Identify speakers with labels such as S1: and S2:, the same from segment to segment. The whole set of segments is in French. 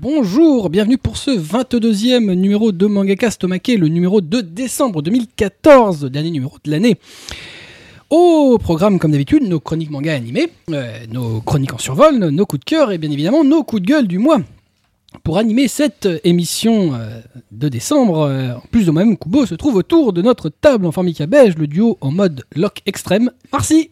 S1: Bonjour, bienvenue pour ce 22e numéro de Mangaka Stomaqué, le numéro de décembre 2014, dernier numéro de l'année. Au programme, comme d'habitude, nos chroniques manga animées, euh, nos chroniques en survol, nos, nos coups de cœur et bien évidemment nos coups de gueule du mois. Pour animer cette émission euh, de décembre, euh, en plus de moi-même, Kubo se trouve autour de notre table en formica beige, le duo en mode lock extrême, Marcy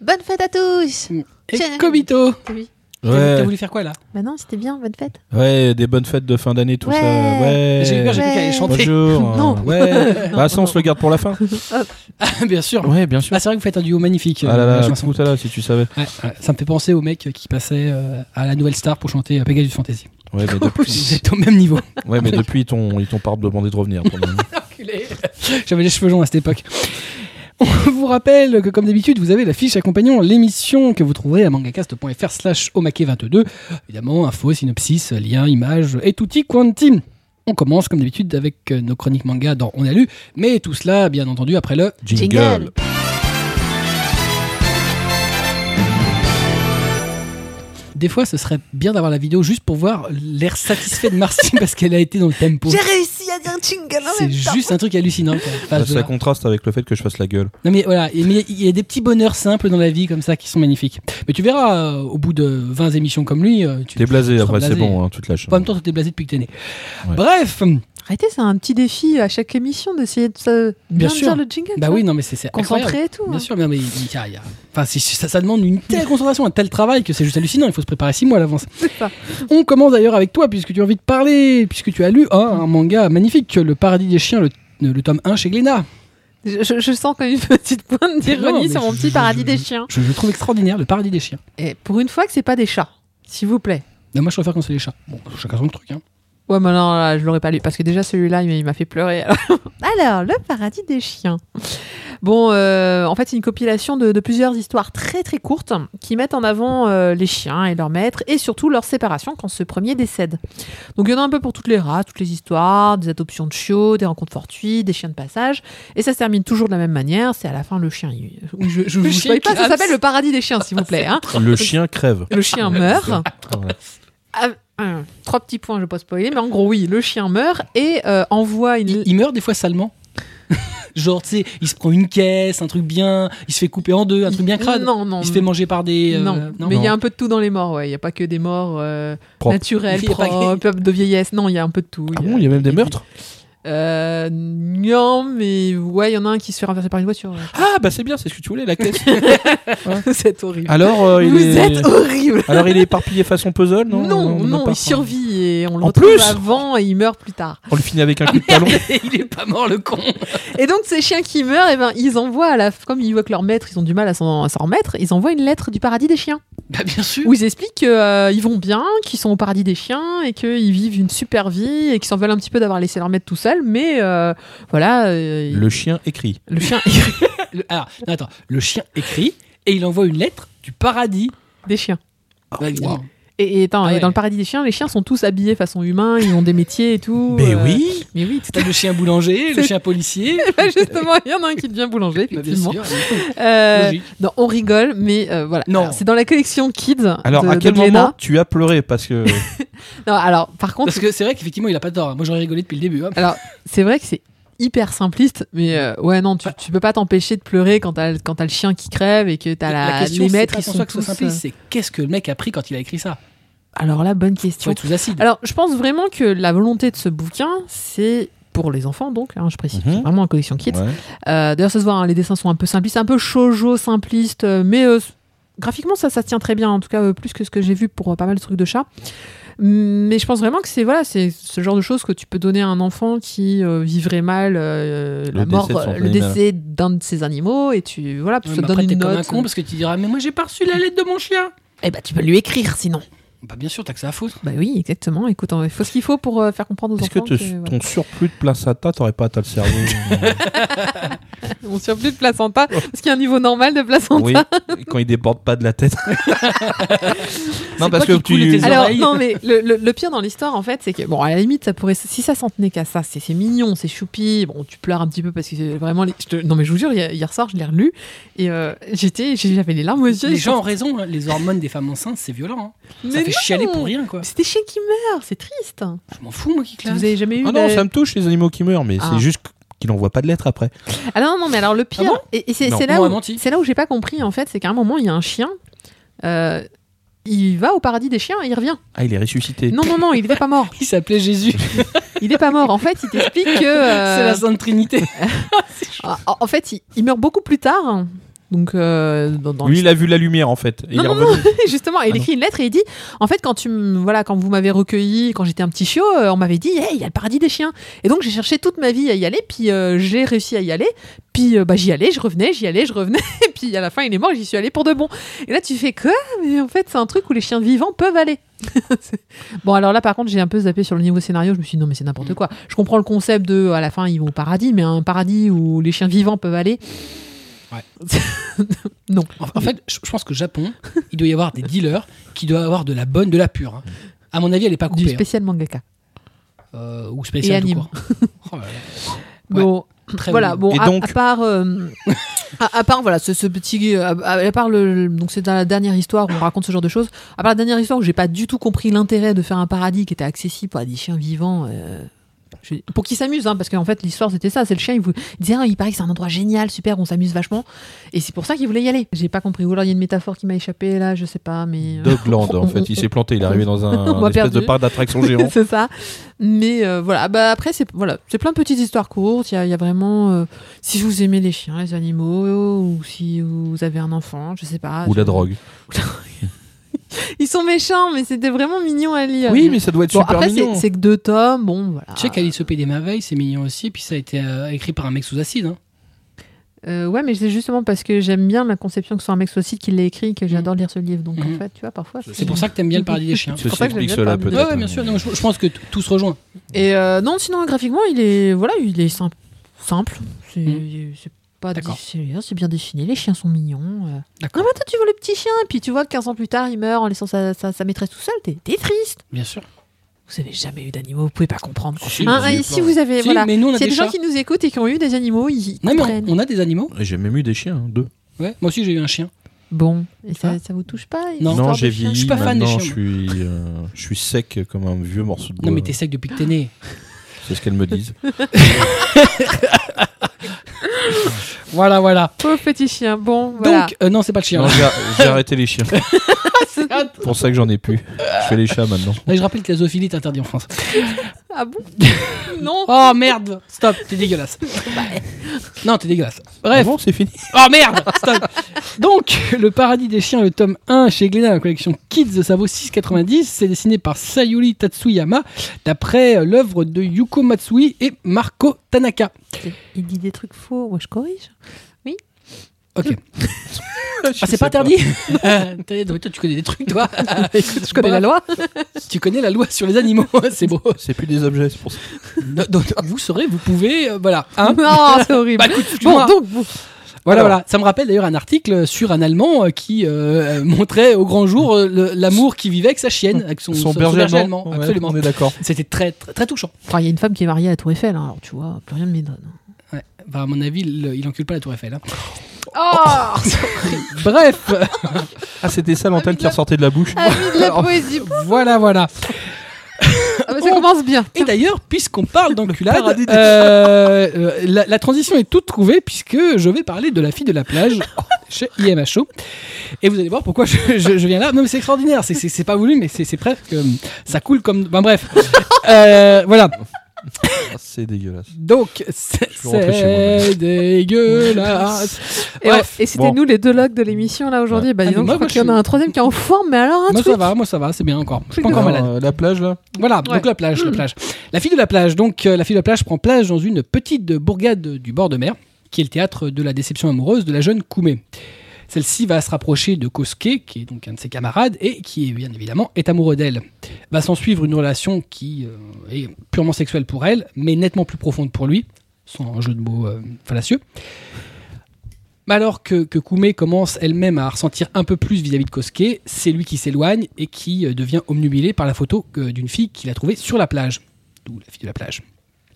S2: Bonne fête à tous
S1: et
S2: Tiens.
S1: Kobito.
S2: T'as vu
S1: T'as t'as
S3: Ouais,
S1: voulu faire quoi là
S2: Bah non, c'était bien, bonne fête.
S3: ouais, des bonnes fêtes de fin d'année, tout
S2: Ouais.
S3: ça. Ouais.
S1: J'ai eu peur, j'ai cru
S2: Ouais.
S1: qu'elle allait chanter.
S3: Bonjour.
S2: Non.
S3: Ouais. Bah ça, on se le garde pour la fin.
S1: bien sûr.
S3: Ouais, bien sûr.
S1: Ah, c'est vrai que vous faites un duo magnifique.
S3: Ah là
S1: euh, la
S3: là,
S1: chanson.
S3: écoute, ah là, si tu savais.
S1: Ouais, ouais, ça me fait penser au mec qui passait euh, à la Nouvelle Star pour chanter euh, Pegasus Fantasy.
S3: Ouais, mais
S1: Vous
S3: depuis,
S1: êtes au même niveau.
S3: ouais, mais depuis ils t'ont, ils t'ont pas demandé de revenir. pour le moment.
S1: J'avais les cheveux jaunes à cette époque. On vous rappelle que comme d'habitude, vous avez la fiche accompagnant l'émission que vous trouverez à mangacast.fr slash omake22. Évidemment, infos, synopsis, liens, images et tutti quanti. On commence comme d'habitude avec euh, nos chroniques manga dans On a lu, mais tout cela bien entendu après le...
S2: Jingle.
S1: Des fois, ce serait bien d'avoir la vidéo juste pour voir l'air satisfait de Marcy parce qu'elle a été dans le tempo.
S2: J'ai réussi à dire jingle en
S1: C'est
S2: même temps.
S1: juste un truc hallucinant. quoi. Enfin,
S3: Ça,
S1: je veux
S3: ça
S1: dire.
S3: contraste avec le fait que je fasse la gueule.
S1: Non mais voilà, il y a- il y a des petits bonheurs simples dans la vie comme ça qui sont magnifiques. Mais tu verras, euh, au bout de 20 émissions comme lui, euh, tu
S3: T'es blasé,
S1: seras
S3: après c'est
S1: blasé.
S3: bon, hein, tu te lâches.
S1: En même temps, tu t'es blasé depuis que t'es né.
S3: Ouais.
S1: Bref, bah
S2: Arrêtez, c'est un petit défi à chaque émission d'essayer de se- bien,
S1: sûr.
S2: dire le jingle.
S1: bah
S2: tu
S1: oui,
S2: vois.
S1: non mais c'est c'est incroyable.
S2: Concentré et tout.
S1: Bien
S2: hein.
S1: sûr, mais non, mais il y a- il y a- enfin, c'est- ça, ça demande une telle concentration, un tel travail que c'est juste hallucinant. Il faut se préparer six mois à l'avance.
S2: C'est ça.
S1: On commence d'ailleurs avec toi, puisque tu as envie de parler, puisque tu as lu hein, un manga magnifique, Le Paradis des Chiens, le, le tome 1 chez Glénat.
S2: Je, je- je sens comme une petite pointe
S1: Non, mais
S2: d'ironie sur mon
S1: je-
S2: petit
S1: je-
S2: paradis
S1: je-
S2: des chiens.
S1: Je le trouve extraordinaire, Le Paradis des Chiens.
S2: Et pour une fois que c'est pas des chats, s'il vous plaît.
S1: Non, moi, je préfère qu'on se les chats. Bon, chacun son truc. Hein.
S2: Ouais, mais non, là, je l'aurais pas lu parce que déjà celui-là, il m'a- il m'a fait pleurer. Alors, le paradis des chiens. Bon, euh, en fait, c'est une compilation de, de plusieurs histoires très très courtes qui mettent en avant euh, les chiens et leurs maîtres et surtout leur séparation quand ce premier décède. Donc, il y en a un peu pour toutes les races, toutes les histoires, des adoptions de chiots, des rencontres fortuites, des chiens de passage. Et ça se termine toujours de la même manière. C'est à la fin le chien. il-
S1: Je, je
S2: Je
S1: vous
S2: vous spoil pas, ça s'appelle le paradis des chiens, s'il vous plaît. hein.
S3: Le chien crève.
S2: Le chien meurt.
S3: Voilà.
S2: Ah, hum, trois petits points, je ne vais pas spoiler, mais en gros, oui, le chien meurt et euh, envoie une.
S1: Il, il meurt des fois salement. Genre, tu sais, il se prend une caisse, un truc bien, il se fait couper en deux, un truc bien crade.
S2: Non, non.
S1: il se fait manger par des. euh,
S2: non. mais il
S1: non.
S2: y a un peu de tout dans les morts, ouais. Il n'y a pas que des morts euh,
S3: Propres.
S2: naturelles,
S1: Il y a pas
S2: propres, de vieillesse. Non, il y a un peu de tout.
S3: Ah
S2: Il y a-
S3: bon, il y a même des meurtres
S2: Euh, non, mais ouais, il y en a un qui se fait renverser par une voiture. ouais.
S3: Ah bah c'est bien, c'est ce que tu voulais, la caisse.
S2: C'est horrible.
S1: Ah
S3: Alors, euh, il
S2: Vous
S3: est...
S2: êtes horrible.
S3: Alors il est éparpillé façon puzzle, non
S2: Non, non,
S3: on n'a pas-
S2: il survit et on le
S3: En
S2: retrouve
S3: plus
S2: avant et il meurt plus tard.
S3: On le finit avec un coup de talon.
S1: il est pas mort le con.
S2: Et donc ces chiens qui meurent, eh ben, ils envoient à la comme ils voient que leur maître, ils ont du mal à s'en à s'en remettre, ils envoient une lettre du paradis des chiens
S1: Bah bien sûr.
S2: où ils expliquent qu'ils vont bien, qu'ils sont au paradis des chiens et qu'ils vivent une super vie et qu'ils s'en veulent un petit peu d'avoir laissé leur maître tout seul, mais euh, voilà, euh,
S3: Le chien écrit.
S2: le chien
S1: Le- alors, non, attends, le chien écrit et il envoie une lettre du paradis.
S2: des chiens. Ah,
S1: Bah, évidemment.
S2: Et, et attends,
S1: Ah
S2: et
S1: ouais.
S2: dans le paradis des chiens, les chiens sont tous habillés façon humain, ils ont des métiers et tout.
S3: Mais
S2: euh,
S3: Ben oui
S2: mais oui, tout à
S1: T'as le chien boulanger, le
S2: C'est-
S1: chien policier.
S2: fait. Justement, il y en a un qui devient boulanger,
S1: Bah, bien
S2: effectivement.
S1: sûr.
S2: Euh,
S1: Logique.
S2: non, on rigole, mais euh, voilà.
S1: Non.
S2: Alors, C'est dans la collection Kids.
S3: Alors
S2: de-
S3: à
S2: de
S3: quel
S2: Glénat.
S3: moment tu as pleuré Parce que
S2: Non, alors par contre,
S1: Parce que c'est vrai qu'effectivement, il a pas tort. Moi, j'aurais rigolé depuis le début. hein.
S2: Alors, c'est vrai que c'est hyper simpliste, mais euh, ouais, non,
S1: Bah.
S2: tu, tu peux pas t'empêcher de pleurer quand t'as quand t'as le chien qui crève et que t'as Bah, la, les
S1: c'est
S2: maîtres
S1: pas
S2: qui
S1: tant
S2: sont
S1: ça que ce
S2: tous,
S1: soit simpliste, c'est qu'est-ce que le mec a pris quand il a écrit ça
S2: euh, Alors là, bonne
S1: Tu vas
S2: question.
S1: être sous acide.
S2: Alors, je pense vraiment que la volonté de ce bouquin, c'est pour les enfants, donc, hein, je précise,
S3: Mhm.
S2: c'est vraiment en collection kids.
S3: Ouais.
S2: Euh, D'ailleurs, ça se voit, hein, les dessins sont un peu simplistes, un peu shoujo simpliste, euh, mais euh, graphiquement, ça, ça tient très bien, en tout cas, euh, plus que ce que j'ai vu pour euh, pas mal de trucs de chat. Mais je pense vraiment que c'est voilà, c'est ce genre de choses que tu peux donner à un enfant qui euh, vivrait mal euh, la
S3: décès de
S2: mort,
S3: son
S2: euh, le
S3: animal.
S2: décès d'un de ses animaux, et tu voilà, tu
S1: Ouais,
S2: te
S1: mais
S2: donnes
S1: après, t'es
S2: une
S1: comme un
S2: note.
S1: con parce que tu diras Mais moi, j'ai pas reçu la lettre de mon chien.
S2: Et bah tu peux lui écrire sinon.
S1: Bah bien sûr, t'as que ça à foutre.
S2: Bah oui, exactement. Écoute, on- il faut ce qu'il faut pour euh, faire comprendre aux
S3: Est-ce que
S2: enfants.
S3: te-
S2: que, voilà.
S3: Euh, ton Oh. surplus de placenta, t'aurais pas à le cerveau
S2: On tient plus de placenta, parce qu'il y a un niveau normal de placenta.
S3: Oui, quand il déborde pas de la tête. non, parce
S1: quoi
S3: que
S1: qui coule de
S3: tu.
S1: tes
S2: Alors
S1: oreilles.
S2: non mais le, le- le pire dans l'histoire en fait c'est que bon à la limite ça pourrait si ça s'en tenait qu'à ça c'est c'est mignon c'est choupi bon tu pleures un petit peu parce que c'est vraiment les- je te- non mais je vous jure hier hier soir je l'ai relu et euh, j'étais j'ai- j'avais les larmes aux yeux
S1: Les
S2: Et
S1: gens ont raison, hein, les hormones des femmes enceintes, c'est violent. hein.
S2: je-
S1: Ça
S2: mais
S1: fait
S2: non
S1: chialer pour rien, quoi.
S2: c'est des chiens qui meurent c'est triste
S1: Je m'en fous, moi, qui classe.
S2: vous avez jamais eu
S3: Ah non,
S2: de-
S3: ça me touche les animaux qui meurent, mais
S2: Ben- Ah.
S3: c'est juste qu'il n'envoie pas de lettres après.
S2: ah non non mais alors le pire
S1: Ah bon
S2: et, et c'est
S3: Non.
S2: c'est
S1: On
S2: là
S1: m'a
S2: où
S1: menti.
S2: c'est là où j'ai pas compris en fait c'est qu'à un moment il y a un chien euh, il va au paradis des chiens et il revient
S3: Ah, il est ressuscité.
S2: non non non il n'est pas mort
S1: Il s'appelait Jésus.
S2: il est pas mort en fait il t'explique que euh,
S1: C'est la Sainte Trinité.
S2: Ah, En en fait, il, il meurt beaucoup plus tard. hein. Donc, euh, dans, dans
S3: Lui, il a vu la lumière en fait. Et
S2: Non,
S3: il est
S2: non, non.
S3: revenu.
S2: l'histoire, justement, il
S3: non.
S2: écrit une lettre et il dit En fait, quand, tu m- voilà, quand vous m'avez recueilli, quand j'étais un petit chiot, euh, on m'avait dit Hey, il y a le paradis des chiens. Et donc, j'ai cherché toute ma vie à y aller, puis euh, j'ai réussi à y aller. Puis euh, bah, j'y allais, je revenais, j'y allais, je revenais. Et puis à la fin, il est mort, j'y suis allé pour de bon. Et là, tu fais quoi Mais en fait, c'est un truc où les chiens vivants peuvent aller. C'est- bon, alors là, par contre, j'ai un peu zappé sur le niveau scénario. Je me suis dit Non, mais c'est n'importe quoi. Je comprends le concept de à la fin, ils vont au paradis, mais un paradis où les chiens vivants peuvent aller.
S1: En, en fait, je je pense que Japon, il doit y avoir des dealers qui doivent avoir de la bonne, de la pure. hein. À mon avis, elle est pas
S2: Du
S1: coupée. hein.
S2: spécial mangaka.
S1: Euh, ou spécial
S2: Et
S1: tout
S2: anime.
S1: court. Oh là là, Ouais.
S2: Bon,
S1: très
S2: voilà.
S1: bonne
S2: Bon,
S3: Et
S2: à,
S3: donc-
S2: à part, euh, à, à part voilà, ce, ce petit, euh, à, à- à part le, le- donc c'est dans la dernière histoire où on raconte ce genre de choses. À part la dernière histoire où j'ai pas du tout compris l'intérêt de faire un paradis qui était accessible à des chiens vivants. euh, je- Pour qu'ils s'amusent, hein, parce qu'en fait l'histoire c'était ça, c'est le chien, il, vou- il disait Ah, il paraît que c'est un endroit génial, super, on s'amuse vachement, et c'est pour ça qu'il voulait y aller. J'ai pas compris, ou alors il y a une métaphore qui m'a échappé là, je sais pas, mais... euh,
S3: Dogland
S2: on-
S3: en fait. Il s'est planté. Il est arrivé dans
S2: on
S3: un
S2: m'a
S3: espèce de
S2: perdu.
S3: parc d'attraction géant.
S2: c'est ça. Mais euh, voilà, bah, après, c'est voilà, c'est plein de petites histoires courtes. Il y a, il y a vraiment. euh, si vous aimez les chiens, les animaux, ou si vous avez un enfant, je sais pas.
S3: Ou la
S2: Je-
S3: drogue.
S2: Ils sont méchants, mais c'était vraiment mignon à lire.
S3: Oui, mais ça doit être
S2: Bon,
S3: super
S2: après, c'est
S3: mignon.
S2: c'est que deux tomes. Bon, voilà.
S1: Tu sais qu'Alice au Pays des Merveilles, c'est mignon aussi, puis ça a été euh, écrit par un mec sous acide. hein.
S2: Euh, ouais, mais c'est justement parce que j'aime bien la conception que ce soit un mec aussi qui l'a écrit que j'adore lire ce livre. Donc
S1: Mhm.
S2: en fait, tu vois, parfois.
S1: C'est pour ça que t'aimes bien le Paradis des Chiens.
S2: C'est pour ça que j'aime bien parler de-
S1: Ouais, ouais, bien sûr. Non, je, je pense que t- tout se rejoint.
S2: Et euh, non, sinon graphiquement, il est voilà, il est simple, simple. C'est c'est pas
S1: D'accord.
S2: difficile, c'est bien défini. Les chiens sont mignons. euh.
S1: D'accord.
S2: Non, mais toi, tu vois le petit chien, et puis tu vois que 15 ans plus tard, il meurt en laissant sa, sa- sa maîtresse tout seul. T'es t'es triste.
S1: Bien sûr.
S2: Vous avez jamais eu d'animaux, vous pouvez pas comprendre.
S1: Si,
S2: Hein,
S1: mais
S2: hein,
S1: j'ai eu
S2: ici,
S1: peur.
S2: vous avez
S1: Si,
S2: voilà.
S1: mais nous, on a
S2: S'il y a
S1: des
S2: des
S1: chats.
S2: gens qui nous écoutent et qui ont eu des animaux, ils
S1: Non, mais
S2: comprennent.
S1: on, on a des animaux.
S3: J'ai même eu des chiens, hein, deux.
S1: Ouais. Moi aussi, j'ai eu un chien.
S2: Bon, et ça,
S1: Hein
S2: ça vous touche pas
S1: Non.
S3: Non,
S2: l'histoire
S3: j'ai
S2: de chiens
S3: vieilli.
S1: Je suis pas fan des
S3: Maintenant,
S1: chiens,
S3: je suis, euh, je suis sec comme un vieux morceau de bois.
S1: Non, mais t'es sec depuis que
S2: Ah.
S1: t'es né.
S3: C'est ce qu'elles me disent.
S1: Voilà, voilà.
S2: Pauvre petit chien. Bon, voilà.
S1: Donc, euh, non, c'est pas le chien.
S3: Non, j'ai j'ai arrêté les chiens. C'est
S1: là.
S3: pour ça que j'en ai plus. Je fais les chats maintenant. Ah
S1: Ouais, je rappelle que la zoophilie est interdite en France.
S2: Ah bon Non.
S1: Oh merde Stop, t'es dégueulasse. non, t'es dégueulasse. Bref.
S3: Bon, c'est fini.
S1: Oh merde Stop Donc, Le Paradis des Chiens, le tome 1 chez Glénat, la collection Kids, ça vaut 6,90. C'est dessiné par Sayuri Tatsuyama, d'après euh, l'œuvre de Yuko Matsui et Marco Tanaka.
S2: Il dit des trucs faux. Moi, je corrige.
S1: Ok. Ah,
S3: Je
S1: c'est
S3: sais
S1: pas interdit Euh, t'as- Toi, tu connais des trucs, toi Bah, Écoute,
S2: Je connais la loi.
S1: Tu connais la loi sur les animaux, hein, c'est beau.
S3: C'est plus des objets, c'est pour ça.
S1: Donc, donc, vous saurez, vous pouvez, euh, voilà. hein.
S2: Non, Ah, c'est horrible.
S1: Bah, écoute,
S2: bon,
S1: excuse-moi.
S2: donc, bon,
S1: Voilà,
S3: Alors.
S1: voilà. Ça me rappelle d'ailleurs un article sur un Allemand euh, qui euh, euh, montrait au grand jour euh, le- l'amour qu'il vivait avec sa chienne, avec son, son-
S3: Son
S1: son
S3: berger allemand. Ouais,
S1: absolument.
S3: On est d'accord.
S1: C'était très, très, très touchant.
S2: Enfin, il y a une femme qui est mariée à Tour Eiffel, hein, alors tu vois, plus rien ne m'étonne.
S1: Ouais. Enfin, à mon avis, le- il encule pas la Tour Eiffel. hein.
S2: Oh
S1: Bref,
S3: Ah, c'était ça l'antenne qui ressortait de la bouche.
S2: Amis de la poésie
S1: voilà, voilà.
S2: Ah bah, Ça commence bien
S1: Oh. Et d'ailleurs, puisqu'on parle d'enculade,
S3: paradis des-
S1: euh, euh, la, la transition est toute trouvée puisque je vais parler de la fille de la plage chez IMHO. Et vous allez voir pourquoi je, je- je viens là. Non, mais c'est extraordinaire. C'est- C'est c'est pas voulu, mais c'est c'est presque. euh, Ça coule comme. Ben bref. Euh, voilà.
S3: Ah, c'est dégueulasse.
S1: Donc, c'est
S3: Je vais rentrer chez moi,
S1: c'est dégueulasse.
S2: Et,
S1: Bref,
S2: et c'était
S3: bon.
S2: nous les deux logs de l'émission là aujourd'hui. Bah
S1: Ah,
S2: dis
S1: mais
S2: donc,
S1: moi,
S2: je crois
S1: moi,
S2: qu'il y en
S1: je
S2: a
S1: suis-
S2: un troisième qui est en forme, mais alors un
S1: moi
S2: truc
S1: ça va, moi ça va, c'est bien encore. Je suis
S2: Truc
S1: pas encore
S2: de-
S1: malade.
S3: Euh, la plage, là
S1: Voilà,
S2: Ouais.
S1: donc la plage, la plage. La fille de la plage, donc euh, la fille de la plage prend plage dans une petite bourgade du bord de mer, qui est le théâtre de la déception amoureuse de la jeune Koumé. Celle-ci va se rapprocher de Kosuke, qui est donc un de ses camarades, et qui, bien évidemment, est amoureux d'elle. Va s'en suivre une relation qui euh, est purement sexuelle pour elle, mais nettement plus profonde pour lui, sans jeu de mots euh, fallacieux. Mais alors que, que Koume commence elle-même à ressentir un peu plus vis-à-vis de Kosuke, c'est lui qui s'éloigne et qui euh, devient omnubilé par la photo que- d'une fille qu'il a trouvée sur la plage. D'où la fille de la plage.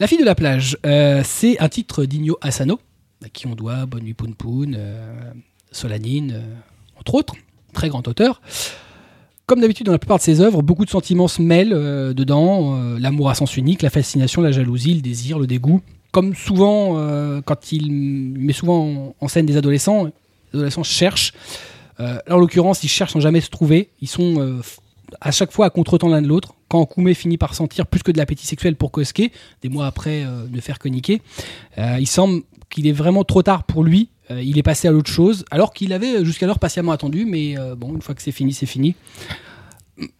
S1: La fille de la plage, euh, c'est un titre d'Igno Asano, à qui on doit Bonne nuit Poun Poun, euh, Solanine, euh, entre autres. Très grand auteur. Comme d'habitude dans la plupart de ses œuvres, beaucoup de sentiments se mêlent euh, dedans. euh, L'amour à sens unique, la fascination, la jalousie, le désir, le dégoût comme souvent, euh, quand il met souvent en, en scène des adolescents, les adolescents cherchent. Euh, là, en l'occurrence, ils cherchent sans jamais se trouver. Ils sont euh, f- à chaque fois à contretemps l'un de l'autre. Quand Koumé finit par sentir plus que de l'appétit sexuel pour Kosuke, des mois après euh, ne faire que niquer, euh, il semble qu'il est vraiment trop tard pour lui. Euh, il est passé à l'autre chose, alors qu'il avait jusqu'alors patiemment attendu. Mais euh, bon, une fois que c'est fini, c'est fini.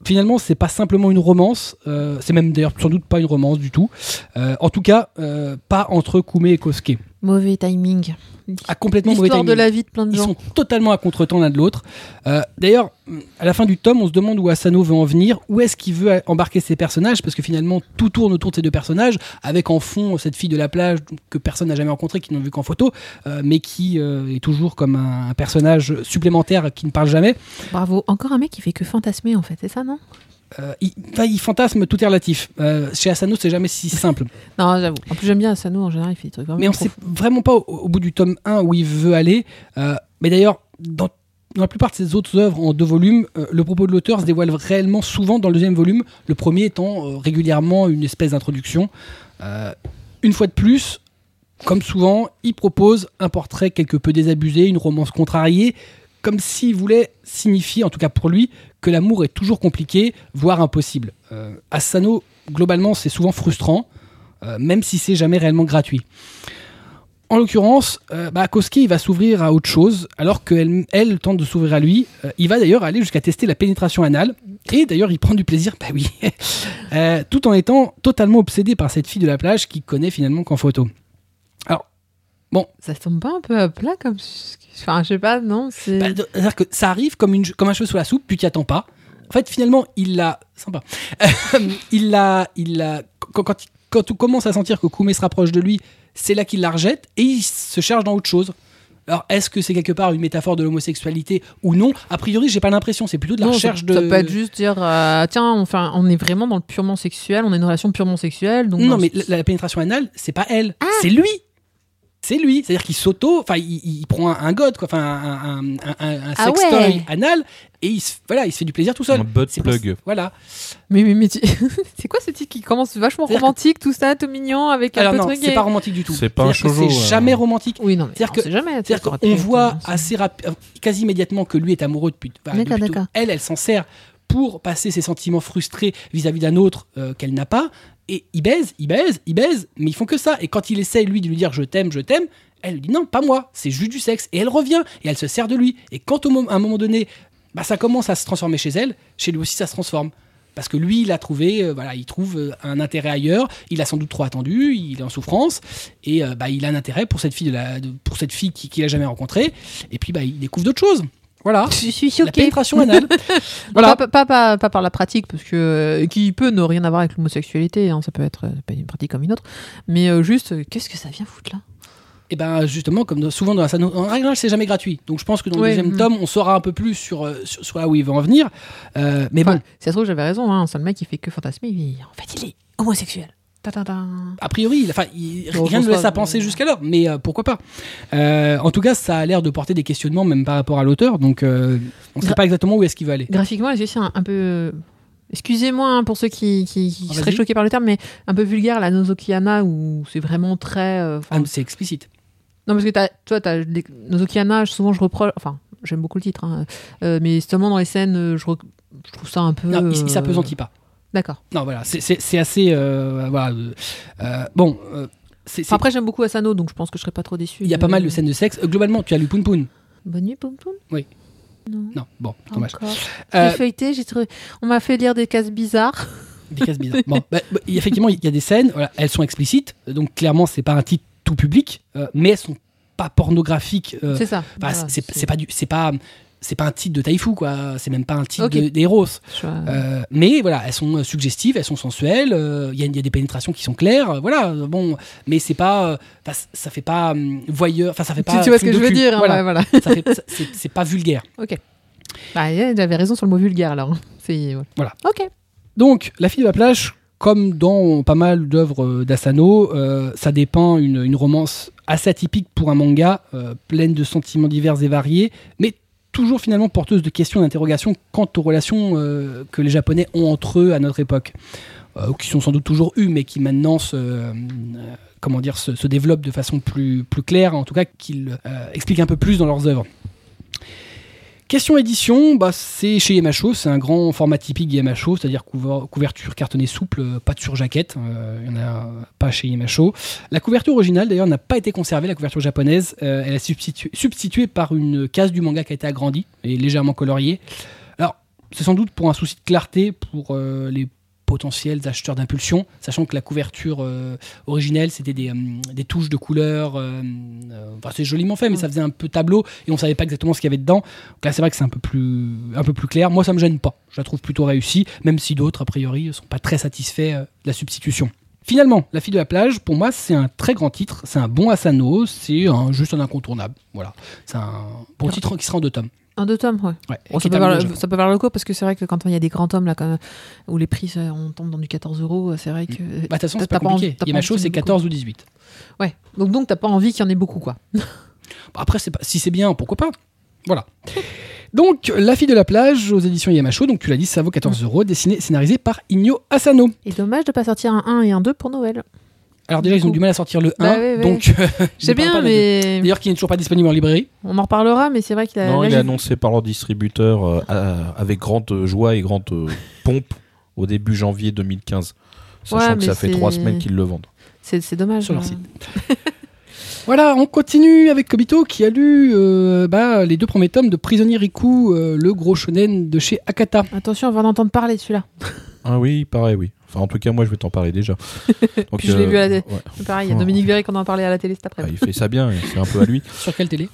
S1: Finalement, c'est pas simplement une romance. euh, c'est même d'ailleurs sans doute pas une romance du tout. Euh, en tout cas, euh, pas entre Koumé et Kosuke.
S2: Mauvais timing.
S1: À complètement mauvais
S2: L'histoire de
S1: timing.
S2: la vie de plein de
S1: Ils
S2: gens.
S1: sont totalement à contretemps l'un de l'autre. Euh, D'ailleurs, à la fin du tome, on se demande où Asano veut en venir, où est-ce qu'il veut embarquer ses personnages, parce que finalement, tout tourne autour de ces deux personnages, avec en fond cette fille de la plage que personne n'a jamais rencontrée, qui n'ont vu qu'en photo, euh, mais qui euh, est toujours comme un, un personnage supplémentaire qui ne parle jamais.
S2: Bravo. Encore un mec qui fait que fantasmer en fait, c'est ça non
S1: Euh, il, enfin, il fantasme, tout est relatif. Euh, chez Asano, c'est jamais si simple.
S2: Non, j'avoue. En plus j'aime bien Asano en général, il fait des trucs vraiment.
S1: Mais on ne
S2: trop
S1: sait vraiment pas au, au bout du tome 1 où il veut aller. Euh, mais d'ailleurs, dans, dans la plupart de ses autres œuvres en deux volumes, euh, le propos de l'auteur se dévoile réellement souvent dans le deuxième volume, le premier étant euh, régulièrement une espèce d'introduction. Euh, une fois de plus, comme souvent, il propose un portrait quelque peu désabusé, une romance contrariée, comme s'il voulait signifier, en tout cas pour lui, que l'amour est toujours compliqué, voire impossible. Euh, Asano, globalement, c'est souvent frustrant, euh, même si c'est jamais réellement gratuit. En l'occurrence, euh, bah, Koski il va s'ouvrir à autre chose, alors qu'elle elle tente de s'ouvrir à lui. Euh, il va d'ailleurs aller jusqu'à tester la pénétration anale, et d'ailleurs il prend du plaisir, bah oui, Euh, tout en étant totalement obsédé par cette fille de la plage qu'il connaît finalement qu'en photo.
S2: Ça se tombe pas un peu à plat comme. Enfin, je sais pas, non c'est...
S1: Bah, de- C'est-à-dire que ça arrive comme, une, comme un cheveu sous la soupe, puis tu n'y attends pas. En fait, finalement, il l'a. Sympa. il l'a. Il l'a. Quand, quand, quand on commence à sentir que Koumé se rapproche de lui, c'est là qu'il la rejette et il se charge dans autre chose. Alors, est-ce que c'est quelque part une métaphore de l'homosexualité ou non A priori, j'ai pas l'impression. C'est plutôt de la
S2: Non, ça-
S1: recherche de.
S2: Ça peut être juste dire, euh, tiens, enfin, on est vraiment dans le purement sexuel, on est dans une relation purement sexuelle. Donc
S1: Non,
S2: dans- Ah.
S1: mais la, la pénétration anale, c'est pas elle, c'est lui. C'est lui, c'est-à-dire qu'il s'auto, enfin, il, il prend un, un god, quoi, enfin, un, un, un- un- un
S2: Ah
S1: sextoy
S2: ouais.
S1: anal, et il se, voilà, il se fait du plaisir tout seul.
S3: Un butt
S1: C'est pour-
S3: plug.
S1: Voilà.
S2: Mais, mais, mais tu- c'est quoi ce titre qui commence vachement
S1: C'est-à-dire
S2: romantique, tout ça, tout mignon, avec un
S1: Alors
S2: peu de
S1: non,
S2: truc
S1: c'est
S2: et-
S1: pas romantique du tout.
S3: C'est pas un
S1: C'est-à-dire que
S3: shoujo,
S1: C'est
S3: euh.
S1: jamais romantique.
S2: Oui, non, mais
S1: C'est-à-dire
S2: on
S1: que-
S2: sait jamais. tu sais, ça
S1: C'est-à-dire
S2: aurait
S1: qu'on
S2: pu-
S1: voit
S2: c'est-
S1: assez rapi- euh, quasi immédiatement que lui est amoureux depuis. enfin,
S2: D'accord,
S1: depuis tout.
S2: d'accord.
S1: Elle, elle s'en sert pour passer ses sentiments frustrés vis-à-vis d'un autre euh, qu'elle n'a pas. Et il baise, il baise, il baise, mais ils font que ça. Et quand il essaye, lui, de lui dire je t'aime, je t'aime, elle lui dit non, pas moi, c'est juste du sexe. Et elle revient et elle se sert de lui. Et quand au mom- à un moment donné, bah, ça commence à se transformer chez elle, chez lui aussi ça se transforme. Parce que lui, il a trouvé, euh, voilà, il trouve euh, un intérêt ailleurs, il a sans doute trop attendu, il est en souffrance, et euh, bah, il a un intérêt pour cette fille, de la, de- pour cette fille qui- qu'il a jamais rencontrée, et puis bah, il découvre d'autres choses. Voilà.
S2: Je suis
S1: La
S2: choquée.
S1: pénétration anale.
S2: Pas,
S1: voilà.
S2: pas, pas, pas- pas par la pratique, parce que euh, qui peut ne rien avoir avec l'homosexualité, hein, ça peut être euh, pas une pratique comme une autre, mais euh, juste, euh, qu'est-ce que ça vient foutre là
S1: Et ben justement, comme dans- souvent dans la Asano, en règle générale, c'est jamais gratuit. Donc je pense que dans le
S2: Ouais,
S1: deuxième
S2: mm.
S1: tome, on saura un peu plus sur, euh, sur, sur là où il veut en venir. Euh, mais
S2: Enfin,
S1: bon,
S2: Si ça se trouve, j'avais raison, hein, c'est le mec qui fait que fantasmer, il- en fait, il est homosexuel. Ta -ta -ta.
S1: a priori, il- enfin, il-
S2: Non, je
S1: rien ne
S2: pense
S1: le laisse
S2: pas,
S1: à penser
S2: mais-
S1: jusqu'alors, mais euh, pourquoi pas Euh, En tout cas, ça a l'air de porter des questionnements même par rapport à l'auteur, donc euh, on ne sait
S2: Gra-
S1: pas exactement où est-ce qu'il veut aller.
S2: Graphiquement, les yeux, c'est un, un peu. Excusez-moi hein, pour ceux qui, qui- qui
S1: Ah,
S2: seraient
S1: vas-y.
S2: choqués par le terme, mais un peu vulgaire, la Nozokiyana, où c'est vraiment très. euh,
S1: Ah,
S2: enfin,
S1: mais c'est explicite.
S2: Non, parce que t'as- toi, t'as les- Nozokiyana, je- souvent je reproche. Enfin, j'aime beaucoup le titre, hein, euh, mais justement dans les scènes, euh, je, re- je trouve ça un peu.
S1: Non, il, il
S2: euh,
S1: s'apesantit pas.
S2: D'accord.
S1: Non, voilà, c'est- c'est c'est assez. euh, voilà, euh, euh, bon, euh, c'est- c'est-
S2: Enfin, après, j'aime beaucoup Asano, donc je pense que je serais pas trop déçu.
S1: il y a pas mal de scènes de sexe. Euh, globalement, tu as lu Poun Poun.
S2: Bonne nuit, Poum Poum.
S1: Oui.
S2: Non.
S1: Non, bon,
S2: pas
S1: dommage.
S2: encore.
S1: Euh,
S2: J'ai feuilleté, j'ai trouvé. On m'a fait lire des cases bizarres.
S1: Des cases bizarres. Bon, bah, bah, effectivement, il y a des scènes, voilà, elles sont explicites, donc clairement, c'est pas un titre tout public, euh, mais elles sont pas pornographiques. euh,
S2: Ah, c'est ça.
S1: enfin,
S2: Voilà,
S1: c'est c'est pas du, c'est pas, c'est pas un titre de Taifu, quoi. C'est même pas un titre
S2: Ok.
S1: de- d'Eros.
S2: Je-
S1: Euh, mais voilà, elles sont euh, suggestives, elles sont sensuelles. euh, Il y, a- il y a des pénétrations qui sont claires. euh, voilà, euh, bon, mais c'est pas, euh, enfin, c- ça fait pas hum, voyeur. Enfin, ça fait
S2: Tu-
S1: pas.
S2: tu, vois ce
S1: film
S2: que je veux
S1: docu,
S2: dire hein,
S1: Voilà,
S2: ouais, voilà.
S1: ça fait- ça- c'est- c'est pas vulgaire.
S2: Ok. Bah, elle avait raison sur le mot vulgaire alors. hein. C'est voilà.
S1: Voilà.
S2: Ok.
S1: Donc, La fille de la plage, comme dans pas mal d'œuvres euh, d'Asano, euh, ça dépeint une, une romance assez atypique pour un manga, euh, pleine de sentiments divers et variés, mais toujours finalement porteuse de questions et d'interrogations quant aux relations euh, que les Japonais ont entre eux à notre époque, euh, ou qui sont sans doute toujours eues, mais qui maintenant se, euh, comment dire, se, se développent de façon plus, plus claire, en tout cas qu'ils euh, expliquent un peu plus dans leurs œuvres. Question édition, bah, c'est chez Yamacho, c'est un grand format typique Yamacho, c'est-à-dire couver- couverture cartonnée souple, euh, pas de surjaquette, euh, il n'y en a euh, pas chez Yamacho. La couverture originale d'ailleurs n'a pas été conservée, la couverture japonaise, euh, elle est substituée, substituée par une case du manga qui a été agrandie et légèrement coloriée. Alors, c'est sans doute pour un souci de clarté pour euh, les potentiels acheteurs d'impulsion, sachant que la couverture euh, originelle, c'était des, hum, des touches de couleurs, euh, euh, enfin, c'est joliment fait, mais ça faisait un peu tableau, et on savait pas exactement ce qu'il y avait dedans. Donc là, c'est vrai que c'est un peu plus, un peu plus clair. Moi, ça me gêne pas. Je la trouve plutôt réussie, même si d'autres, a priori, sont pas très satisfaits euh, de la substitution. Finalement, La fille de la plage, pour moi, c'est un très grand titre. C'est un bon Asano. C'est un- juste un incontournable. Voilà. C'est un bon titre qui sera en deux tomes.
S2: Un deux tomes, ouais.
S1: Ouais,
S2: Bon,
S1: Et qui
S2: Oh, ça,
S1: est
S2: peut
S1: terminé au
S2: valoir,
S1: Japon.
S2: ça peut valoir le coup parce que c'est vrai que quand il y a des grands tomes là, quand- où les prix ça, on tombe dans du 14 euros, euh, c'est vrai que.
S1: Bah, de toute façon,
S2: T'as-
S1: c'est pas
S2: t'as pas envie-
S1: compliqué.
S2: t'as pas
S1: Yamacho,
S2: envie de
S1: c'est
S2: beaucoup.
S1: 14 ou 18.
S2: Ouais. Donc, donc t'as pas envie qu'il y en ait beaucoup, quoi.
S1: Bah, Après, c'est pas- si c'est bien, pourquoi pas Voilà. Donc, La fille de la plage aux éditions Yamacho, donc tu l'as dit, ça vaut 14 euros, dessiné, scénarisé par Igno Asano.
S2: Et dommage de pas sortir un 1 et un 2 pour Noël.
S1: Alors, déjà, ils ont du mal à sortir le 1,
S2: Bah ouais, ouais.
S1: donc. euh,
S2: Je sais
S1: ne parle pas
S2: bien,
S1: des deux.
S2: mais
S1: D'ailleurs, qui n'est toujours pas disponible en librairie.
S2: on en reparlera, mais c'est vrai qu'il a.
S3: Non,
S2: là,
S3: il est
S2: j'ai-
S3: annoncé par leur distributeur euh, à- avec grande euh, joie et grande euh, pompe au début janvier 2015. Sachant
S2: Ouais,
S3: que
S2: mais
S3: ça fait
S2: c'est-
S3: trois semaines qu'ils le vendent.
S2: c'est c'est dommage.
S1: Sur leur
S2: hein.
S1: site. Voilà, on continue avec Kobito qui a lu euh, bah, les deux premiers tomes de Prisonnier Riku, euh, le gros shonen de chez Akata.
S2: Attention, on va en entendre parler de celui-là.
S3: Ah oui, pareil, oui. Enfin, en tout cas, moi, je vais t'en parler déjà. Donc, euh,
S2: Puis je l'ai vu à la-
S3: ouais.
S2: Pareil, il y a
S3: Oh.
S2: Dominique Verret qu'on en parlait à la télé cet
S3: Ah,
S2: après-midi.
S3: il fait ça bien, et c'est un peu à lui.
S1: Sur quelle télé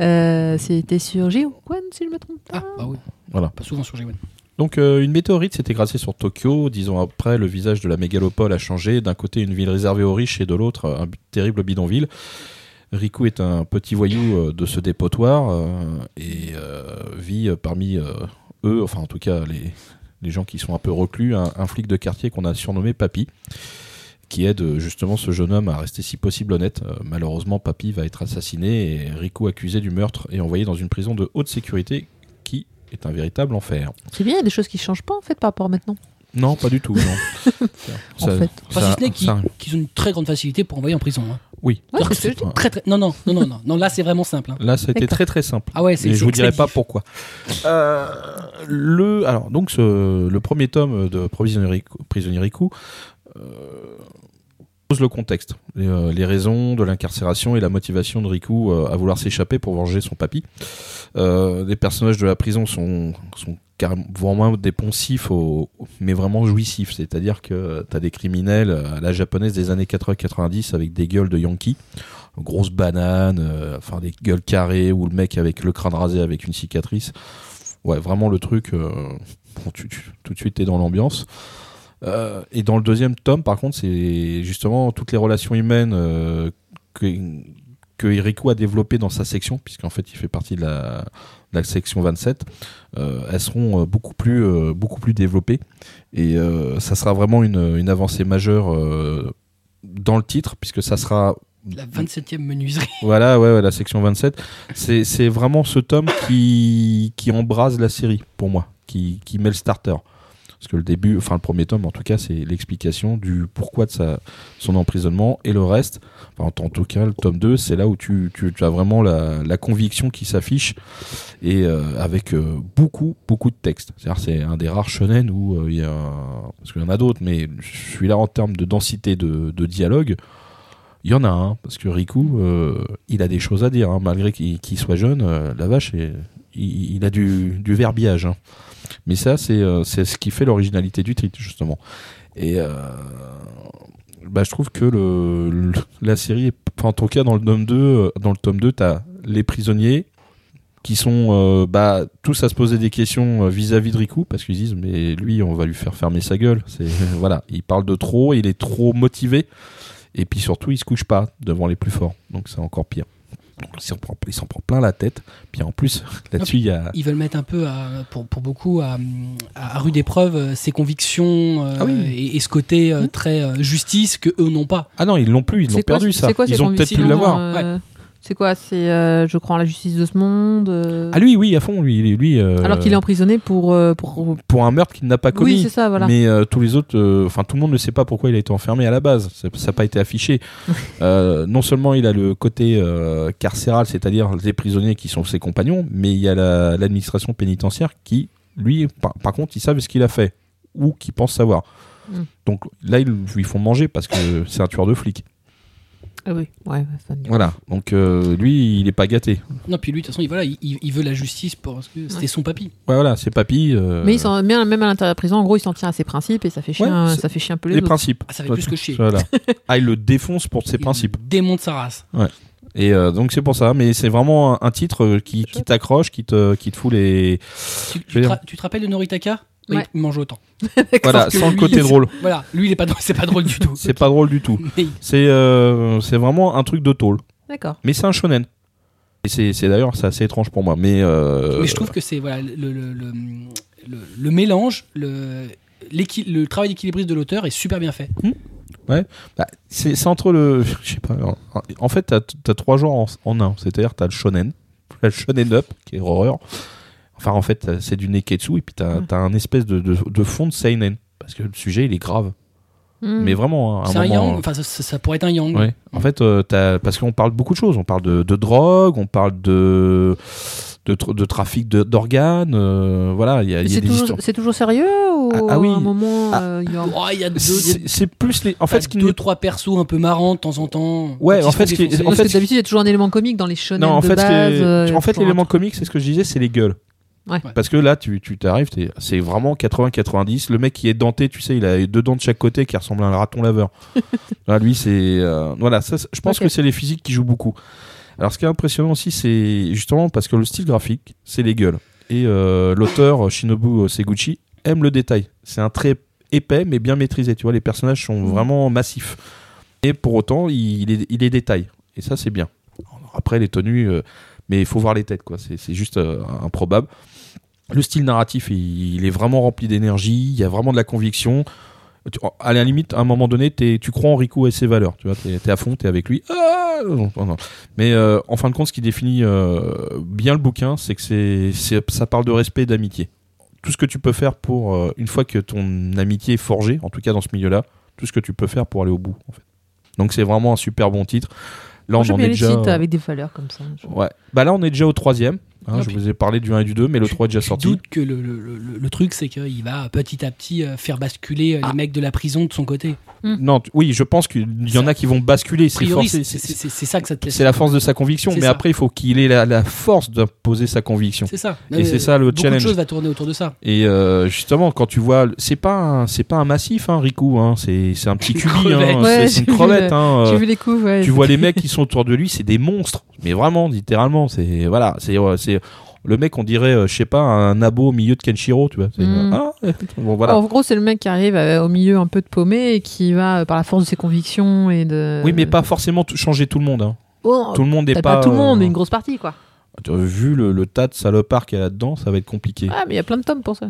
S2: Euh, C'était sur G1, si je me trompe pas.
S1: Ah, bah oui,
S3: Voilà.
S1: pas souvent sur G1.
S3: Donc euh, une météorite s'est écrasée sur Tokyo. Dix ans après, le visage de la mégalopole a changé. D'un côté, une ville réservée aux riches et de l'autre, euh, un b- terrible bidonville. Riku est un petit voyou euh, de ce dépotoir euh, et euh, vit euh, parmi euh, eux, enfin en tout cas les, les gens qui sont un peu reclus, un, un flic de quartier qu'on a surnommé Papy, qui aide euh, justement ce jeune homme à rester si possible honnête. Euh, malheureusement, Papy va être assassiné et Riku accusé du meurtre et envoyé dans une prison de haute sécurité qui est un véritable enfer.
S2: C'est bien, il y a des choses qui changent pas en fait par rapport à maintenant.
S3: Non, pas du tout. Non.
S2: En fait.
S1: Enfin, si ce n'est qu'ils qu'ils ont une très grande facilité pour envoyer en prison. hein.
S3: Oui.
S2: Ouais, c'est ce que je
S3: Ouais.
S1: Très, très... Non, non, non, non, non, non, là c'est vraiment simple. hein.
S3: Là, ça a été
S2: D'accord.
S3: très très simple.
S1: Ah ouais, c'est
S3: Et je vous dirai
S1: expéditif.
S3: pas pourquoi. Euh, le, alors, donc, ce- le premier tome de Prisonnier Riku- Prisonnier Riku euh, pose le contexte, les, euh, les raisons de l'incarcération et la motivation de Riku euh, à vouloir s'échapper pour venger son papy. Euh, les personnages de la prison sont, sont carrément- vraiment des poncifs, au- mais vraiment jouissifs. C'est-à-dire que tu as des criminels euh, à la japonaise des années 80-90 avec des gueules de Yankee grosses bananes, euh, enfin des gueules carrées ou le mec avec le crâne rasé avec une cicatrice. Ouais, vraiment le truc, euh, bon, tu- tu- tout de suite t'es dans l'ambiance. Euh, et dans le deuxième tome, par contre, c'est justement toutes les relations humaines euh, que, que Eriko a développées dans sa section, puisqu'en fait il fait partie de la, de la section 27, euh, elles seront euh, beaucoup plus, euh, beaucoup plus développées. Et euh, ça sera vraiment une, une avancée majeure euh, dans le titre, puisque ça sera
S1: La 27e menuiserie.
S3: voilà, ouais, ouais, la section 27. C'est c'est vraiment ce tome qui, qui embrase la série, pour moi, qui, qui met le starter. Parce que le début, enfin le premier tome en tout cas, c'est l'explication du pourquoi de sa, son emprisonnement et le reste. enfin, en, en tout cas, le tome 2, c'est là où tu, tu- tu as vraiment la, la conviction qui s'affiche et euh, avec euh, beaucoup, beaucoup de textes. C'est-à-dire, c'est un des rares shonen où euh, il y a. un- Parce qu'il y en a d'autres, mais je suis là en termes de densité de, de dialogue. Il y en a un, parce que Riku, euh, il a des choses à dire, hein, malgré qu'il qu'il soit jeune, euh, la vache, est- il, il a du, du verbiage. hein. Mais ça, c'est euh, c'est ce qui fait l'originalité du titre, justement. Et euh, bah, je trouve que le, le- la série, est- enfin, en tout cas dans le tome 2, euh, dans le tome 2 t'as les prisonniers, qui sont euh, bah, tous à se poser des questions euh, vis-à-vis de Riku parce qu'ils disent mais lui on va lui faire fermer sa gueule. C'est voilà, il parle de trop, il est trop motivé et puis surtout il se couche pas devant les plus forts. Donc c'est encore pire. Donc il s'en prend, il s'en prend plein la tête. Puis en plus là-dessus il y a
S1: Ils veulent mettre un peu, à- pour, pour beaucoup, à, à rude épreuve euh, ses convictions euh,
S3: Ah oui.
S1: et, et ce côté euh,
S2: Mhm.
S1: très euh, justice que eux n'ont pas.
S3: ah non ils l'ont plus, ils l'ont
S2: C'est quoi-
S3: perdu
S2: c'est
S3: ça.
S2: quoi ces
S3: ils ont peut-être
S2: convictions,
S3: pu l'avoir.
S2: euh, C'est quoi C'est euh, je crois en la justice de ce monde. euh,
S3: Ah lui oui à fond lui lui, lui euh,
S2: alors qu'il est emprisonné pour euh, pour.
S3: pour un meurtre qu'il n'a pas commis.
S2: Oui, c'est ça, voilà.
S3: Mais euh, tous les autres, euh, enfin tout le monde ne sait pas pourquoi il a été enfermé à la base. Ça n'a pas été affiché. Euh, non seulement il a le côté euh, carcéral, c'est-à-dire les prisonniers qui sont ses compagnons, mais il y a la- l'administration pénitentiaire qui, lui, par, par contre, ils savent ce qu'il a fait ou qui pense savoir.
S2: Mm.
S3: Donc là, ils lui font manger parce que c'est un tueur de flics.
S2: Ah oui, ouais, ça me dit.
S3: Voilà. Donc euh, lui, il n'est pas gâté.
S1: Non, puis lui, de toute façon, il, voilà, il, il- il veut la justice parce que c'était
S2: Ouais.
S1: son papy.
S3: Ouais, voilà, c'est papy. euh,
S2: Mais il s'en- mais même à l'intérieur de la prison, en gros, il s'en tient à ses principes et ça fait chier,
S3: Ouais,
S2: un-
S3: c'est-
S2: ça fait chier un peu les,
S3: les
S2: autres.
S3: principes.
S1: Ah, ça fait plus que chier.
S3: Voilà. Ah, il le défonce pour ses
S1: Il
S3: principes.
S1: Démonte sa race.
S3: Et euh, donc c'est pour ça, mais c'est vraiment un, un titre euh, qui, qui t'accroche, qui te, qui te fout les...
S1: Tu, tu
S3: veux
S1: te,
S3: dire-
S1: ra- tu te rappelles de Noritaka Bah,
S2: Ouais.
S1: Il mange autant.
S3: Voilà,
S1: Sauf que
S3: sans le
S1: lui,
S3: côté
S1: c'est-
S3: drôle.
S1: Voilà, lui, il est pas drôle, c'est pas drôle du tout.
S3: C'est pas drôle du tout.
S1: Mais
S3: C'est euh, c'est vraiment un truc de tôle.
S2: D'accord.
S3: Mais c'est un shonen. Et c'est c'est d'ailleurs, c'est assez étrange pour moi. Mais, euh,
S1: Mais je trouve que c'est voilà, le, le, le, le- le mélange, le, l'équi- le travail d'équilibriste de l'auteur est super bien fait.
S3: bah, c'est c'est entre le... Je sais pas. en- En fait, t'as as trois genres en, en un. C'est-à-dire, t'as le shonen, t'as le shonen up, qui est horreur. Enfin, en fait, t'as- c'est du neketsu, et puis t'as
S2: Mm.
S3: t'as un espèce de, de, de fond de seinen. Parce que le sujet, il est grave.
S2: Hmm.
S3: Mais vraiment, hein, à
S1: C'est un
S3: moment,
S1: yang, enfin ça, ça- ça pourrait être un yang.
S3: Ouais. En fait, euh, t'as- parce qu'on parle beaucoup de choses. On parle de, de drogue, on parle de de, tr- de trafic de- d'organes. euh, voilà, il y a,
S2: Mais
S3: il y a
S2: C'est
S3: des
S2: toujours,
S3: histoires.
S2: c'est toujours sérieux ou
S3: Ah- ah oui.
S2: à un moment
S3: Ah.
S2: euh, il y a-
S1: Oh, il y a deux,
S3: C'est c'est plus les. En
S1: en fait,
S3: fait, ce qui
S1: deux
S3: nous.
S1: trois persos un peu marrants de temps en temps.
S3: Ouais,
S1: quand
S3: en
S1: ils se
S3: fait,
S1: font
S3: ce qui est-
S1: défoncer.
S3: en
S2: Parce
S3: fait,
S2: que d'habitude, il y a toujours un élément comique dans les shonen
S3: Non, en
S2: de
S3: fait, ce qui
S2: base.
S3: est-
S2: euh,
S3: en fait,
S2: toujours un
S3: l'élément comique, c'est ce que je disais, c'est les gueules.
S2: Ouais.
S3: Parce que là, tu, tu t'arrives, t'es- c'est vraiment 80-90. Le mec qui est denté, tu sais, il a deux dents de chaque côté qui ressemble à un raton laveur. Là, lui, c'est. euh, voilà, ça, c'est- je pense
S2: Ok.
S3: que c'est les physiques qui jouent beaucoup. Alors, ce qui est impressionnant aussi, c'est justement parce que le style graphique, c'est les gueules. Et euh, l'auteur, Shinobu Seguchi, aime le détail. C'est un trait épais, mais bien maîtrisé. Tu vois, les personnages
S2: Mm.
S3: sont vraiment massifs. Et pour autant, il, il, les- il les détaille. Et ça, c'est bien. Après, les tenues. euh, mais il faut voir les têtes, quoi. C'est c'est juste euh, improbable. Le style narratif, il, il est vraiment rempli d'énergie, il y a vraiment de la conviction. Tu- à la limite, à un moment donné, t'es- tu crois en Rico et ses valeurs. Tu vois, t'es t'es à fond, t'es avec lui. Ah Non, non, non. Mais euh, en fin de compte, ce qui définit euh, bien le bouquin, c'est que c'est c'est- ça parle de respect et d'amitié. Tout ce que tu peux faire pour, euh, une fois que ton amitié est forgée, en tout cas dans ce milieu-là, tout ce que tu peux faire pour aller au bout. En fait. Donc c'est vraiment un super bon titre. Là, on
S2: J'aime
S3: en
S2: bien
S3: est
S2: les
S3: déjà. euh,
S2: titres avec des valeurs comme ça.
S3: Ouais. Bah là, on est déjà au troisième. hein,
S1: Ah,
S3: je
S1: puis-
S3: vous ai parlé du 1 et du 2, mais le 3 est déjà
S1: Je
S3: sorti.
S1: doute que le, le- le- le truc, c'est qu'il va petit à petit euh, faire basculer euh,
S3: Ah.
S1: les mecs de la prison de son côté.
S3: Non, tu- oui, je pense qu'il y en a qui vont basculer.
S1: A
S3: C'est
S1: priori,
S3: forcé.
S1: c'est
S3: C'est-
S1: c'est- c'est-
S3: c'est-
S1: c'est ça que ça te laisse.
S3: c'est la force de sa conviction,
S1: C'est
S3: mais
S1: ça.
S3: après, il faut qu'il ait la, la force d'imposer sa conviction.
S1: C'est ça.
S3: Et
S1: mais
S3: c'est ça, le
S1: beaucoup
S3: challenge.
S1: de choses va tourner autour de ça.
S3: Et euh, justement, quand tu vois, le- c'est pas un, c'est pas un massif, hein, Riku, hein, c'est c'est un petit
S1: Une
S3: cubi, hein,
S1: crevette.
S2: Ouais,
S3: c'est- c'est
S2: j'ai
S3: une
S2: vu
S3: crevette.
S2: le-
S3: hein, euh,
S2: vu les coups, ouais.
S3: tu vois les mecs qui sont autour de lui, c'est des monstres, mais vraiment, littéralement, c'est voilà, c'est euh, c'est le mec, on dirait, euh, je sais pas, un abo au milieu de Kenshiro, tu vois. C'est,
S2: Mm.
S3: ah, bon, voilà.
S2: En gros, c'est le mec qui arrive euh, au milieu un peu de paumé et qui va, euh, par la force de ses convictions et de.
S3: Oui, mais pas forcément tout- changer tout le monde. hein.
S2: Euh, Oh,
S3: tout le monde n'est
S2: peut-être
S3: pas.
S2: pas tout le monde,
S3: euh,
S2: mais une grosse partie, quoi.
S3: t'as Vu le, le tas de salopards qu'il y a là-dedans, ça va être compliqué.
S2: Ah, mais il y a plein de tomes pour ça.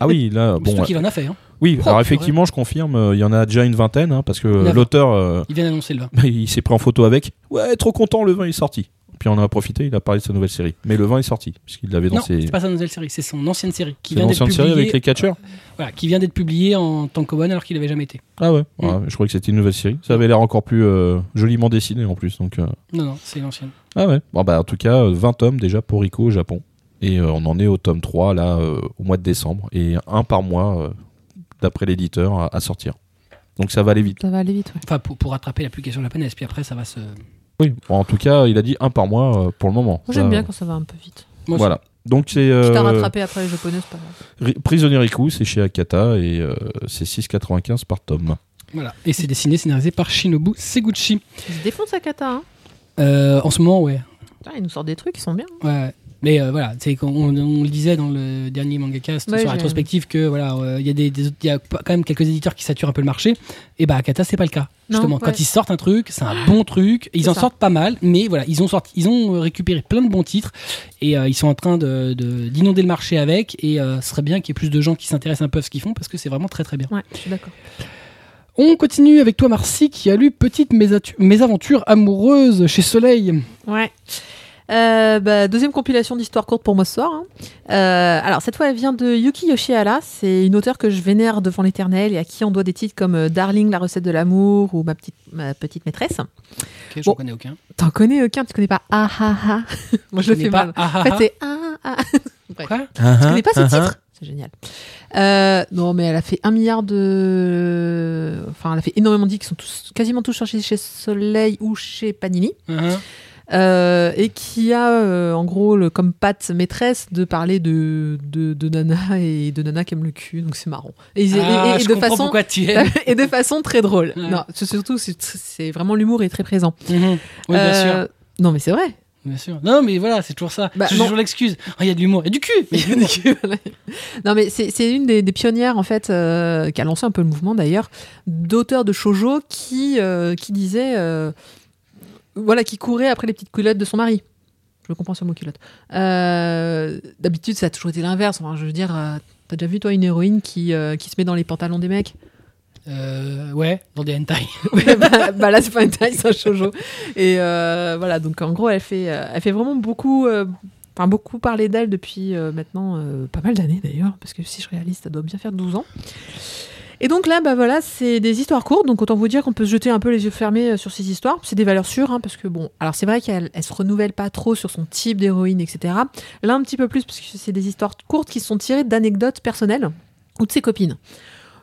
S3: Ah oui, là,
S1: Surtout
S3: bon. ouais.
S1: qu'il en a fait. hein.
S3: Oui,
S1: Oh,
S3: alors
S1: purée.
S3: effectivement, je confirme, euh, il y en a déjà une vingtaine, hein, parce que euh,
S1: Neuf.
S3: l'auteur, euh,
S1: Il vient d'annoncer le vin.
S3: il s'est pris en photo avec. Ouais, trop content, le vin est sorti. Puis on en a profité, il a parlé de sa nouvelle série. Mais le vin est sorti, puisqu'il l'avait dans
S1: Non,
S3: ses.
S1: c'est pas sa nouvelle série, c'est son ancienne série qui
S3: ses
S1: vient d'être
S3: anciennes séries
S1: publiée,
S3: avec les catcheurs
S1: voilà, qui vient d'être publiée en tant que one alors qu'il n'avait jamais été.
S3: Ah ouais,
S1: Mm.
S3: ouais, je croyais que c'était une nouvelle série. Ça avait l'air encore plus euh, joliment dessiné en plus. Donc, euh,
S1: Non, non, c'est l'ancienne.
S3: Ah ouais. Bon bah en tout cas, euh, 20 tomes déjà pour Rico au Japon. Et euh, on en est au tome 3 là euh, au mois de décembre. Et un par mois, euh, d'après l'éditeur, à, à sortir. Donc ça va aller vite.
S2: Ça va aller vite, ouais.
S1: Enfin, pour, pour rattraper l'application japonaise, puis après ça va se.
S3: Oui. Bon, en tout cas, il a dit un par mois euh, pour le moment.
S2: Moi,
S3: Ça,
S2: J'aime bien
S3: euh,
S2: quand ça va un peu vite.
S1: Moi,
S3: Voilà. Donc c'est
S2: Tu t'as
S3: euh,
S2: rattrapé après les japonais, c'est pas grave.
S3: Ri- Prisonnier Riku, c'est chez Akata et euh, c'est 6,95 par tome.
S1: Voilà. Et c'est dessiné, scénarisé par Shinobu Seguchi.
S2: Il se défonce à Kata, hein.
S1: Euh, en ce moment, ouais.
S2: Putain, il nous sort des trucs, ils sont bien.
S1: Ouais. Mais euh, voilà, c'est qu'on on- on le disait dans le dernier mangacast
S2: Ouais,
S1: sur
S2: j'ai-
S1: rétrospective que voilà, euh, il y a des, des- il y a quand même quelques éditeurs qui saturent un peu le marché. Et bah Akata, c'est pas le cas.
S2: Non,
S1: Justement,
S2: ouais.
S1: quand ils sortent un truc, c'est un bon truc. Ils
S2: C'est
S1: en
S2: ça.
S1: sortent pas mal, mais voilà, ils ont sorti, ils ont récupéré plein de bons titres et euh, ils sont en train de de- d'inonder le marché avec. Et euh, ce serait bien qu'il y ait plus de gens qui s'intéressent un peu à ce qu'ils font parce que c'est vraiment très très bien.
S2: Ouais, je suis d'accord.
S1: On continue avec toi, Marcy, qui a lu Petite mésatu- mésaventure amoureuse chez Soleil.
S2: Ouais. Euh, bah, deuxième compilation d'histoires courtes pour moi ce soir. hein. Euh, alors cette fois elle vient de Yuki Yoshihara, c'est une auteure que je vénère devant l'éternel et à qui on doit des titres comme euh, Darling, la recette de l'amour ou ma petite, ma petite maîtresse.
S1: Ok,
S2: j'en
S1: connais aucun.
S2: T'en connais aucun, tu connais pas Ah ah ah. Moi je, le fais mal.
S1: Ah, ah,
S2: En fait
S1: ah. Hein,
S2: c'est Ah ah. Bref.
S1: Quoi
S2: Tu connais pas ce titre C'est génial. Euh, non, mais elle a fait un milliard de. Enfin, elle a fait énormément de titres qui sont tous, quasiment tous sortis chez Soleil ou chez Panini.
S1: Ah, ah.
S2: Euh, et qui a euh, en gros le, comme patte maîtresse de parler de, de, de nana et de nana qui aime le cul, donc c'est marrant. Et, ils- et-
S1: Ah,
S2: et
S1: je
S2: de
S1: comprends
S2: façon.
S1: pourquoi tu Mhm. aimes.
S2: et de façon très drôle.
S1: Ouais.
S2: Non, c'est surtout, c'est tr- c'est vraiment l'humour est très présent.
S1: Mhm. Oui, bien sûr.
S2: Euh, Non, mais c'est vrai.
S1: Bien sûr. Non, mais voilà, c'est toujours ça.
S2: Bah,
S1: c'est
S2: non.
S1: toujours l'excuse. Ah, Il y a de l'humour. Il y a du cul. Mais il y a du cul.
S2: non, mais c'est c'est une des, des pionnières en fait euh, qui a lancé un peu le mouvement d'ailleurs d'auteurs de shojo qui euh, qui disait euh, voilà qui courait après les petites culottes de son mari. Je le comprends sur mot culotte. Euh, D'habitude, ça a toujours été l'inverse. Enfin, je veux dire, euh, t'as déjà vu toi une héroïne qui euh, qui se met dans les pantalons des mecs
S1: Euh, ouais, dans des hentai.
S2: Ouais, bah, bah là, c'est pas une taille, c'est un shoujo. Et euh, voilà, donc en gros, elle fait, euh, elle fait vraiment beaucoup, euh, enfin beaucoup parler d'elle depuis euh, maintenant euh, pas mal d'années d'ailleurs, parce que si je réalise, ça doit bien faire 12 ans. Et donc là, bah voilà, c'est des histoires courtes, donc autant vous dire qu'on peut se jeter un peu les yeux fermés euh, sur ces histoires. C'est des valeurs sûres, hein, parce que bon, alors c'est vrai qu'elle elle se renouvelle pas trop sur son type d'héroïne, etc. Là, un petit peu plus, parce que c'est des histoires courtes qui sont tirées d'anecdotes personnelles ou de ses copines.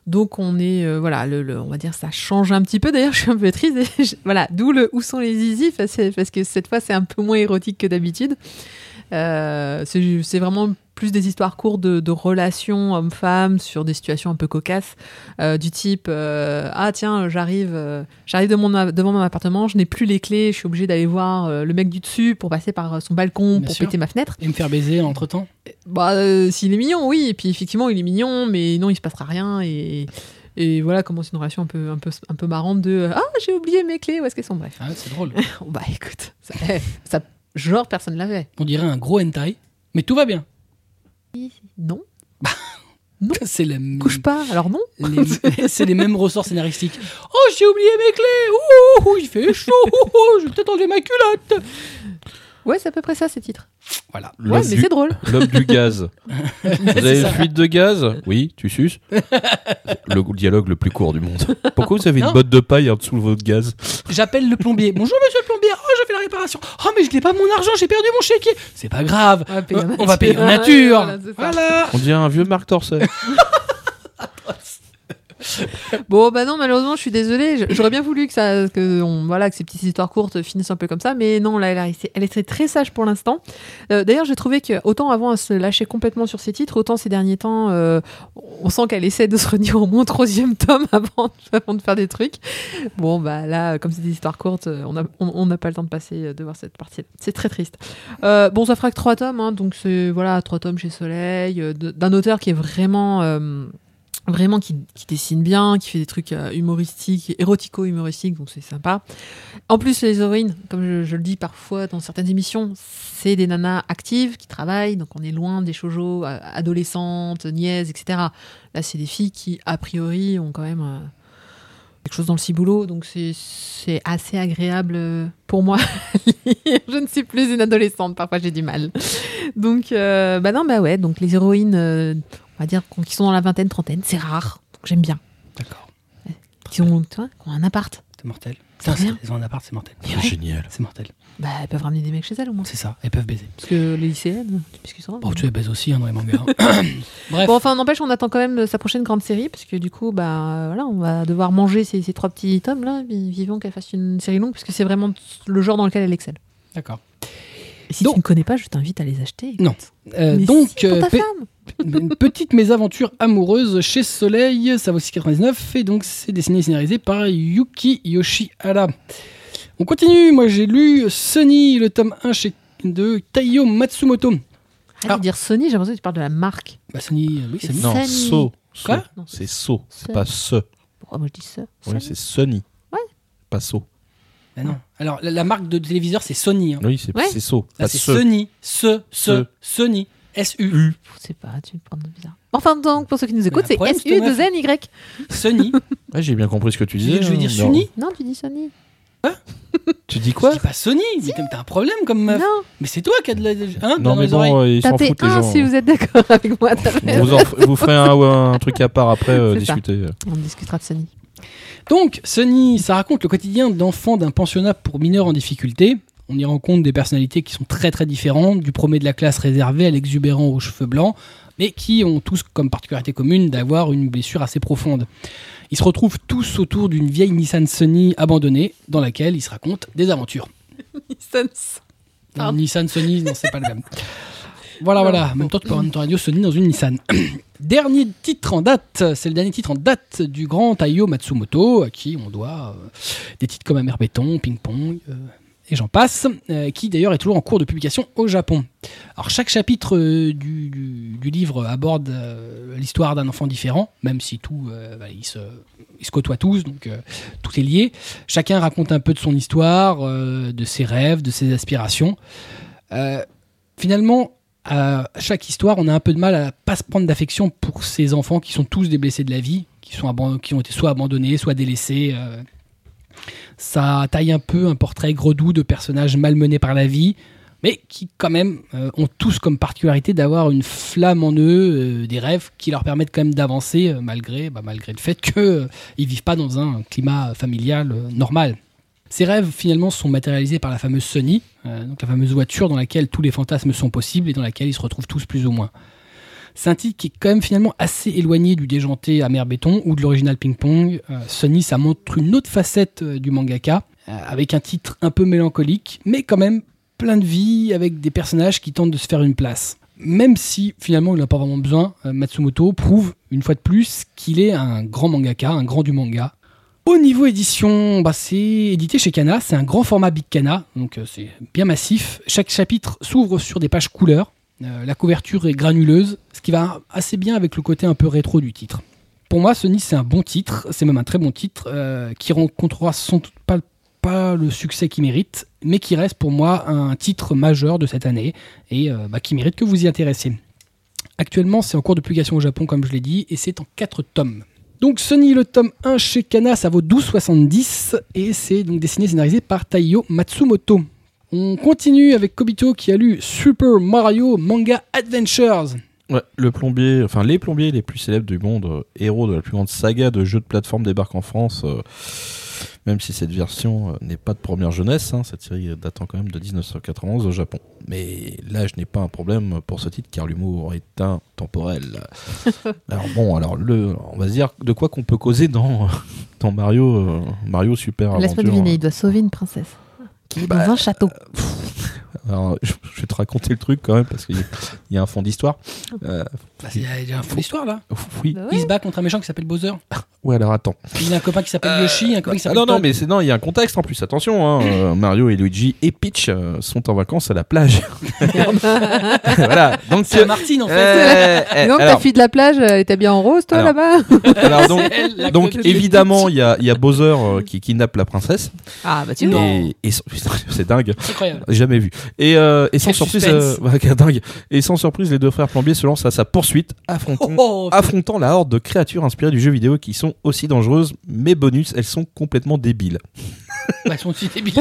S2: Donc on est, euh, voilà, le, le- on va dire ça change un petit peu. D'ailleurs, je suis un peu triste. Je- voilà, d'où le où sont les zizi parce, que- parce que cette fois c'est un peu moins érotique que d'habitude. Euh, c'est c'est vraiment plus des histoires courtes de, de relations hommes-femmes sur des situations un peu cocasses euh, du type euh, ah tiens j'arrive euh, j'arrive de mon a- devant mon appartement je n'ai plus les clés je suis obligée d'aller voir euh, le mec du dessus pour passer par euh, son balcon
S1: Bien
S2: pour
S1: sûr.
S2: péter ma fenêtre
S1: Et me faire baiser entre temps.
S2: bah, euh, s'il est mignon, oui. Et puis, effectivement, il est mignon, mais non, il se passera rien. Et, et voilà, comment c'est une relation un peu, un peu, un peu marrante de euh, Ah, j'ai oublié mes clés, où est-ce qu'elles sont Bref.
S1: Ah, c'est drôle.
S2: Bon, bah, écoute, ça, eh, ça- genre, personne l'avait.
S1: On dirait un gros hentai. Mais tout va bien.
S2: Non,
S1: C'est la même-
S2: couche pas, alors non.
S1: Mm. les- c'est les mêmes ressorts scénaristiques. Oh, j'ai oublié mes clés. Oh, oh, oh, il fait chaud. Oh, oh, je vais peut-être enlever ma culotte.
S2: Ouais, c'est à peu près ça, ces titres.
S1: Voilà.
S2: Ouais, mais c'est drôle.
S3: L'homme du gaz. Vous
S1: C'est
S3: avez une
S1: ça.
S3: fuite de gaz Oui, tu suces. Le dialogue le plus court du monde. Pourquoi vous avez
S1: Non.
S3: une botte de paille en dessous de votre gaz
S1: J'appelle le plombier. Bonjour, monsieur le plombier. Oh, je fais la réparation. Oh, mais je n'ai pas mon argent. J'ai perdu mon chéquier. C'est pas grave.
S2: On va payer en
S1: Euh, on va payer en
S2: nature.
S1: nature.
S2: Voilà, c'est ça.
S1: Voilà.
S3: On dirait un vieux Marc Torset.
S2: Bon, bah non, malheureusement, je suis désolée. Je- J'aurais bien voulu que ça, que on- voilà, que ces petites histoires courtes finissent un peu comme ça, mais non, là, elle, a resté- elle est très, très sage pour l'instant. Euh, D'ailleurs, j'ai trouvé que autant avant, elle se lâchait complètement sur ses titres, autant ces derniers temps, euh, on sent qu'elle essaie de se redire au moins au troisième tome avant, avant de faire des trucs. Bon, bah là, comme c'est des histoires courtes, euh, on n'a on, on n'a pas le temps de passer euh, de voir cette partie. C'est très triste. Euh, bon, ça fera que trois tomes, hein, donc c'est voilà, trois tomes chez Soleil, euh, de- d'un auteur qui est vraiment. euh, vraiment qui, qui dessine bien, qui fait des trucs euh, humoristiques, érotico-humoristiques, donc c'est sympa. En plus, les héroïnes, comme je, je le dis parfois dans certaines émissions, c'est des nanas actives qui travaillent, donc on est loin des shoujo euh, adolescentes, niaises, etc. Là, c'est des filles qui, a priori, ont quand même euh, quelque chose dans le ciboulot, donc c'est- c'est assez agréable euh, pour moi. je ne suis plus une adolescente, parfois j'ai du mal. Donc, euh, bah non, bah ouais, donc les héroïnes euh, on va dire qu'on- qui sont dans la vingtaine, trentaine, c'est rare. Donc j'aime bien.
S1: D'accord.
S2: Qui ont, tu vois, qui ont un appart.
S1: C'est mortel.
S2: C'est
S1: Putain,
S2: rien.
S1: Ils ont un appart, c'est mortel.
S2: Mais ouais,
S3: Génial.
S1: C'est mortel.
S2: bah, elles peuvent ramener des mecs chez elles au moins.
S1: C'est ça. Elles peuvent baiser.
S2: Parce que les lycéennes, tu sais ce qu'ils sont.
S1: Bon, tu les baises aussi hein, dans les mangas. hein. Bref.
S2: Bon, enfin, n'empêche, on attend quand même sa prochaine grande série, parce que du coup, bah, euh, voilà, on va devoir manger ces, ces trois petits tomes là, puis vivons qu'elle fasse une série longue, parce que c'est vraiment le genre dans lequel elle excelle.
S1: D'accord.
S2: Et si
S1: Donc-
S2: tu ne connais pas, je t'invite à les acheter.
S1: Non. Euh,
S2: Mais
S1: donc,
S2: si, pour
S1: euh,
S2: ta
S1: pe-
S2: femme.
S1: une petite mésaventure amoureuse chez Soleil, ça vaut 6,99, et donc c'est dessiné et scénarisé par Yuki Yoshihara. On continue, moi j'ai lu Sunny, le tome 1 chez de Taiyo Matsumoto.
S2: Arrête
S1: Ah.
S2: de dire Sony, j'ai l'impression que tu parles de la marque.
S1: Bah, Sony, euh, oui, Sony.
S3: Non,
S2: Sony.
S3: So. So.
S1: Quoi
S2: Non,
S3: C'est So, c'est
S2: Sony.
S3: pas Ce.
S2: Pourquoi moi je dis ça
S3: Oui,
S2: Sony.
S3: c'est Sony.
S2: Ouais.
S3: Pas So.
S1: Bah, non. Alors, la, la marque de téléviseur, c'est Sony. hein.
S3: Oui, c'est
S2: Ouais.
S3: c'est So.
S1: Là,
S3: Pas
S1: Ah, c'est
S3: Ce.
S1: Sony. Ce, ce,
S3: Ce.
S1: Sony. S-U.
S3: U.
S2: Je sais pas, tu me prends de bizarre. Enfin donc, pour ceux qui nous écoutent,
S1: un
S2: c'est
S1: problème,
S2: SU
S1: Thomas.
S2: 2 N Y.
S1: Sony.
S3: Ouais, J'ai bien compris ce que tu
S1: Tu dis
S3: disais.
S1: que je vais
S3: hein,
S1: dire
S3: mais-
S1: Sony
S2: Non, tu dis Sony.
S3: Tu dis
S1: Je
S3: quoi
S1: dis pas Sony. Mais t'as t'as un problème comme meuf.
S2: Non,
S1: Mais c'est toi qui as de la. Hein, dans
S3: Non, mais
S1: les oreilles.
S3: bon, euh, ils s'en
S2: tapez
S3: foutent, les
S2: 1
S3: gens.
S2: si vous êtes d'accord avec moi. tapez un.
S3: Vous, en- vous ferez un, un truc à part après, euh,
S2: C'est ça.
S3: discuter.
S2: On discutera de Sony.
S1: Donc, Sony, ça raconte le quotidien d'enfants d'un pensionnat pour mineurs en difficulté. On y rencontre des personnalités qui sont très très différentes, du premier de la classe réservé à l'exubérant aux cheveux blancs, mais qui ont tous comme particularité commune d'avoir une blessure assez profonde. Ils se retrouvent tous autour d'une vieille Nissan Sony abandonnée, dans laquelle ils se racontent des aventures. Non,
S2: Pardon.
S1: Nissan, Sony, non, c'est pas le même. Voilà,
S2: Non.
S1: voilà. En même temps, tu peux avoir une radio Sony dans une Nissan. dernier titre en date, c'est le dernier titre en date du grand Taiyo Matsumoto, à qui on doit euh, des titres comme Amer Béton, Ping Pong, euh, et j'en passe, euh, qui d'ailleurs est toujours en cours de publication au Japon. Alors, chaque chapitre euh, du, du- du livre aborde euh, l'histoire d'un enfant différent, même si tout, euh, bah, ils, se, ils se côtoient tous, donc euh, tout est lié. Chacun raconte un peu de son histoire, euh, de ses rêves, de ses aspirations. Euh, finalement, à chaque histoire, on a un peu de mal à pas se prendre d'affection pour ces enfants qui sont tous des blessés de la vie, qui, sont aban- qui ont été soit abandonnés, soit délaissés. euh. Ça taille un peu un portrait gredou de personnages malmenés par la vie, mais qui quand même euh, ont tous comme particularité d'avoir une flamme en eux, euh, des rêves qui leur permettent quand même d'avancer euh, malgré, bah, malgré le fait que euh, ils vivent pas dans un climat familial euh, normal. Ces rêves finalement sont matérialisés par la fameuse Sony, euh, donc la fameuse voiture dans laquelle tous les fantasmes sont possibles et dans laquelle ils se retrouvent tous plus ou moins. C'est un titre qui est quand même finalement assez éloigné du déjanté Amer Béton ou de l'original Ping Pong. Euh, Sony, ça montre une autre facette euh, du mangaka, euh, avec un titre un peu mélancolique, mais quand même plein de vie, avec des personnages qui tentent de se faire une place. Même si finalement il n'a pas vraiment besoin, euh, Matsumoto prouve une fois de plus qu'il est un grand mangaka, un grand du manga. Au niveau édition, bah, c'est édité chez Kana, c'est un grand format Big Kana, donc euh, c'est bien massif. Chaque chapitre s'ouvre sur des pages couleurs, Euh, la couverture est granuleuse, ce qui va assez bien avec le côté un peu rétro du titre. Pour moi, Sony, c'est un bon titre, c'est même un très bon titre, euh, qui rencontrera sans doute pas, pas le succès qu'il mérite, mais qui reste pour moi un titre majeur de cette année et euh, bah, qui mérite que vous y intéressiez. Actuellement, c'est en cours de publication au Japon, comme je l'ai dit, et c'est en 4 tomes. Donc Sony, le tome 1 chez Kana, ça vaut 12,70 et c'est donc dessiné et scénarisé par Taiyo Matsumoto. On continue avec Kobito qui a lu Super Mario Manga Adventures.
S3: Ouais, le plombier, enfin les plombiers les plus célèbres du monde, euh, héros de la plus grande saga de jeux de plateforme débarquent en France. euh, même si cette version euh, n'est pas de première jeunesse, hein, cette série datant quand même de 1991 au Japon. Mais là, je n'ai pas un problème pour ce titre car l'humour est intemporel. alors bon, alors le, on va se dire de quoi qu'on peut causer dans dans Mario, euh, Mario Super
S2: Laisse-moi
S3: Aventure.
S2: deviner, il doit sauver une princesse. Qui est
S3: Bah,
S2: dans un château.
S3: Alors, je, je vais te raconter le truc quand même parce qu'il y a- il y a un fond d'histoire. Euh,
S1: Bah, c'est- il y a un fond d'histoire là.
S3: oui.
S2: Bah
S1: Il
S2: ouais.
S1: se bat contre un méchant qui s'appelle Bowser.
S3: Ouais, alors attends.
S1: Il a un copain qui s'appelle Yoshi, un copain qui
S3: Ah
S1: s'appelle
S3: non, non,
S1: Todd.
S3: mais c'est non, il y a un contexte en plus. Attention, hein, euh, Mario et Luigi et Peach euh, sont en vacances à la plage. voilà. Donc,
S1: C'est un Martine en
S3: euh,
S1: fait.
S3: euh,
S2: Et donc,
S3: alors,
S2: ta fille de la plage, elle était bien en rose, toi,
S3: Alors,
S2: là-bas
S3: alors, donc,
S1: Elle, la
S3: donc,
S1: coqueluche.
S3: évidemment, il y a, il y a Bowser euh, qui kidnappe la princesse.
S2: Ah, bah, tu vois.
S1: Non.
S3: Et, et son- c'est dingue,
S1: C'est incroyable.
S3: jamais vu. Et, euh, et sans
S1: Quel
S3: surprise,
S1: suspense.
S3: euh, ouais, quel dingue. Et sans surprise, les deux frères plombiers se lancent à sa poursuite, affrontant,
S1: Oh, oh,
S3: affrontant la horde de créatures inspirées du jeu vidéo qui sont aussi dangereuses, mais bonus, elles sont complètement débiles.
S1: bah, son petit débile.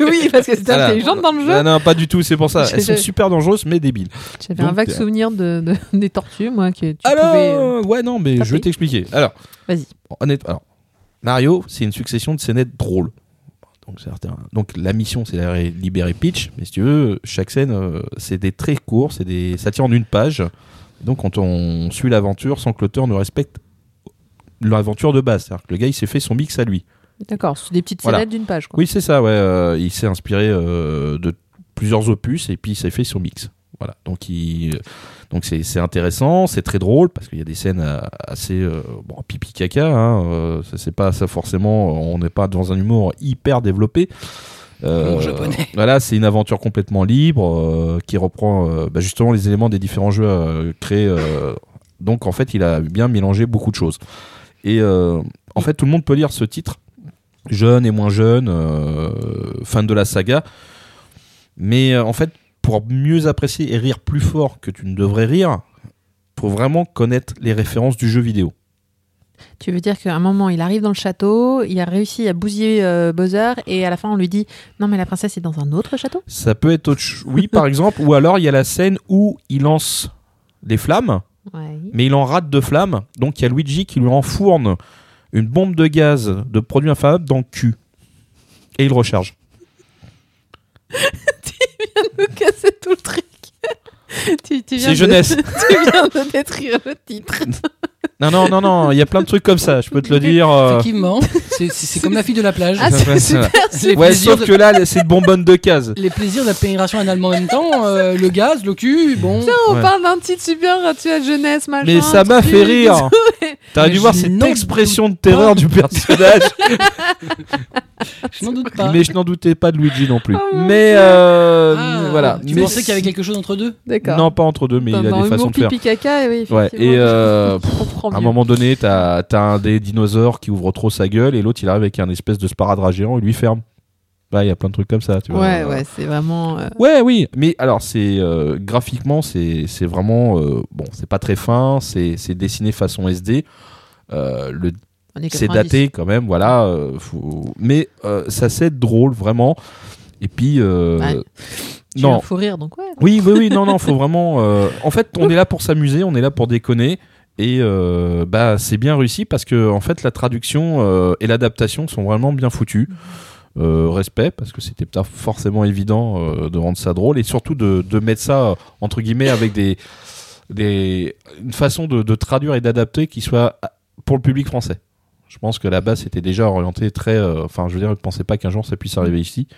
S2: oui, parce que c'était
S3: Voilà.
S2: intelligente dans le jeu.
S3: Non, Ah non, pas du tout, c'est pour ça.
S2: Je-
S3: Elles sont
S2: je-
S3: super dangereuses, mais débiles.
S2: J'avais un
S3: Donc,
S2: vague
S3: euh,
S2: souvenir de, de- des tortues, moi, que tu
S3: Alors,
S2: pouvais. euh,
S3: ouais, non, mais
S2: taper.
S3: je vais t'expliquer. Alors,
S2: Vas-y.
S3: bon, honnêtement, alors, Mario, c'est une succession de scénettes drôles. Donc, c'est certain. Donc, la mission, c'est de libérer Peach. Mais si tu veux, chaque scène, euh, c'est des traits courts, c'est des... ça tient en une page. Donc, quand on suit l'aventure sans que l'auteur ne respecte l'aventure de base, c'est-à-dire que le gars, il s'est fait son mix à lui.
S2: D'accord, c'est des petites
S3: Voilà.
S2: scénettes d'une page, quoi.
S3: Oui, c'est ça, ouais. euh, il s'est inspiré euh, de plusieurs opus et puis il s'est fait son mix. Voilà. Donc, il, donc c'est, c'est intéressant, c'est très drôle parce qu'il y a des scènes euh, assez euh, bon, pipi caca. Hein, euh, ça, c'est pas ça forcément. On n'est pas dans un humour hyper développé.
S1: Mon japonais.
S3: Voilà, c'est une aventure complètement libre euh, qui reprend euh, bah, justement les éléments des différents jeux euh, créés. euh, donc en fait, il a bien mélangé beaucoup de choses. Et euh, en fait, tout le monde peut lire ce titre, jeune et moins jeune, euh, fan de la saga. Mais euh, en fait, pour mieux apprécier et rire plus fort que tu ne devrais rire, faut vraiment connaître les références du jeu vidéo.
S2: Tu veux dire qu'à un moment, il arrive dans le château, il a réussi à bousiller euh, Bowser, et à la fin, on lui dit Non, mais la princesse est dans un autre château
S3: Ça peut être autre ch- oui par exemple, ou alors il y a la scène où il lance les flammes,
S2: Ouais.
S3: mais il en rate de flammes, donc il y a Luigi qui lui enfourne une bombe de gaz de produits inflammables dans le cul. Et il recharge.
S2: Casser tout le truc. tu, tu viens
S3: C'est
S2: de-
S3: jeunesse.
S2: tu viens de détruire le titre.
S3: Non, non, non, non, il y a plein de trucs comme ça, je peux te le dire. euh,
S1: Effectivement, c'est- c'est c'est comme la fille de la plage.
S2: Ah, c'est
S3: Ouais,
S2: super. super.
S3: Ouais,
S1: plaisir
S3: sauf
S1: de-
S3: que là, c'est une bonbonne de gaz.
S1: Les plaisirs de la pénétration anale en même temps, euh, le gaz, le cul, bon.
S2: On
S3: Ouais.
S2: parle d'un titre super, hein, tu as jeunesse, machin.
S3: Mais ça m'a
S2: truc.
S3: fait rire. T'as
S1: Mais
S3: dû
S1: je
S3: voir cette
S1: n'en
S3: expression de terreur du personnage.
S1: Je n'en doute pas.
S3: Mais je n'en doutais pas de Luigi non plus.
S2: Oh mon
S3: Mais
S2: Dieu.
S3: euh,
S1: Ah,
S3: voilà.
S1: Tu
S3: Mais
S1: pensais qu'il y avait quelque chose entre deux
S2: D'accord.
S3: Non, pas entre deux, mais
S2: Dans- dans
S3: il a des
S2: Humour,
S3: façons de faire.
S2: pipi, caca, et oui,
S3: Ouais,
S2: effectivement,
S3: et, euh,
S2: je comprends
S3: À un
S2: mieux.
S3: moment donné, t'as t'as un des dinosaures qui ouvre trop sa gueule et l'autre il arrive avec un espèce de sparadrap géant et lui ferme. Bah, il y a plein de trucs comme ça, tu vois.
S2: Ouais,
S3: Euh,
S2: ouais, c'est vraiment. euh,
S3: Ouais, oui, mais alors c'est euh, graphiquement, c'est c'est vraiment euh, bon, c'est pas très fin, c'est c'est dessiné façon SD. Euh, le
S2: on est
S3: c'est
S2: 90.
S3: daté quand même, voilà. euh, faut- Mais euh, ça c'est drôle vraiment. Et puis euh,
S2: Ouais. Tu
S3: non,
S2: veux, Faut rire, donc ouais.
S3: oui, oui, oui, non, non, faut vraiment. euh, En fait, on est là pour s'amuser, on est là pour déconner. Et euh, bah, c'est bien réussi parce que en fait, la traduction euh, et l'adaptation sont vraiment bien foutues. Euh, respect parce que c'était pas forcément évident euh, de rendre ça drôle et surtout de, de mettre ça euh, entre guillemets avec des, des une façon de, de traduire et d'adapter qui soit à- pour le public français. Je pense que la base c'était déjà orienté très. euh, Enfin, je veux dire, je pensais pas qu'un jour ça puisse arriver ici.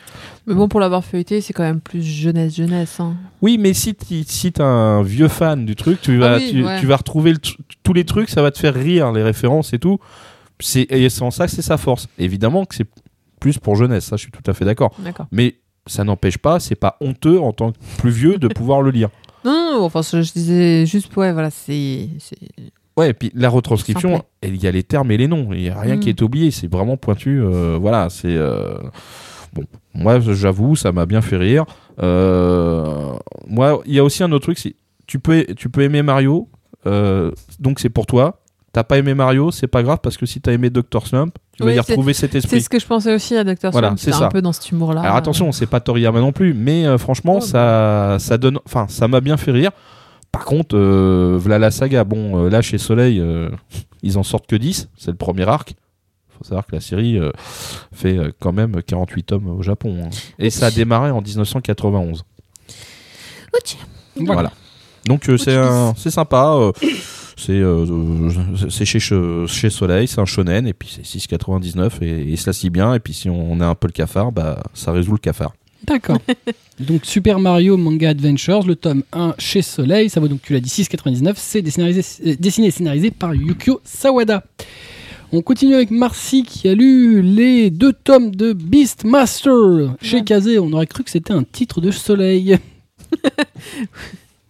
S2: Mais bon, pour l'avoir feuilleté, c'est quand même plus jeunesse, jeunesse. Hein.
S3: Oui, mais si tu si t'es un vieux fan du truc, tu vas,
S2: Ah oui,
S3: tu,
S2: ouais.
S3: tu vas retrouver le tr- tous les trucs, ça va te faire rire, les références et tout. C'est et c'est en ça que c'est sa force. Évidemment que c'est plus pour jeunesse, ça je suis tout à fait d'accord.
S2: D'accord.
S3: Mais ça n'empêche pas, c'est pas honteux en tant que plus vieux de pouvoir le lire.
S2: Non, non, non, enfin, je je disais juste, ouais, voilà, c'est. c'est-
S3: Ouais, et puis la retranscription,
S2: Simple.
S3: elle- il y a les termes et les noms, il n'y a rien
S2: Mm.
S3: qui est oublié, c'est vraiment pointu. euh, voilà, c'est. euh, Bon, moi j'avoue, ça m'a bien fait rire. Euh, Moi, il y a aussi un autre truc, c'est. Tu peux, tu peux aimer Mario, euh, donc c'est pour toi. T'as pas aimé Mario, c'est pas grave parce que si t'as aimé Dr. Slump, tu vas
S2: Oui,
S3: y
S2: c'est-
S3: retrouver cet
S2: C'est
S3: esprit.
S2: ce que je pensais aussi à Dr.
S3: Voilà,
S2: Slump,
S3: c'est
S2: un
S3: ça.
S2: peu dans cet humour-là.
S3: Alors attention, c'est pas Toriyama non plus, mais euh, franchement,
S2: Ah. Oh,
S3: ça, ça donne, enfin, ça m'a bien fait rire. Par contre, euh, voilà la saga. Bon, euh, là chez Soleil, euh, ils en sortent que 10, c'est le premier arc. Faut savoir que la série euh, fait euh, quand même 48 tomes au Japon. hein. Et ça a démarré en 1991.
S2: Oh, tiens.
S3: Voilà. Donc euh, c'est
S2: Ouch.
S3: un- c'est sympa. euh, c'est euh, euh, c'est chez che- chez Soleil, c'est un shonen et puis c'est 6,99 et, et ça s'y bien. Et puis si on a un peu le cafard, bah ça résout le cafard.
S1: D'accord. donc Super Mario Manga Adventures, le tome 1 chez Soleil, ça vaut donc, tu l'as dit, 6,99, c'est dessiné, euh, dessiné et scénarisé par Yukio Sawada. On continue avec Marcy qui a lu les deux tomes de Beastmaster chez
S2: Ouais.
S1: Kazé. On aurait cru que c'était un titre de Soleil.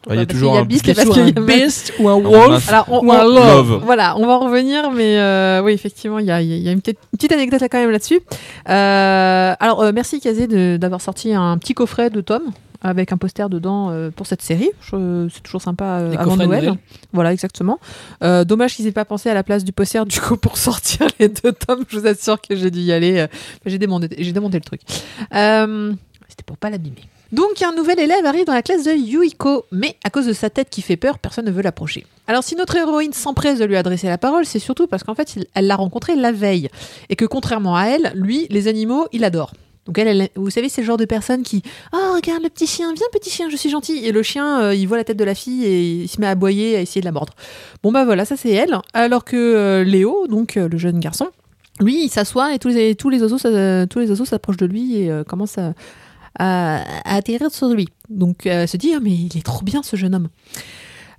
S3: Ah, il y a
S2: Bah,
S3: toujours
S2: parce
S3: un
S2: qu'il y a Beast et
S1: Est-ce
S2: parce
S1: qu'il y a
S2: qu'il
S1: un
S2: y a Max.
S1: Beast ou un
S3: Non,
S1: Wolf
S2: Alors, on,
S1: ou un
S2: on-
S1: Love,
S3: Love.
S2: Voilà, on va en revenir, mais euh, oui, effectivement, il y a, il y a- il y a une, petite, une petite anecdote là, quand même là-dessus. Euh, alors, euh, merci Kazé de- d'avoir sorti un petit coffret de tomes avec un poster dedans euh, pour cette série. Je- C'est toujours sympa euh,
S1: Les
S2: avant
S1: coffrets de
S2: Noël.
S1: Noël.
S2: Voilà, exactement. Euh, dommage qu'ils aient pas pensé à la place du poster du coup pour sortir les deux tomes. Je vous assure que j'ai dû y aller. euh, j'ai demandé, j'ai demandé le truc. Euh, C'était pour pas l'abîmer. Donc un nouvel élève arrive dans la classe de Yuiko, mais à cause de sa tête qui fait peur, personne ne veut l'approcher. Alors si notre héroïne s'empresse de lui adresser la parole, c'est surtout parce qu'en fait il- elle l'a rencontré la veille, et que contrairement à elle, lui, les animaux, il adore. Donc elle, elle- vous savez, c'est le genre de personne qui « Oh, regarde le petit chien, viens petit chien, je suis gentil !» Et le chien, euh, il voit la tête de la fille et il se met à aboyer, à essayer de la mordre. Bon bah voilà, ça c'est elle. Alors que euh, Léo, donc euh, le jeune garçon, lui, il s'assoit et tous les, tous les oiseaux ça- tous les oiseaux s'approchent de lui et euh, commencent à, à- à atterrir sur lui. Donc euh, elle se dit, Ah, mais il est trop bien ce jeune homme.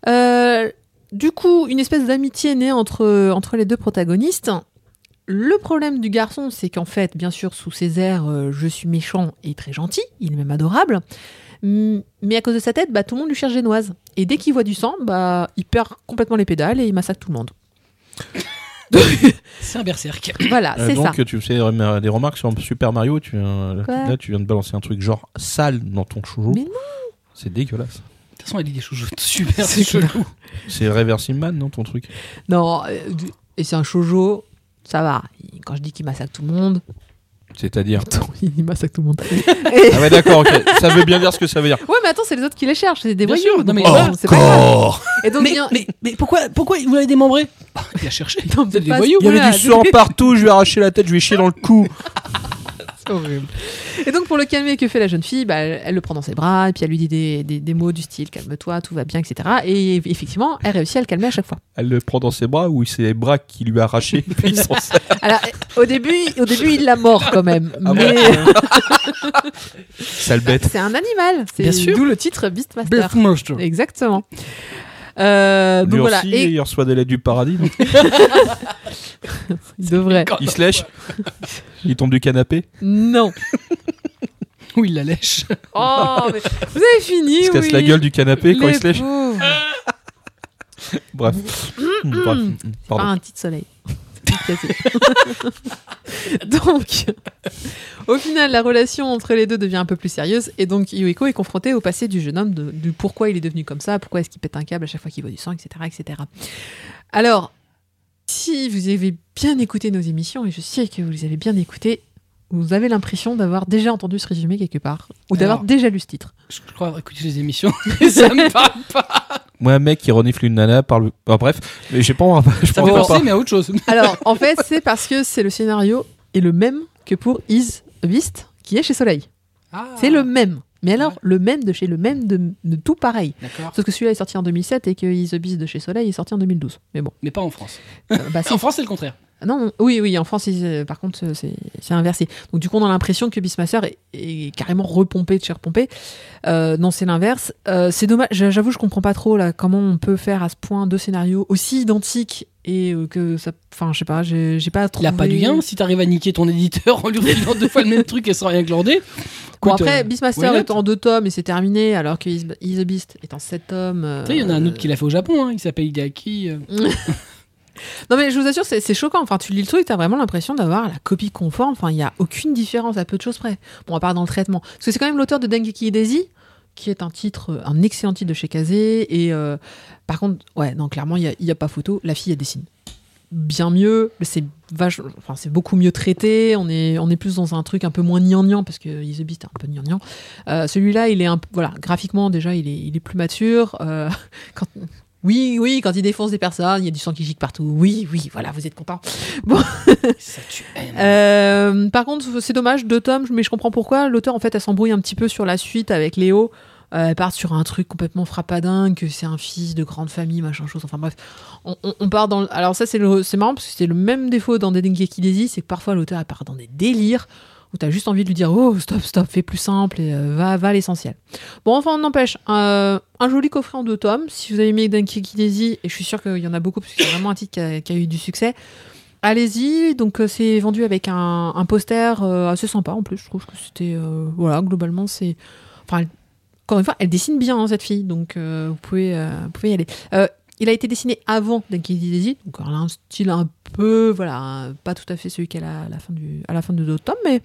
S2: Euh, du coup, une espèce d'amitié est née entre, entre les deux protagonistes. Le problème du garçon, c'est qu'en fait, bien sûr, sous ses airs, euh, je suis méchant et très gentil, il est même adorable. Mm, Mais à cause de sa tête, bah, tout le monde lui cherche génoise. Et dès qu'il voit du sang, bah, il perd complètement les pédales et il massacre tout le monde.
S1: C'est un berserk.
S2: Voilà,
S3: Euh,
S2: Ah, c'est ça.
S3: donc tu fais euh, des remarques sur Super Mario, tu viens,
S2: Quoi
S3: là tu viens de balancer un truc genre sale dans ton chouchou.
S2: Mais non.
S3: C'est dégueulasse.
S1: De toute façon, elle dit des choses super
S2: C'est
S1: chelou.
S3: C'est Reversing Man non ton truc.
S2: Non, euh, du- et c'est un shoujo, ça va. Il- Quand je dis qu'il massacre tout le monde,
S3: C'est-à-dire.
S2: attends, il massacre tout le monde.
S3: Ah ouais d'accord, ok. ça veut bien dire ce que ça veut dire.
S2: Ouais, mais attends, c'est les autres qui les cherchent, c'est des
S1: Bien
S2: voyous.
S1: sûr, non, mais-
S2: donc,
S1: Oh,
S2: bon, c'est pas grave. Et donc,
S1: Mais,
S2: il y a-
S1: mais, mais pourquoi, pourquoi vous l'avez démembré Ah, Il a cherché.
S2: Non,
S1: Vous êtes des
S2: pas-
S1: voyous.
S3: Il y avait
S2: Voilà,
S3: du sang
S2: désolé.
S3: partout, je lui ai arraché la tête, je lui ai chié dans le cou.
S2: C'est horrible. Et donc, pour le calmer, que fait la jeune fille bah, elle, elle le prend dans ses bras, et puis elle lui dit des, des- des mots du style calme-toi, tout va bien, etc. Et effectivement, elle réussit à le calmer à chaque fois.
S3: Elle le prend dans ses bras ou c'est les bras qui lui a arraché puis il s'en sert.
S2: Alors, au début, au début il la mord quand même,
S3: Ah
S2: mais
S3: bon Sale bête.
S2: c'est un animal. C'est
S1: Bien sûr.
S2: D'où le titre Beastmaster.
S1: Beef Monster.
S2: Exactement. Euh,
S3: Lui
S2: donc voilà,
S3: aussi,
S2: et
S3: il reçoit des lettres du paradis. donc
S2: il devrait.
S3: il se lèche. Il tombe du canapé.
S2: Non.
S1: Où il la lèche.
S2: Oh, mais vous avez fini.
S3: Il se casse
S2: oui.
S3: la gueule du canapé quand
S2: Les
S3: il se lèche.
S2: pauvres.
S3: Bref. Mm,
S1: Mm.
S3: Bref. Pardon.
S2: Ah, un petit soleil. Cassé. donc, au final, la relation entre les deux devient un peu plus sérieuse et donc Yuiko est confrontée au passé du jeune homme, de- du pourquoi il est devenu comme ça, pourquoi est-ce qu'il pète un câble à chaque fois qu'il voit du sang, etc., etc. Alors, si vous avez bien écouté nos émissions et je sais que vous les avez bien écoutées, vous avez l'impression d'avoir déjà entendu ce résumé quelque part ou d'avoir
S1: Alors.
S2: déjà lu ce titre.
S1: Je crois avoir écouté les émissions. Et ça me parle pas.
S3: Moi, un mec qui renifle une nana par le. Ah, bref, mais j'ai pas. Je
S1: Ça me fait
S3: comprends pas.
S1: penser, mais à autre chose.
S2: Alors, en fait, c'est parce que c'est le scénario est le même que pour Is a Beast qui est chez Soleil.
S1: Ah,
S2: C'est le même. Mais alors,
S1: Ouais.
S2: le même de chez le même de, de tout pareil.
S1: D'accord.
S2: Sauf que celui-là est sorti en 2007 et que Is the Beast de chez Soleil est sorti en 2012. Mais bon,
S1: Mais pas en France.
S2: euh, bah, c'est-
S1: En France, c'est le contraire.
S2: non, non, oui, oui, en France, ils, euh, par contre, euh, c'est c'est inversé. Donc, du coup, on a l'impression que Beastmaster est, est carrément repompé de chez repompé. Euh, non, c'est l'inverse. Euh, c'est dommage, j'a- j'avoue, je comprends pas trop là, comment on peut faire à ce point deux scénarios aussi identiques et euh, que ça. Enfin, je sais pas, j'ai j'ai pas
S1: Il
S2: trouvé.
S1: a pas de lien. Si t'arrives à niquer ton éditeur en lui refilant deux fois le même truc et sans rien glander.
S2: Bon,
S1: écoute,
S2: après,
S1: euh,
S2: Beastmaster
S1: why not
S2: est en deux tomes et c'est terminé, alors que Is, Is the Beast est en sept tomes. euh,
S1: tu sais, il y en a un autre qui l'a fait au Japon. hein, Il s'appelle Hideaki. euh.
S2: Non mais je vous assure, c'est c'est choquant. Enfin, tu lis le truc, t'as vraiment l'impression d'avoir la copie conforme. Enfin, il y a aucune différence à peu de choses près. Bon, à part dans le traitement, parce que c'est quand même l'auteur de Dengeki Daisy, qui est un titre, euh, un excellent titre de chez Kazé. Et euh, par contre, ouais, non, clairement, il y a- il y a, pas photo. La fille, elle dessine bien mieux. C'est vache, enfin, c'est beaucoup mieux traité. On est, on est plus dans un truc un peu moins gnangnan parce que Is the Beast est un peu gnangnan. Euh, Celui-là, il est un, peu- voilà, graphiquement déjà, il est, il est plus mature. Euh, quand, oui, oui, quand il défonce des personnes, il y a du sang qui gicle partout. Oui, oui, voilà, vous êtes content.
S1: Ça, tu aimes.
S2: Euh, par contre, c'est dommage, deux tomes, mais je comprends pourquoi. L'auteur, en fait, elle s'embrouille un petit peu sur la suite avec Léo. Euh, elle part sur un truc complètement frappadin, que c'est un fils de grande famille, machin chose. Enfin bref, on, on- on part dans. le- Alors ça, c'est le- c'est marrant parce que c'est le même défaut dans Dengeki Daisy, c'est que parfois l'auteur elle part dans des délires où t'as juste envie de lui dire oh stop stop, fais plus simple et euh, va va à l'essentiel. Bon enfin on n'empêche euh, un joli coffret en deux tomes. Si vous avez aimé Dengeki Daisy et je suis sûr qu'il y en a beaucoup parce que c'est vraiment un titre qui a- qui a eu du succès. Allez-y, donc euh, c'est vendu avec un, un poster euh, assez sympa en plus. Je trouve que c'était euh, voilà globalement c'est enfin elle- encore une fois elle dessine bien hein, cette fille donc euh, vous pouvez euh, vous pouvez y aller. Euh, il a été dessiné avant Dinky Daisy, donc elle a un style un peu voilà un- pas tout à fait celui qu'elle a à la fin du à la fin de deux tomes mais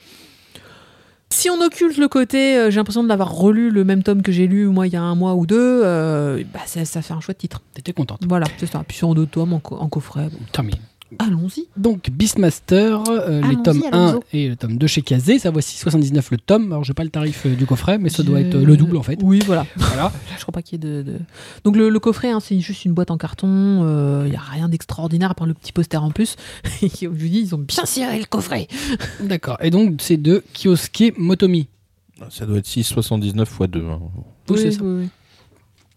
S2: si on occulte le côté, euh, j'ai l'impression de l'avoir relu le même tome que j'ai lu moi il y a un mois ou deux, euh, bah, ça, ça fait un chouette titre.
S1: T'étais contente.
S2: Voilà, c'est ça. Puis en deux tomes, en, co- en coffret, bon,
S1: Tant mieux.
S2: allons-y.
S1: Donc Beastmaster, euh, les
S2: Allons-y,
S1: tomes 1
S2: Ah, Alonso.
S1: et le tome 2 chez Kazé, ça voici 79 le tome. Alors j'ai pas le tarif euh, du coffret, mais ça doit
S2: Je-
S1: être euh, le double en fait.
S2: Oui, voilà.
S1: Voilà.
S2: Je crois pas qu'il y ait de. de- Donc le, le coffret, hein, c'est juste une boîte en carton. Il y a rien d'extraordinaire à part le petit poster en plus. Et je vous dis, ils ont bien serré le coffret.
S1: D'accord. Et donc c'est de Kyosuke Motomi.
S3: Ah, Ça doit être 6,79 x 2. hein.
S1: Oui, c'est ça.
S2: oui, oui.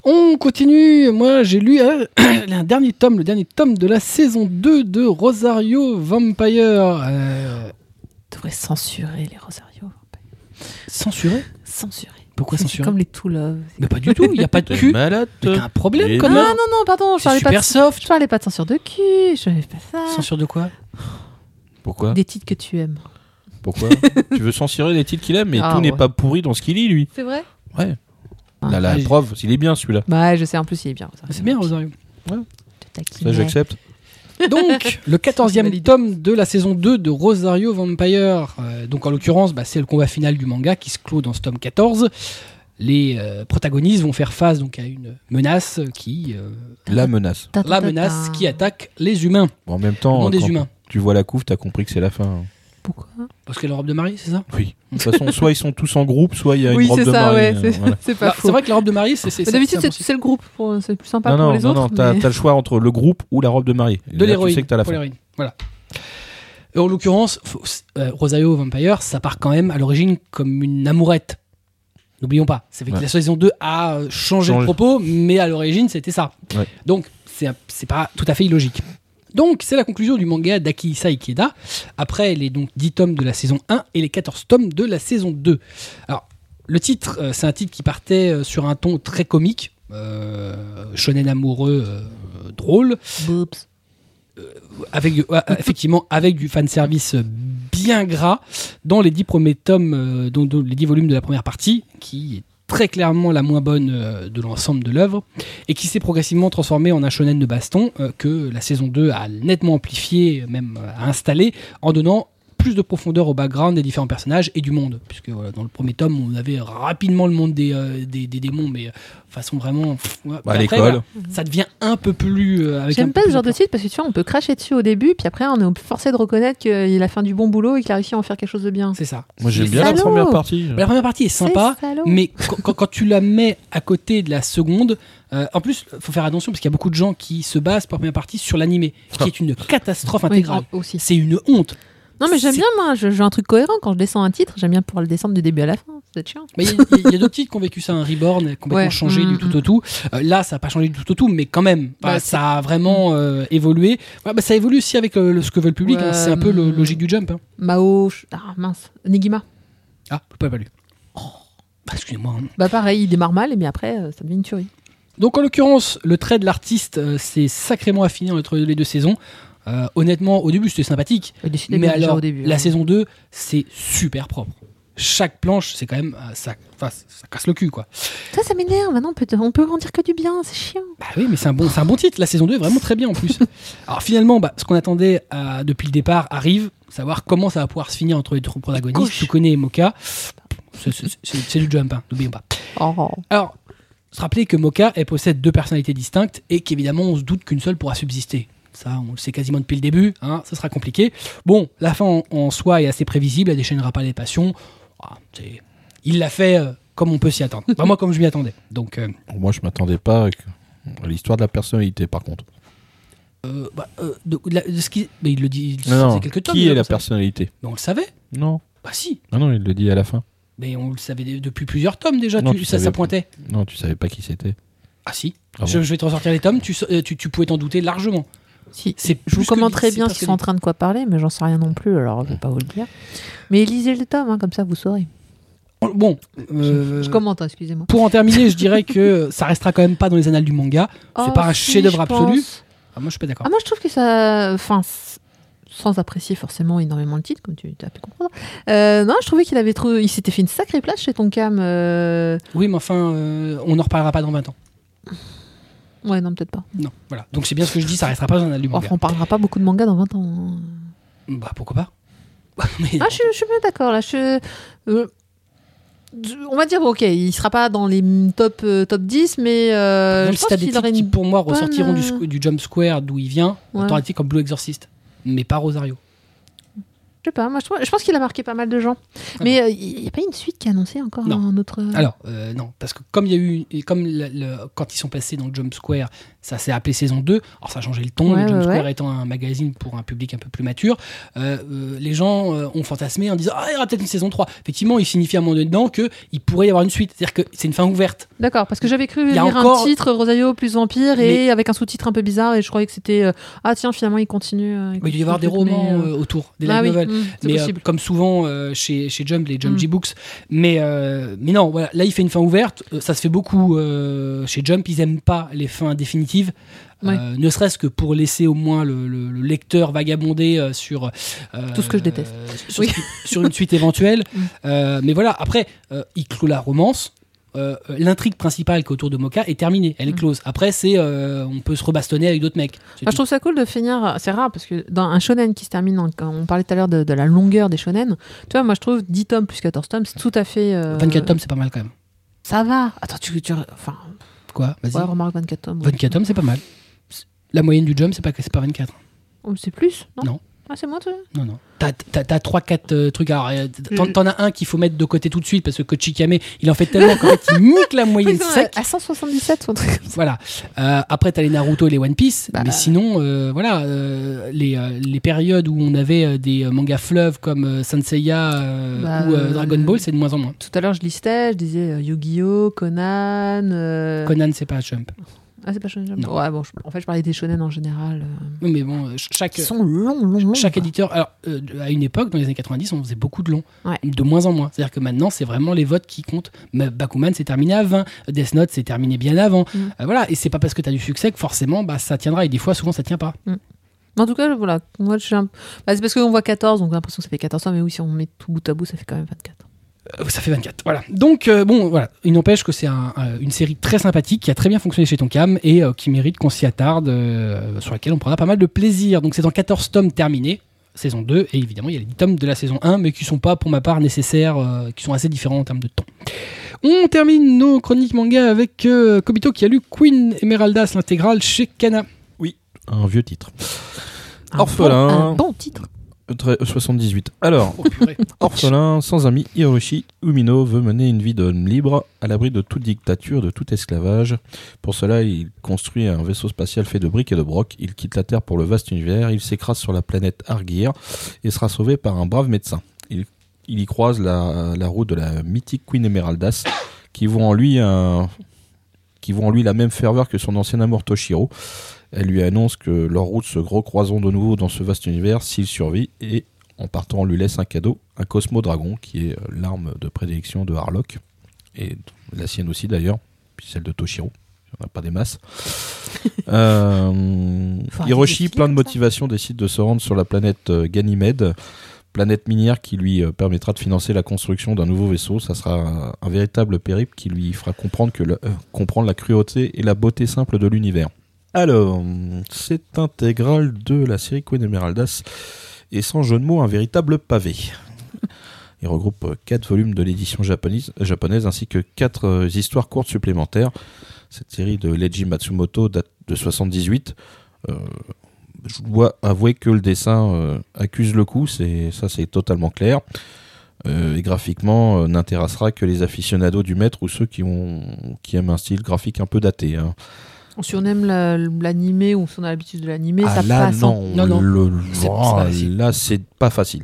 S1: On continue. Moi j'ai lu euh, un dernier tome, le dernier tome de la saison 2 de Rosario Vampire. Euh,
S2: On devrait censurer les Rosario.
S1: censuré
S2: Censurer.
S1: Pourquoi
S2: C'est
S1: censuré
S2: Comme les To Love.
S1: Mais pas du tout, il n'y a pas de
S3: T'es
S1: cul.
S3: malade.
S1: Mais T'as un problème
S3: Mais
S1: quand
S2: Ah
S1: même.
S2: non, non, pardon, je
S1: C'est
S2: parlais, pas
S1: super
S2: de...
S1: soft.
S2: je parlais pas de Ah, censure de cul. Je fais pas ça.
S1: Censure de quoi
S3: Pourquoi
S2: Des titres que tu aimes.
S3: Pourquoi Tu veux censurer les titres qu'il aime, mais
S2: Ah,
S3: tout n'est
S2: ouais.
S3: pas pourri dans ce qu'il lit, lui.
S2: C'est vrai
S3: Ouais.
S2: Ah.
S3: la la
S1: Ah,
S3: preuve, il est bien celui-là.
S2: Bah ouais, je sais, en plus il est bien. ça.
S1: C'est bien, Rosario.
S2: Je te taquine.
S3: Ça, j'accepte.
S1: Donc, le 14e
S2: validé.
S1: tome de la saison 2 de Rosario Vampire. Euh, donc, en l'occurrence, bah, c'est le combat final du manga qui se clôt dans ce tome 14. Les euh, protagonistes vont faire face donc à une menace qui euh,
S3: La menace.
S2: Ta, ta,
S1: la
S2: ta, ta.
S1: menace qui attaque les humains,
S3: Bon, en même
S1: le
S3: temps,
S1: monde des
S3: quand
S1: humains.
S3: tu vois la couve, t'as compris que c'est la fin.
S2: Pourquoi
S1: Parce que la robe de Marie, c'est ça
S3: Oui. De toute façon, soit ils sont tous en groupe, soit il y a une
S2: Oui,
S3: robe
S2: c'est
S3: de
S2: ça,
S3: mari,
S2: ouais.
S3: euh,
S2: C'est
S3: voilà.
S2: c'est pas
S1: Bah,
S2: faux.
S1: C'est vrai que la robe de Marie, c'est c'est- c'est-
S2: Mais Bah, D'habitude,
S1: c'est
S2: c'est c'est le groupe. pour- C'est plus sympa
S3: non,
S2: pour
S3: non,
S2: les
S3: non,
S2: autres.
S3: non, t'as
S2: mais-
S3: t'as le choix entre le groupe ou la robe de mariée. Et
S1: de
S3: là, Tu
S1: l'héroïne
S3: sais que t'as la
S1: pour
S3: fin.
S1: l'héroïne. Voilà. Et en l'occurrence, faut- euh, Rosario Vampire, ça part quand même à l'origine comme une amourette. N'oublions pas, c'est fait que
S3: Ouais.
S1: la saison 2 a euh, changé le
S3: Changé.
S1: propos, mais à l'origine c'était ça.
S3: Ouais.
S1: Donc c'est un- c'est pas tout à fait illogique. Donc c'est la conclusion du manga d'Akihisa Ikeda, après les donc 10 tomes de la saison 1 et les 14 tomes de la saison 2. Alors le titre, euh, c'est un titre qui partait euh, sur un ton très comique, euh, shonen amoureux, euh, drôle,
S2: Boops.
S1: avec du- ouais, effectivement avec du fan service bien gras dans les dix premiers tomes euh, dont, dont les dix volumes de la première partie qui est très clairement la moins bonne euh, de l'ensemble de l'œuvre et qui s'est progressivement transformée en un shonen de baston euh, que la saison 2 a nettement amplifié même euh, a installé en donnant plus de profondeur au background des différents personnages et du monde puisque voilà, dans le premier tome on avait rapidement le monde des, euh, des, des démons mais euh, façon vraiment pff, ouais.
S3: Bah, à
S1: Après,
S3: l'école.
S1: voilà, ça devient un peu plus euh, avec un
S2: J'aime
S1: peu
S2: pas
S1: plus
S2: ce genre de
S1: d'ampleur.
S2: titre parce que tu vois, on peut cracher dessus au début, puis après, on est forcé de reconnaître qu'il a fait du bon boulot et qu'il a réussi à en faire quelque chose de bien.
S1: c'est ça
S3: Moi, j'aime
S2: C'est
S3: bien la
S2: salaud.
S3: première partie.
S1: la première partie est sympa
S2: C'est salaud.
S1: Mais quand, quand- quand tu la mets à côté de la seconde, euh, en plus, faut faire attention parce qu'il y a beaucoup de gens qui se basent pour la première partie sur l'animé, qui est une catastrophe
S2: Oui,
S1: intégrale.
S2: en- Ah, aussi.
S1: C'est une honte.
S2: Non, mais j'aime
S1: c'est-
S2: bien, moi, je- j'ai un truc cohérent. Quand je descends un titre, j'aime bien pour le descendre du début à la fin. C'est chiant.
S1: Mais Il y a- il y, a d'autres titres qui ont vécu ça, un Reborn, qui ont complètement
S2: Ouais.
S1: changé
S2: Mm,
S1: du tout au tout. Euh, là, ça n'a pas changé du tout au tout, mais quand même,
S2: Bah,
S1: bah,
S2: c'est-
S1: ça a vraiment euh, évolué. Ouais, bah, ça évolue aussi avec euh, le- ce que veut le public,
S2: Ouais,
S1: hein. c'est un peu le
S2: hum.
S1: logique du jump. hein.
S2: Mao, je- ah mince, Negima.
S1: Ah, je peux pas lu.
S2: Oh.
S1: Bah, Excusez-moi. hein.
S2: Bah pareil, il démarre mal, mais après, euh, ça devient une tuerie.
S1: Donc en l'occurrence, le trait de l'artiste euh, s'est sacrément affiné entre les deux saisons. Euh, honnêtement, au début c'était sympathique,
S2: Et décidément,
S1: Mais
S2: déjà
S1: alors,
S2: au début.
S1: la
S2: hein.
S1: saison 2, c'est super propre. Chaque planche, c'est quand même. euh, Ça, enfin, ça casse le cul, quoi.
S2: Ça, ça m'énerve. Maintenant, on peut, on peut en dire que du bien, c'est chiant.
S1: Bah oui, mais c'est un, bon, c'est un bon titre. La saison 2 est vraiment très bien en plus. Alors finalement, bah, ce qu'on attendait euh, depuis le départ arrive savoir comment ça va pouvoir se finir entre les deux protagonistes,
S2: Couche.
S1: Sukune et Moka. C'est- c'est- C'est c'est du jump, hein, n'oublions pas.
S2: Oh.
S1: Alors, se rappeler que Moka, elle possède deux personnalités distinctes et qu'évidemment, on se doute qu'une seule pourra subsister. Ça, on le sait quasiment depuis le début, hein, ça sera compliqué. Bon, la fin en, en soi est assez prévisible, elle déchaînera pas les passions. Ah, c'est- il l'a fait euh, comme on peut s'y attendre. Enfin, moi, comme je m'y attendais. Donc, euh,
S3: Moi, je m'attendais pas à- à l'histoire de la personnalité, par contre.
S1: euh, bah, euh, de, de la- de ce qui, mais il le dit, il-
S3: Non,
S1: c'est
S3: non.
S1: quelques tomes.
S3: Qui
S1: déjà,
S3: est la
S1: comme ça.
S3: personnalité
S1: Mais on le savait
S3: Non.
S1: Bah si,
S3: Ah non, il le dit à la fin.
S1: mais on le savait dé- depuis plusieurs tomes déjà,
S3: Non,
S1: tu-
S3: tu
S1: ça, ça
S3: savais.
S1: pointait.
S3: Non, tu savais pas qui c'était.
S1: Ah si,
S3: Ah bon
S1: je, je vais te ressortir les tomes, tu, sa- euh, tu- tu pouvais t'en douter largement.
S2: Si.
S1: C'est
S2: Je vous
S1: plus que
S2: commenterai
S1: dit-
S2: bien
S1: c'est presque
S2: s'ils sont en train de quoi parler, mais j'en sais rien non plus, alors je vais pas vous le dire. Mais lisez le tome, hein, comme ça vous saurez.
S1: dit. Bon, euh,
S2: Je commente, hein, excusez-moi.
S1: Pour en terminer, je dirais que ça restera quand même pas dans les annales du manga. C'est
S2: Oh,
S1: pas un
S2: si,
S1: chef-d'œuvre
S2: je
S1: absolu.
S2: pense.
S1: Ah, moi, je suis pas d'accord.
S2: Ah, moi, je trouve que ça. Enfin, s- sans apprécier forcément énormément le titre, comme tu as pu comprendre. Euh, non, je trouvais qu'il avait trouvé. Il s'était fait une sacrée place chez Tonkam. euh,
S1: Oui, mais enfin, euh, on n'en reparlera pas dans 20 ans.
S2: Ouais, non, peut-être pas.
S1: Non, voilà. Donc c'est bien ce que je dis, ça restera pas dans les annales du manga.
S2: Enfin, on parlera pas beaucoup de manga dans 20 ans. hein.
S1: Bah, pourquoi pas Mais-
S2: Ah, je, je suis bien d'accord là. Je, euh, je- on va dire, ok, il sera pas dans les m- top, euh, top 10, mais euh,
S1: Même
S2: je
S1: si t'as
S2: pense
S1: des
S2: qu'il
S1: titres
S2: aurait
S1: qui,
S2: une.
S1: pour moi, ressortiront du,
S2: bonne,
S1: squ- du Jump Square d'où il vient,
S2: Ouais.
S1: t'aurais dit comme Blue Exorcist. Mais pas Rosario.
S2: Je sais pas, moi je, trouve- je pense qu'il a marqué pas mal de gens.
S1: Ah
S2: mais euh, il n'y a pas une suite qui est annoncée encore
S1: Non.
S2: un autre.
S1: Alors, euh, non, parce que comme il y a eu. et Comme le- le- quand ils sont passés dans le Jump Square, ça s'est appelé saison 2. Alors, ça a changé le ton,
S2: Ouais,
S1: le Jump
S2: ouais,
S1: Square étant un magazine pour un public un peu plus mature. euh, euh, les gens euh, ont fantasmé en disant Ah, il y aura peut-être une saison 3. Effectivement, il signifie à un moment donné dedans qu'il pourrait y avoir une suite. C'est-à-dire que c'est une fin ouverte.
S2: D'accord, parce que j'avais cru
S1: Il y
S2: lire
S1: a encore-
S2: un titre Rosario plus vampire et avec un sous-titre un peu bizarre et je croyais que c'était euh, ah tiens finalement il continue. euh,
S1: Mais il doit y
S2: continue
S1: avoir
S2: le
S1: des
S2: truc, mais,
S1: romans
S2: euh,
S1: euh, autour, des
S2: ah
S1: light
S2: oui,
S1: novels.
S2: hmm, c'est
S1: mais euh,
S2: possible.
S1: comme souvent euh, chez, chez Jump, les Jump
S2: Mm.
S1: G Books. Mais, euh, mais non, voilà, là, il fait une fin ouverte. Euh, Ça se fait beaucoup euh, chez Jump. Ils aiment pas les fins définitives.
S2: Ouais.
S1: Euh, ne serait-ce que pour laisser au moins le, le- le lecteur vagabonder euh, sur euh,
S2: Tout ce que je déteste.
S1: sur,
S2: Oui.
S1: sur une suite éventuelle.
S2: Mm.
S1: Euh, mais voilà, après, euh, il clôt la romance. Euh, L'intrigue principale qui est autour de Mocha est terminée, elle est
S2: Mm.
S1: close. Après, c'est euh, on peut se rebastonner avec d'autres mecs. C'est
S2: Moi, je
S1: tout.
S2: trouve ça cool de finir. C'est rare parce que dans un shonen qui se termine, en- quand on parlait tout à l'heure de, de la longueur des shonen, tu vois, moi je trouve 10 tomes plus 14 tomes, c'est tout à fait. euh,
S1: 24 tomes, c'est pas mal quand même.
S2: Ça va. Attends, tu. tu- enfin,
S1: Quoi Vas-y.
S2: ouais, remarque 24 tomes. ouais.
S1: 24 tomes, c'est pas mal. La moyenne du jump, c'est pas, c'est pas 24.
S2: Oh, c'est plus Non.
S1: Non.
S2: Ah, c'est moins, toi
S1: Non, non. T'as- T'as t'as trois, quatre euh, trucs. Alors, euh, t'en
S2: Mm.
S1: t'en as un qu'il faut mettre de côté tout de suite parce que Kochikame, il en fait tellement qu'en fait, il nique la moyenne
S2: Oui,
S1: sec.
S2: À 177 ou un truc comme ça.
S1: Voilà. Euh, après, t'as les Naruto et les One Piece.
S2: Bah,
S1: mais sinon, euh, voilà, euh, les, euh, les périodes où on avait euh, des euh, mangas fleuves comme euh, Saint Seiya euh,
S2: Bah,
S1: ou euh,
S2: euh,
S1: Dragon Ball, c'est de moins en moins.
S2: Tout à l'heure, je listais, je disais euh, Yu-Gi-Oh, Conan. euh,
S1: Conan, c'est pas Jump.
S2: Ah, c'est pas Shonen Jump.
S1: Non.
S2: Ouais, bon, je- en fait, je parlais des shonen en général. euh,
S1: Oui, mais bon, euh, ch- chaque.
S2: qui sont longs, longs, longs.
S1: Chaque
S2: quoi.
S1: éditeur, alors euh, à une époque, dans les années 90, on faisait beaucoup de longs,
S2: Ouais.
S1: de moins en moins. C'est-à-dire que maintenant, c'est vraiment les votes qui comptent. Ma- Bakuman, c'est terminé à 20, Death Note, c'est terminé bien avant.
S2: Mm.
S1: Euh, voilà, et c'est pas parce que t'as du succès que forcément, bah, ça tiendra. Et des fois, souvent, ça tient pas.
S2: En tout cas, voilà. Moi, je suis un- bah, c'est parce qu'on voit 14, donc on a l'impression que ça fait 14 tomes, mais oui, si on met tout bout à bout, ça fait quand même 24.
S1: Euh, Ça fait 24. Voilà. Donc, euh, bon, voilà. Il n'empêche que c'est un- un- une série très sympathique qui a très bien fonctionné chez Tonkam et euh, qui mérite qu'on s'y attarde, euh, sur laquelle on prendra pas mal de plaisir. Donc, c'est dans 14 tomes terminés, saison 2, et évidemment, il y a les 10 tomes de la saison 1, mais qui sont pas, pour ma part, nécessaires, euh, qui sont assez différents en termes de temps. On termine nos chroniques manga avec euh, Kobito qui a lu Queen Emeraldas, l'intégrale chez Kana.
S3: Un vieux titre.
S2: Un
S3: Orphelin.
S2: Bon, un bon titre.
S3: Très- 78. Alors,
S1: Oh purée.
S3: Orphelin, sans ami, Hiroshi Umino veut mener une vie d'homme libre, à l'abri de toute dictature, de tout esclavage. Pour cela, il construit un vaisseau spatial fait de briques et de brocs. Il quitte la Terre pour le vaste univers. Il s'écrase sur la planète Argyr et sera sauvé par un brave médecin. Il, il y croise la, la route de la mythique Queen Emeraldas, qui voit en lui un- qui voit en lui la même ferveur que son ancien amour Toshiro. Elle lui annonce que leur route se recroiseront de nouveau dans ce vaste univers s'il survit et en partant, on lui laisse un cadeau, un Cosmo Dragon, qui est euh, l'arme de prédilection de Harlock, et la sienne aussi d'ailleurs, puis celle de Toshiro. Il n'y en a pas des masses. Euh,
S2: Faut arrêter
S3: Hiroshi,
S2: les
S3: plein de
S2: films comme ça.
S3: motivation, décide de se rendre sur la planète euh, Ganymède, planète minière qui lui euh, permettra de financer la construction d'un nouveau vaisseau. Ça sera un, un véritable périple qui lui fera comprendre, que le- euh, comprendre la cruauté et la beauté simple de l'univers. Alors, cette intégrale de la série Queen Emeraldas et sans jeu de mots, un véritable pavé. Il regroupe 4 volumes de l'édition japonaise, euh, japonaise ainsi que 4 histoires courtes supplémentaires. Cette série de Leiji Matsumoto date de 78. Euh, je dois avouer que le dessin euh, accuse le coup, c'est, ça c'est totalement clair. Euh, et graphiquement, euh, n'intéressera que les aficionados du maître ou ceux qui, ont, qui aiment un style graphique un peu daté. hein.
S2: Si on aime la- l'animé ou si on a l'habitude de l'animé,
S3: Ah,
S2: ça
S3: là,
S2: passe. hein.
S3: non,
S1: Non, non.
S3: le-
S2: C'est- c'est pas facile.
S3: là c'est pas facile.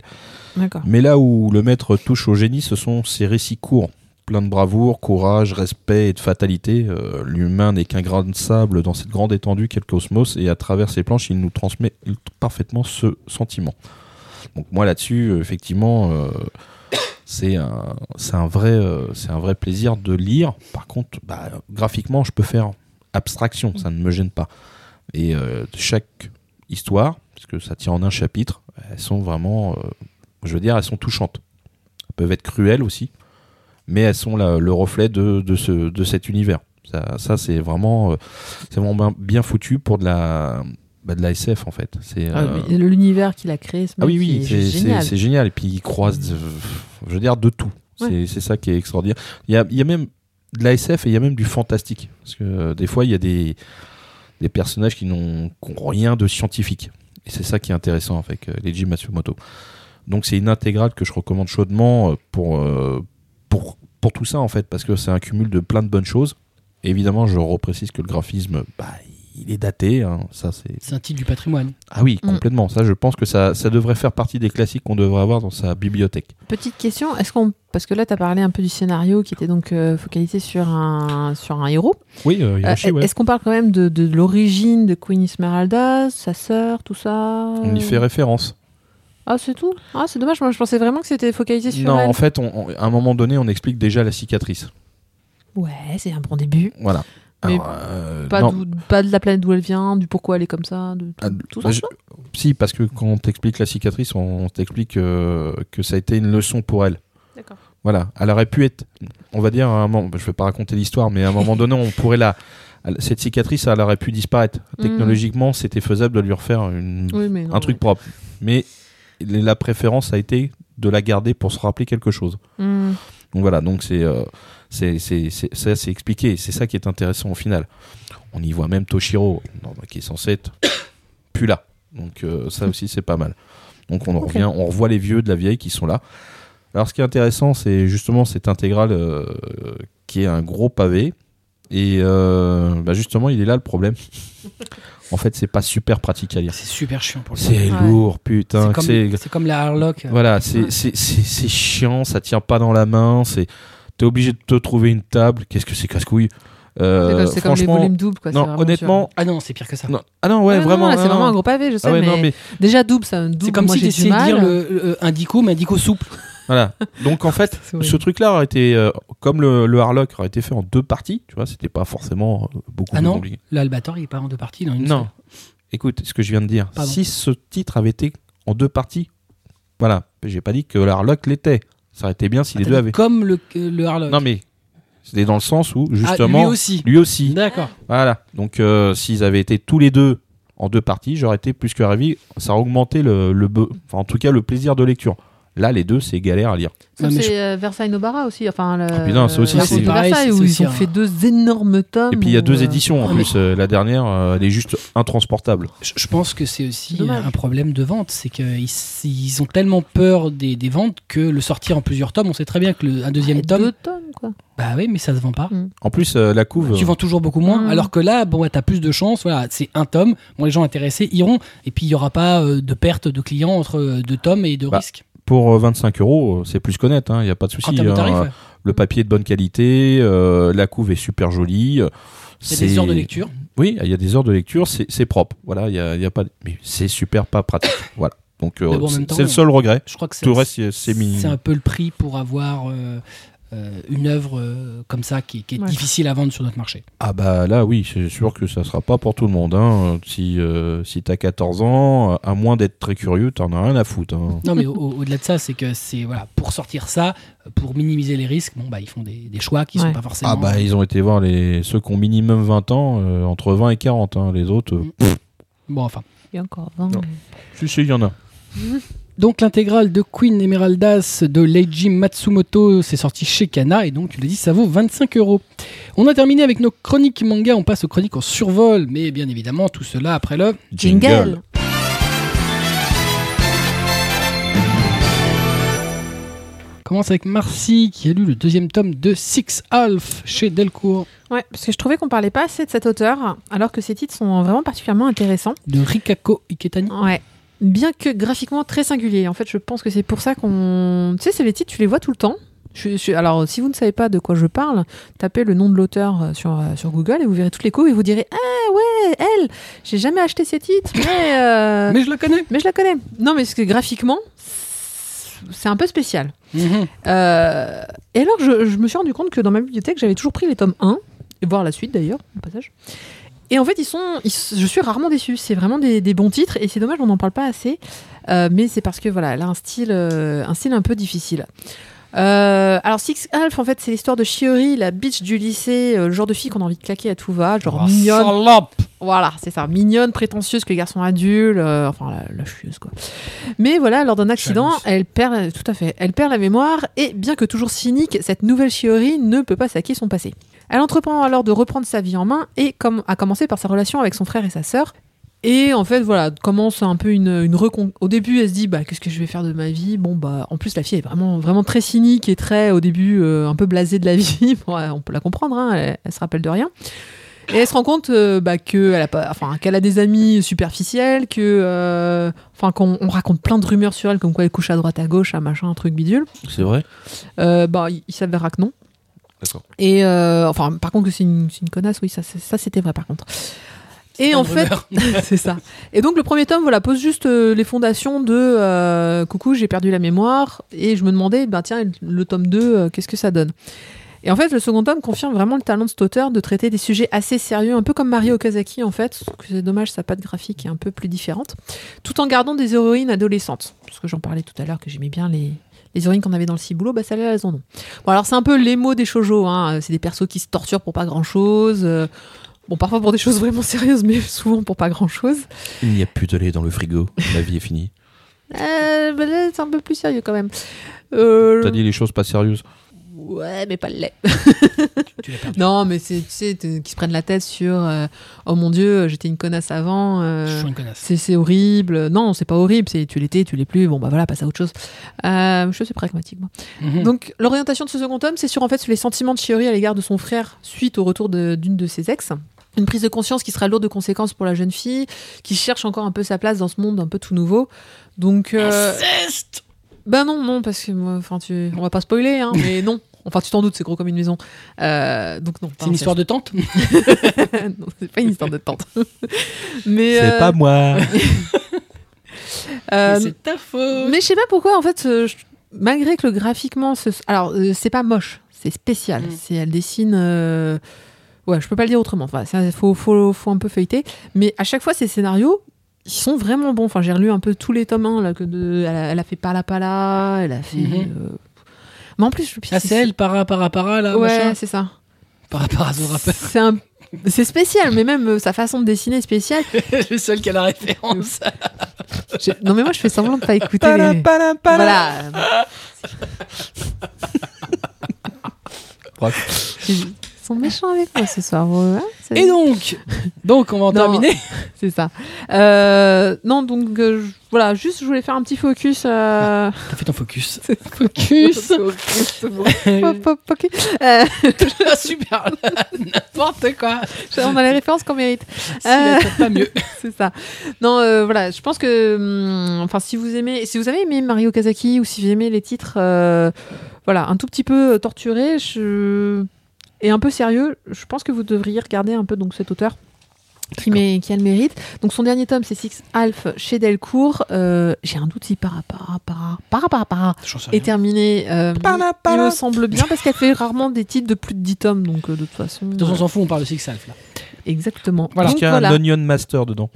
S2: D'accord.
S3: Mais là où le maître touche au génie, ce sont ses récits courts, pleins de bravoure, courage, respect et de fatalité. Euh, L'humain n'est qu'un grain de sable dans cette grande étendue qu'est le cosmos, et à travers ses planches, il nous transmet il- parfaitement ce sentiment. Donc moi là-dessus, euh, effectivement, euh, c'est un, c'est un, vrai, euh, c'est un vrai plaisir de lire. Par contre, bah, graphiquement, je peux faire abstraction, ça ne me gêne pas. Et euh, chaque histoire, puisque ça tient en un chapitre, elles sont vraiment euh, je veux dire, elles sont touchantes. Elles peuvent être cruelles aussi, mais elles sont la- le reflet de, de ce, de cet univers. Ça, ça, c'est vraiment, euh, c'est vraiment bien- bien foutu pour de la, bah, de la SF en fait. C'est,
S2: Ah,
S3: euh,
S2: mais L'univers qu'il a créé, ce
S3: ah oui,
S2: mec,
S3: oui,
S2: c'est
S3: c'est
S2: génial.
S3: c'est- c'est génial. Et puis ils croisent, de- je veux dire, de tout.
S2: Ouais.
S3: C'est- C'est ça qui est extraordinaire. Il y a, il y a même de la SF et il y a même du fantastique. Parce que euh, des fois, il y a des, des personnages qui n'ont qui ont rien de scientifique. Et c'est ça qui est intéressant avec euh, Leiji Matsumoto. Donc c'est une intégrale que je recommande chaudement euh, pour, euh, pour, pour tout ça, en fait, parce que c'est un cumul de plein de bonnes choses. Évidemment, je reprécise que le graphisme, bah, il est daté. hein. Ça, c'est
S1: C'est un titre du patrimoine.
S3: ah oui,
S2: Mm.
S3: complètement. Ça, je pense que ça, ça devrait faire partie des classiques qu'on devrait avoir dans sa bibliothèque.
S2: Petite question, est-ce qu'on parce que là tu as parlé un peu du scénario qui était donc euh, focalisé sur un sur un héros.
S3: Oui,
S2: Euh, Est-ce qu'on parle quand même de, de l'origine de Queen Esmeralda, sa sœur, tout ça euh
S3: On y fait référence.
S2: Ah c'est tout Ah c'est dommage, moi je pensais vraiment que c'était focalisé sur
S3: Non,
S2: elle.
S3: en fait, on- on- à un moment donné, on explique déjà la cicatrice.
S2: Ouais, c'est un bon début.
S3: Voilà.
S2: Mais
S3: Alors, euh,
S2: Pas,
S3: non.
S2: d'où- pas de la planète d'où elle vient, du pourquoi elle est comme ça, de
S3: Ah,
S2: tout ça.
S3: bah, je- Si, parce que quand on t'explique la cicatrice, on t'explique euh, que ça a été une leçon pour elle.
S2: D'accord.
S3: Voilà, elle aurait pu être, on va dire, à un moment, je vais pas raconter l'histoire, mais à un moment donné, on pourrait la, cette cicatrice, elle aurait pu disparaître.
S2: Mhm.
S3: Technologiquement, c'était faisable de lui refaire une,
S2: Oui, mais non,
S3: un truc propre. Mais la préférence a été de la garder pour se rappeler quelque chose.
S2: ouais.
S3: Euh,
S2: Hmm.
S3: Donc voilà, donc c'est euh, c'est- c'est- c'est- ça, c'est expliqué. C'est ça qui est intéressant au final. On y voit même Toshiro, non, qui est censé être plus là. Donc euh, ça aussi, c'est pas mal. Donc on en
S2: Ok.
S3: revient, on revoit les vieux de la vieille qui sont là. Alors ce qui est intéressant, c'est justement cette intégrale euh, qui est un gros pavé. Et euh, bah, justement, il est là le problème. en fait, c'est pas super pratique à lire.
S1: C'est super chiant pour Oh, le coup.
S3: C'est
S2: Ouais.
S3: lourd, putain.
S1: C'est
S3: que
S1: comme,
S3: c'est-
S1: c'est comme la Harlock.
S3: voilà, c'est c'est- c'est- c'est chiant, ça tient pas dans la main, c'est t'es obligé de te trouver une table. Qu'est-ce que c'est casse-couille Euh,
S2: C'est comme- c'est comme les
S3: franchement,
S2: volumes doubles. Quoi, c'est
S3: non,
S2: vraiment
S3: honnêtement,
S1: Ah non, c'est pire que ça.
S3: ah non, ah non, ouais,
S2: dur. Ah non,
S3: vraiment,
S2: là, c'est
S3: ah non.
S2: vraiment un gros pavé, je sais.
S3: Ah ouais,
S2: mais...
S3: non, mais
S2: Déjà double, ça. Double,
S1: C'est comme
S2: moi,
S1: si
S2: j'ai du
S1: t'essayais de
S2: mal.
S1: dire le, le- un dico, mais un dico souple.
S3: voilà. Donc en fait,
S2: C'est horrible.
S3: ce truc-là aurait été euh, comme le, le Harlock aurait été fait en deux parties. Tu vois, c'était pas forcément euh, beaucoup.
S1: Ah
S3: plus
S1: non
S3: compliqué.
S1: L'Albator, il est pas en deux parties dans une
S3: Non. Écoute, ce que je viens de dire.
S1: Pardon.
S3: Si ce titre avait été en deux parties, voilà, j'ai pas dit que le Harlock l'était. Ça aurait été bien si
S2: Ah,
S1: seule.
S3: les
S1: Ah, T'as
S3: deux
S1: dit
S3: avaient.
S1: Comme le, le Harlock.
S3: Non mais c'était dans le sens où
S1: Ah,
S3: justement.
S1: lui aussi.
S3: Lui aussi.
S1: D'accord.
S2: Ah.
S3: Voilà. Donc, euh, s'ils avaient été tous les deux en deux parties, j'aurais été plus que ravi. Ça aurait augmenté le, le be- enfin, en tout cas, le plaisir de lecture. Là, les deux, c'est galère à lire.
S2: Sauf
S1: Non, mais
S2: c'est euh, Versailles Nobara aussi. Enfin, le,
S3: Ah, putain, ça aussi,
S2: la
S3: c'est-
S2: route de
S1: Pareil,
S2: Versailles
S1: c'est
S2: où
S1: aussi
S2: ils ont
S1: un-
S2: fait deux énormes tomes.
S3: Et puis, il y a
S2: où,
S3: deux
S2: euh,
S3: éditions en
S1: ah,
S3: plus. Euh, la dernière, euh, elle est juste intransportable.
S1: Je, je pense que c'est aussi euh,
S2: Dommage.
S1: un problème de vente. C'est qu'ils ils ont tellement peur des, des ventes que le sortir en plusieurs tomes, on sait très bien que le, un deuxième
S2: ouais,
S1: tome.
S2: Ah, Deux tomes, quoi.
S1: Bah oui, mais ça se vend pas.
S3: En plus, euh, la couve.
S1: Tu
S3: euh,
S1: vends toujours beaucoup moins.
S2: Mm.
S1: Alors que là, bon, ouais, t'as plus de chance. Voilà, c'est un tome. Bon, les gens intéressés iront. Et puis, il y aura pas euh, de perte de clients entre euh, deux tomes et de
S3: Bah,
S1: risque.
S3: pour euh, 25 euros, euh, c'est plus qu'honnête. Il n'y a pas de
S1: en
S3: souci.
S1: termes de
S3: hein.
S1: tarif, ouais.
S3: Le papier est de bonne qualité. euh, la couve est super jolie. euh,
S1: c'est des heures de lecture.
S3: Oui, il y a des heures de lecture, c'est c'est propre. Voilà, il y a, il y a pas. de- Mais c'est super pas pratique. voilà. Donc, euh,
S1: Mais bon, en
S3: c'est
S1: même temps,
S3: c'est le seul regret.
S1: Je crois que c'est
S3: Tout le reste, c'est- c'est mini.
S1: c'est un peu le prix pour avoir euh, euh, une œuvre euh, comme ça qui, qui est
S2: Ouais.
S1: difficile à vendre sur notre marché.
S3: Ah bah là oui, c'est sûr que ça sera pas pour tout le monde. Hein. Euh, Si, euh, si t'as 14 ans, euh, à moins d'être très curieux, t'en as rien à foutre. hein.
S1: Non, mais au- au- au-delà de ça, c'est que c'est voilà pour sortir ça, pour minimiser les risques. Bon, bah ils font des, des choix qui sont
S2: Ouais.
S1: pas forcément.
S3: Ah bah ils ont été voir les ceux qui ont minimum 20 ans, euh, entre 20 et 40. hein. Les autres, euh,
S1: Mm. Bon, enfin.
S2: Il y a encore vingt.
S3: Non.
S1: Mm.
S3: si si, il y en a.
S1: Donc l'intégrale de Queen Emeraldas de Leiji Matsumoto, c'est sorti chez Kana et donc tu l'as dit, ça vaut 25 euros. On a terminé avec nos chroniques manga, on passe aux chroniques en survol, mais bien évidemment tout cela après le.
S2: Jingle.
S1: On Commence avec Marcy qui a lu le deuxième tome de Six Half chez Delcourt
S2: Ouais, parce que je trouvais qu'on parlait pas assez de cet auteur, alors que ses titres sont vraiment particulièrement intéressants.
S1: de Rikako Iketani.
S2: Ouais. Bien que graphiquement très singulier. En fait, je pense que c'est pour ça qu'on. Tu sais, c'est les titres, tu les vois tout le temps. Je- je- alors, si vous ne savez pas de quoi je parle, tapez le nom de l'auteur euh, sur, euh, sur Google et vous verrez toutes les coups et vous direz Ah ouais, elle J'ai jamais acheté ces titres, mais. euh,
S1: Mais je la connais.
S2: Mais je la connais. Non, mais parce que graphiquement, c'est un peu spécial.
S1: Mhm.
S2: Euh, et alors, je, je me suis rendu compte que dans ma bibliothèque, j'avais toujours pris les tomes 1, et voir la suite d'ailleurs, au passage. Et en fait, ils sont, ils s- je suis rarement déçue. C'est vraiment des, des bons titres, et c'est dommage, on n'en parle pas assez. Euh, mais c'est parce que voilà, elle a un style, euh, un style un peu difficile. Euh, alors Six Half, en fait, c'est l'histoire de Shiori, la bitch du lycée, euh, le genre de fille qu'on a envie de claquer à tout va, genre
S1: Oh,
S2: mignonne,
S1: salope.
S2: voilà, c'est ça, mignonne, prétentieuse, que les garçons adultes, euh, enfin la, la chieuse quoi. Mais voilà, lors d'un accident,
S1: Jalouse.
S2: elle perd, tout à fait, elle perd la mémoire et bien que toujours cynique, cette nouvelle Shiori ne peut pas saquer son passé. Elle entreprend alors de reprendre sa vie en main et comme à commencer par sa relation avec son frère et sa sœur. Et en fait, voilà, commence un peu une, une recon. Au début, elle se dit, bah, qu'est-ce que je vais faire de ma vie Bon, bah, en plus, la fille est vraiment, vraiment très cynique et très, au début, euh, un peu blasée de la vie. Bon, ouais, on peut la comprendre, hein, elle, elle se rappelle de rien. Et elle se rend compte euh, bah, que elle a pas, enfin, qu'elle a des amis superficiels, que, euh, enfin, qu'on on raconte plein de rumeurs sur elle, comme quoi elle couche à droite, à gauche, à machin, un truc bidule.
S3: C'est vrai.
S2: Euh, bah, il, il s'avérera que non.
S3: D'accord.
S2: Et euh, enfin, par contre, que c'est une, c'est une connasse, oui, ça, c'est- ça c'était vrai par contre. Et
S1: Une
S2: en fait,
S1: rumeur.
S2: c'est ça. Et donc le premier tome, voilà, pose juste euh, les fondations de bah, euh, coucou, j'ai perdu la mémoire et je me demandais, ben tiens, le tome 2, euh, qu'est-ce que ça donne Et en fait, le second tome confirme vraiment le talent de cet auteur de traiter des sujets assez sérieux, un peu comme Mario Okazaki en fait. sauf que C'est dommage, sa patte graphique est un peu plus différente, tout en gardant des héroïnes adolescentes. Parce que j'en parlais tout à l'heure que j'aimais bien les, les héroïnes qu'on avait dans le ciboulot, bah celles-là, elles en ont. Bon, alors c'est un peu les mots des shoujo, hein. c'est des persos qui se torturent pour pas grand-chose. euh, Bon, parfois pour des choses vraiment sérieuses, mais souvent pour pas grand-chose.
S3: Il n'y a plus de lait dans le frigo. Ma vie est finie.
S2: Euh, bah là, c'est un peu plus sérieux quand même. Euh,
S3: T'as dit les choses pas sérieuses.
S2: Ouais, mais pas le lait.
S1: Tu l'as perdu.
S2: Non, mais c'est, tu sais, t- qui se prennent la tête sur euh, Oh mon dieu, j'étais une connasse avant. euh,
S1: Je suis une connasse.
S2: c'est, c'est horrible. Non, c'est pas horrible. C'est tu l'étais, tu l'es plus. Bon, bah voilà, passe à autre chose. Euh, je suis pragmatique, moi.
S1: Mhm.
S2: Donc, l'orientation de ce second tome, c'est sur en fait sur les sentiments de Shiori à l'égard de son frère suite au retour de- d'une de ses ex. Une prise de conscience qui sera lourde de conséquences pour la jeune fille, qui cherche encore un peu sa place dans ce monde un peu tout nouveau. Donc,
S1: Ah,
S2: euh,
S1: Inceste
S2: bah non, non, parce que moi, enfin, tu, on va pas spoiler, hein, mais non. Enfin, tu t'en doutes, c'est gros comme une maison. Euh, donc non.
S1: C'est une histoire de tante
S2: non, c'est pas une histoire de tente. mais
S3: C'est
S2: euh,
S3: pas moi.
S2: euh,
S1: Mais C'est ta faute
S2: Mais je sais pas pourquoi, en fait, euh, je- malgré que le graphiquement, ce- alors euh, c'est pas moche, c'est spécial.
S1: Mm.
S2: C'est, elle dessine. euh, Ouais, je peux pas le dire autrement. Enfin, ça, faut, faut, faut un peu feuilleter. Mais à chaque fois, ces scénarios, ils sont vraiment bons. Enfin, j'ai relu un peu tous les tomes 1, là, que de, elle, a, elle a fait Palapala, elle a fait.
S1: Mhm.
S2: euh, Mais en plus, je
S1: Ah, c'est elle, para, para, para, là,
S2: Ouais,
S1: machin
S2: c'est ça.
S1: Para, para, Zora.
S2: C'est un- c'est spécial, mais même euh, sa façon de dessiner est spéciale.
S1: le seul qui a la référence.
S2: J'ai- Non, mais moi, je fais semblant de pas écouter. les- Voilà.
S3: Bref.
S2: Ils sont méchants avec moi ce soir. vous, hein C'est-
S1: Et donc Donc, on va en
S2: Non.
S1: terminer.
S2: C'est ça. Euh, non, donc euh, je- voilà, juste je voulais faire un petit focus. euh,
S1: T'as fait ton focus.
S2: Focus. Fo- fo- focus. Euh,
S1: Super N'importe quoi
S2: on a les références qu'on mérite. Euh,
S1: Si la tête, Pas mieux.
S2: C'est ça. Non, euh, voilà, je pense que, hum, enfin, si vous aimez, si vous avez aimé Mario Kazaki ou si vous aimez les titres, euh, voilà, un tout petit peu torturés je- et un peu sérieux, je pense que vous devriez regarder un peu donc cet auteur. Qui, mé- qui a le mérite. Donc son dernier tome, c'est Six Alf chez Delcourt. Euh, J'ai un doute si para para para para para para
S1: J'en sais
S2: est
S1: rien.
S2: terminé. euh,
S3: Ah Para,
S2: il
S3: para.
S2: me semble bien parce qu'elle fait rarement des titres de plus de 10 tomes. Donc euh, de toute façon.
S1: De toute façon, on s'en fout, on parle de Six Alpha, là.
S2: exactement.
S1: Voilà.
S3: Parce
S2: Donc,
S3: qu'il y a un Onion Master dedans.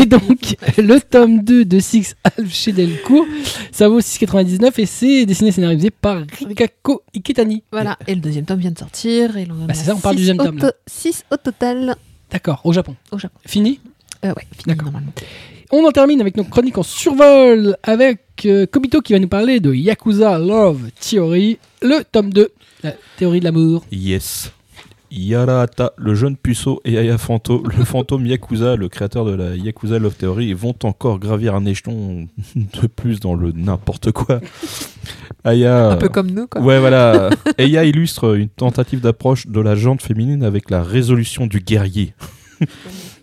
S1: Et donc, le tome 2 de Six Alpha chez Delcourt, ça vaut 6,99 et c'est dessiné et scénarisé par Rikako Iketani.
S2: Voilà, et le deuxième tome vient de sortir. Et
S1: euh, Bah, c'est ça, on parle du deuxième tome, là.
S2: 6 au total
S1: D'accord, au Japon.
S2: au Japon.
S1: Fini
S2: Euh, ouais, fini
S1: D'accord.
S2: normalement.
S1: On en termine avec nos chroniques en survol avec euh, Kobito qui va nous parler de Yakuza Love Theory, le tome 2, la théorie de l'amour.
S3: Yes. Yarahata, le jeune puceau, et Aya Fanto, le fantôme Yakuza, le créateur de la Yakuza Love Theory, vont encore gravir un échelon de plus dans le n'importe quoi. Aya.
S2: Un peu comme nous, quoi.
S3: Ouais, voilà. Aya illustre une tentative d'approche de la jante féminine avec la résolution du guerrier.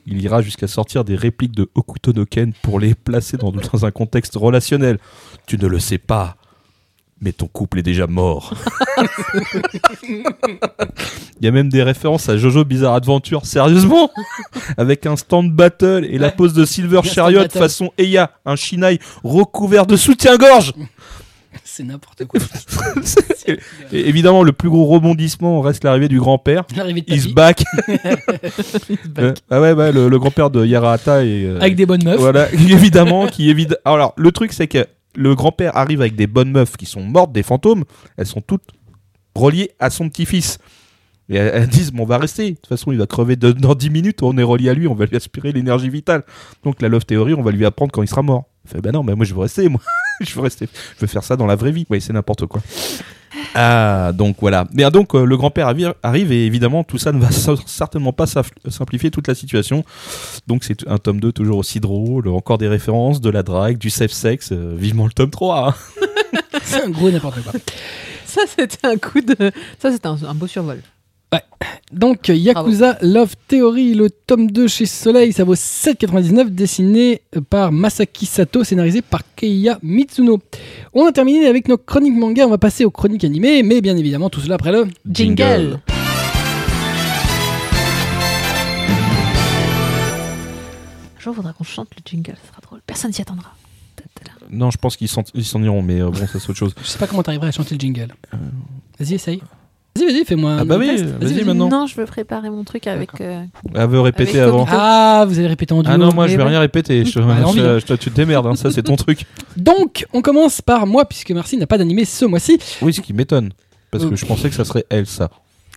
S3: Il ira jusqu'à sortir des répliques de Hokuto no Ken pour les placer dans, dans un contexte relationnel. Tu ne le sais pas, mais ton couple est déjà mort. Il y a même des références à Jojo Bizarre Adventure, sérieusement Avec un stand battle et la
S1: Ouais.
S3: pose de
S1: Bien
S3: Silver
S1: stand
S3: Chariot
S1: battle.
S3: façon Eya, un Shinai recouvert de soutien-gorge
S1: C'est n'importe quoi.
S3: et évidemment, le plus gros rebondissement reste l'arrivée du grand-père.
S1: L'arrivée de
S3: Bah, Il se
S1: papy,
S3: back.
S2: back.
S3: Euh, ah ouais, bah, le, le grand-père de Yarahata est. euh,
S1: avec des bonnes meufs.
S3: Voilà, évidemment, qui évite. Alors, le truc, c'est que le grand-père arrive avec des bonnes meufs qui sont mortes, des fantômes. Elles sont toutes reliées à son petit-fils. Et elles, elles disent, bon, on va rester. De toute façon, il va crever de- dans 10 minutes. On est relié à lui. On va lui aspirer l'énergie vitale. Donc, la love theory, on va lui apprendre quand il sera mort. Il fait, ben non, mais moi, je veux rester, moi. je veux rester. Je veux faire ça dans la vraie vie. Oui, c'est n'importe quoi. Ah, donc voilà. Mais ah, donc, euh, le grand-père arri- arrive et évidemment, tout ça ne va certainement pas saf- simplifier toute la situation. Donc c'est un tome 2 toujours aussi drôle, encore des références, de la drague, du safe sex, euh, vivement le tome 3. hein.
S1: C'est un gros n'importe quoi.
S2: Ça, c'était un coup de. Ça, c'était un, un beau survol.
S1: Donc, Yakuza Love Theory, le tome 2 chez Soleil, ça vaut 7,99, dessiné par Masaki Sato, scénarisé par Keiya Mitsuno. On a terminé avec nos chroniques manga, on va passer aux chroniques animées, mais bien évidemment, tout cela après le.
S2: Un jour, faudra qu'on chante le jingle, ça sera drôle. Personne s'y attendra. Ta-ta-da.
S3: Non, je pense qu'ils s'en ils s'en iront, mais euh, bon, ça c'est autre chose.
S1: Je sais pas comment t'arriverais à chanter le jingle. Vas-y, essaye. Vas-y, vas-y, fais-moi.
S3: Euh. Ah
S1: un
S3: bah
S1: petit
S3: oui,
S1: test.
S3: vas-y, maintenant.
S2: Non. je veux préparer mon truc avec. euh,
S3: Elle veut répéter
S2: Avec
S3: avant.
S2: Tommy.
S1: Ah, vous allez répéter en duo. Eh
S3: Ah non, moi je
S2: Mais
S3: vais
S2: ouais.
S3: rien répéter. Je,
S1: Ah, elle a
S3: je-
S1: envie, hein.
S3: je- toi, tu te démerdes, hein, ça c'est ton truc.
S1: Donc, on commence par moi, puisque Marcy n'a pas d'animé ce mois-ci.
S3: Oui, ce qui m'étonne. Parce que
S1: Ok.
S3: je pensais que ça serait elle, ça.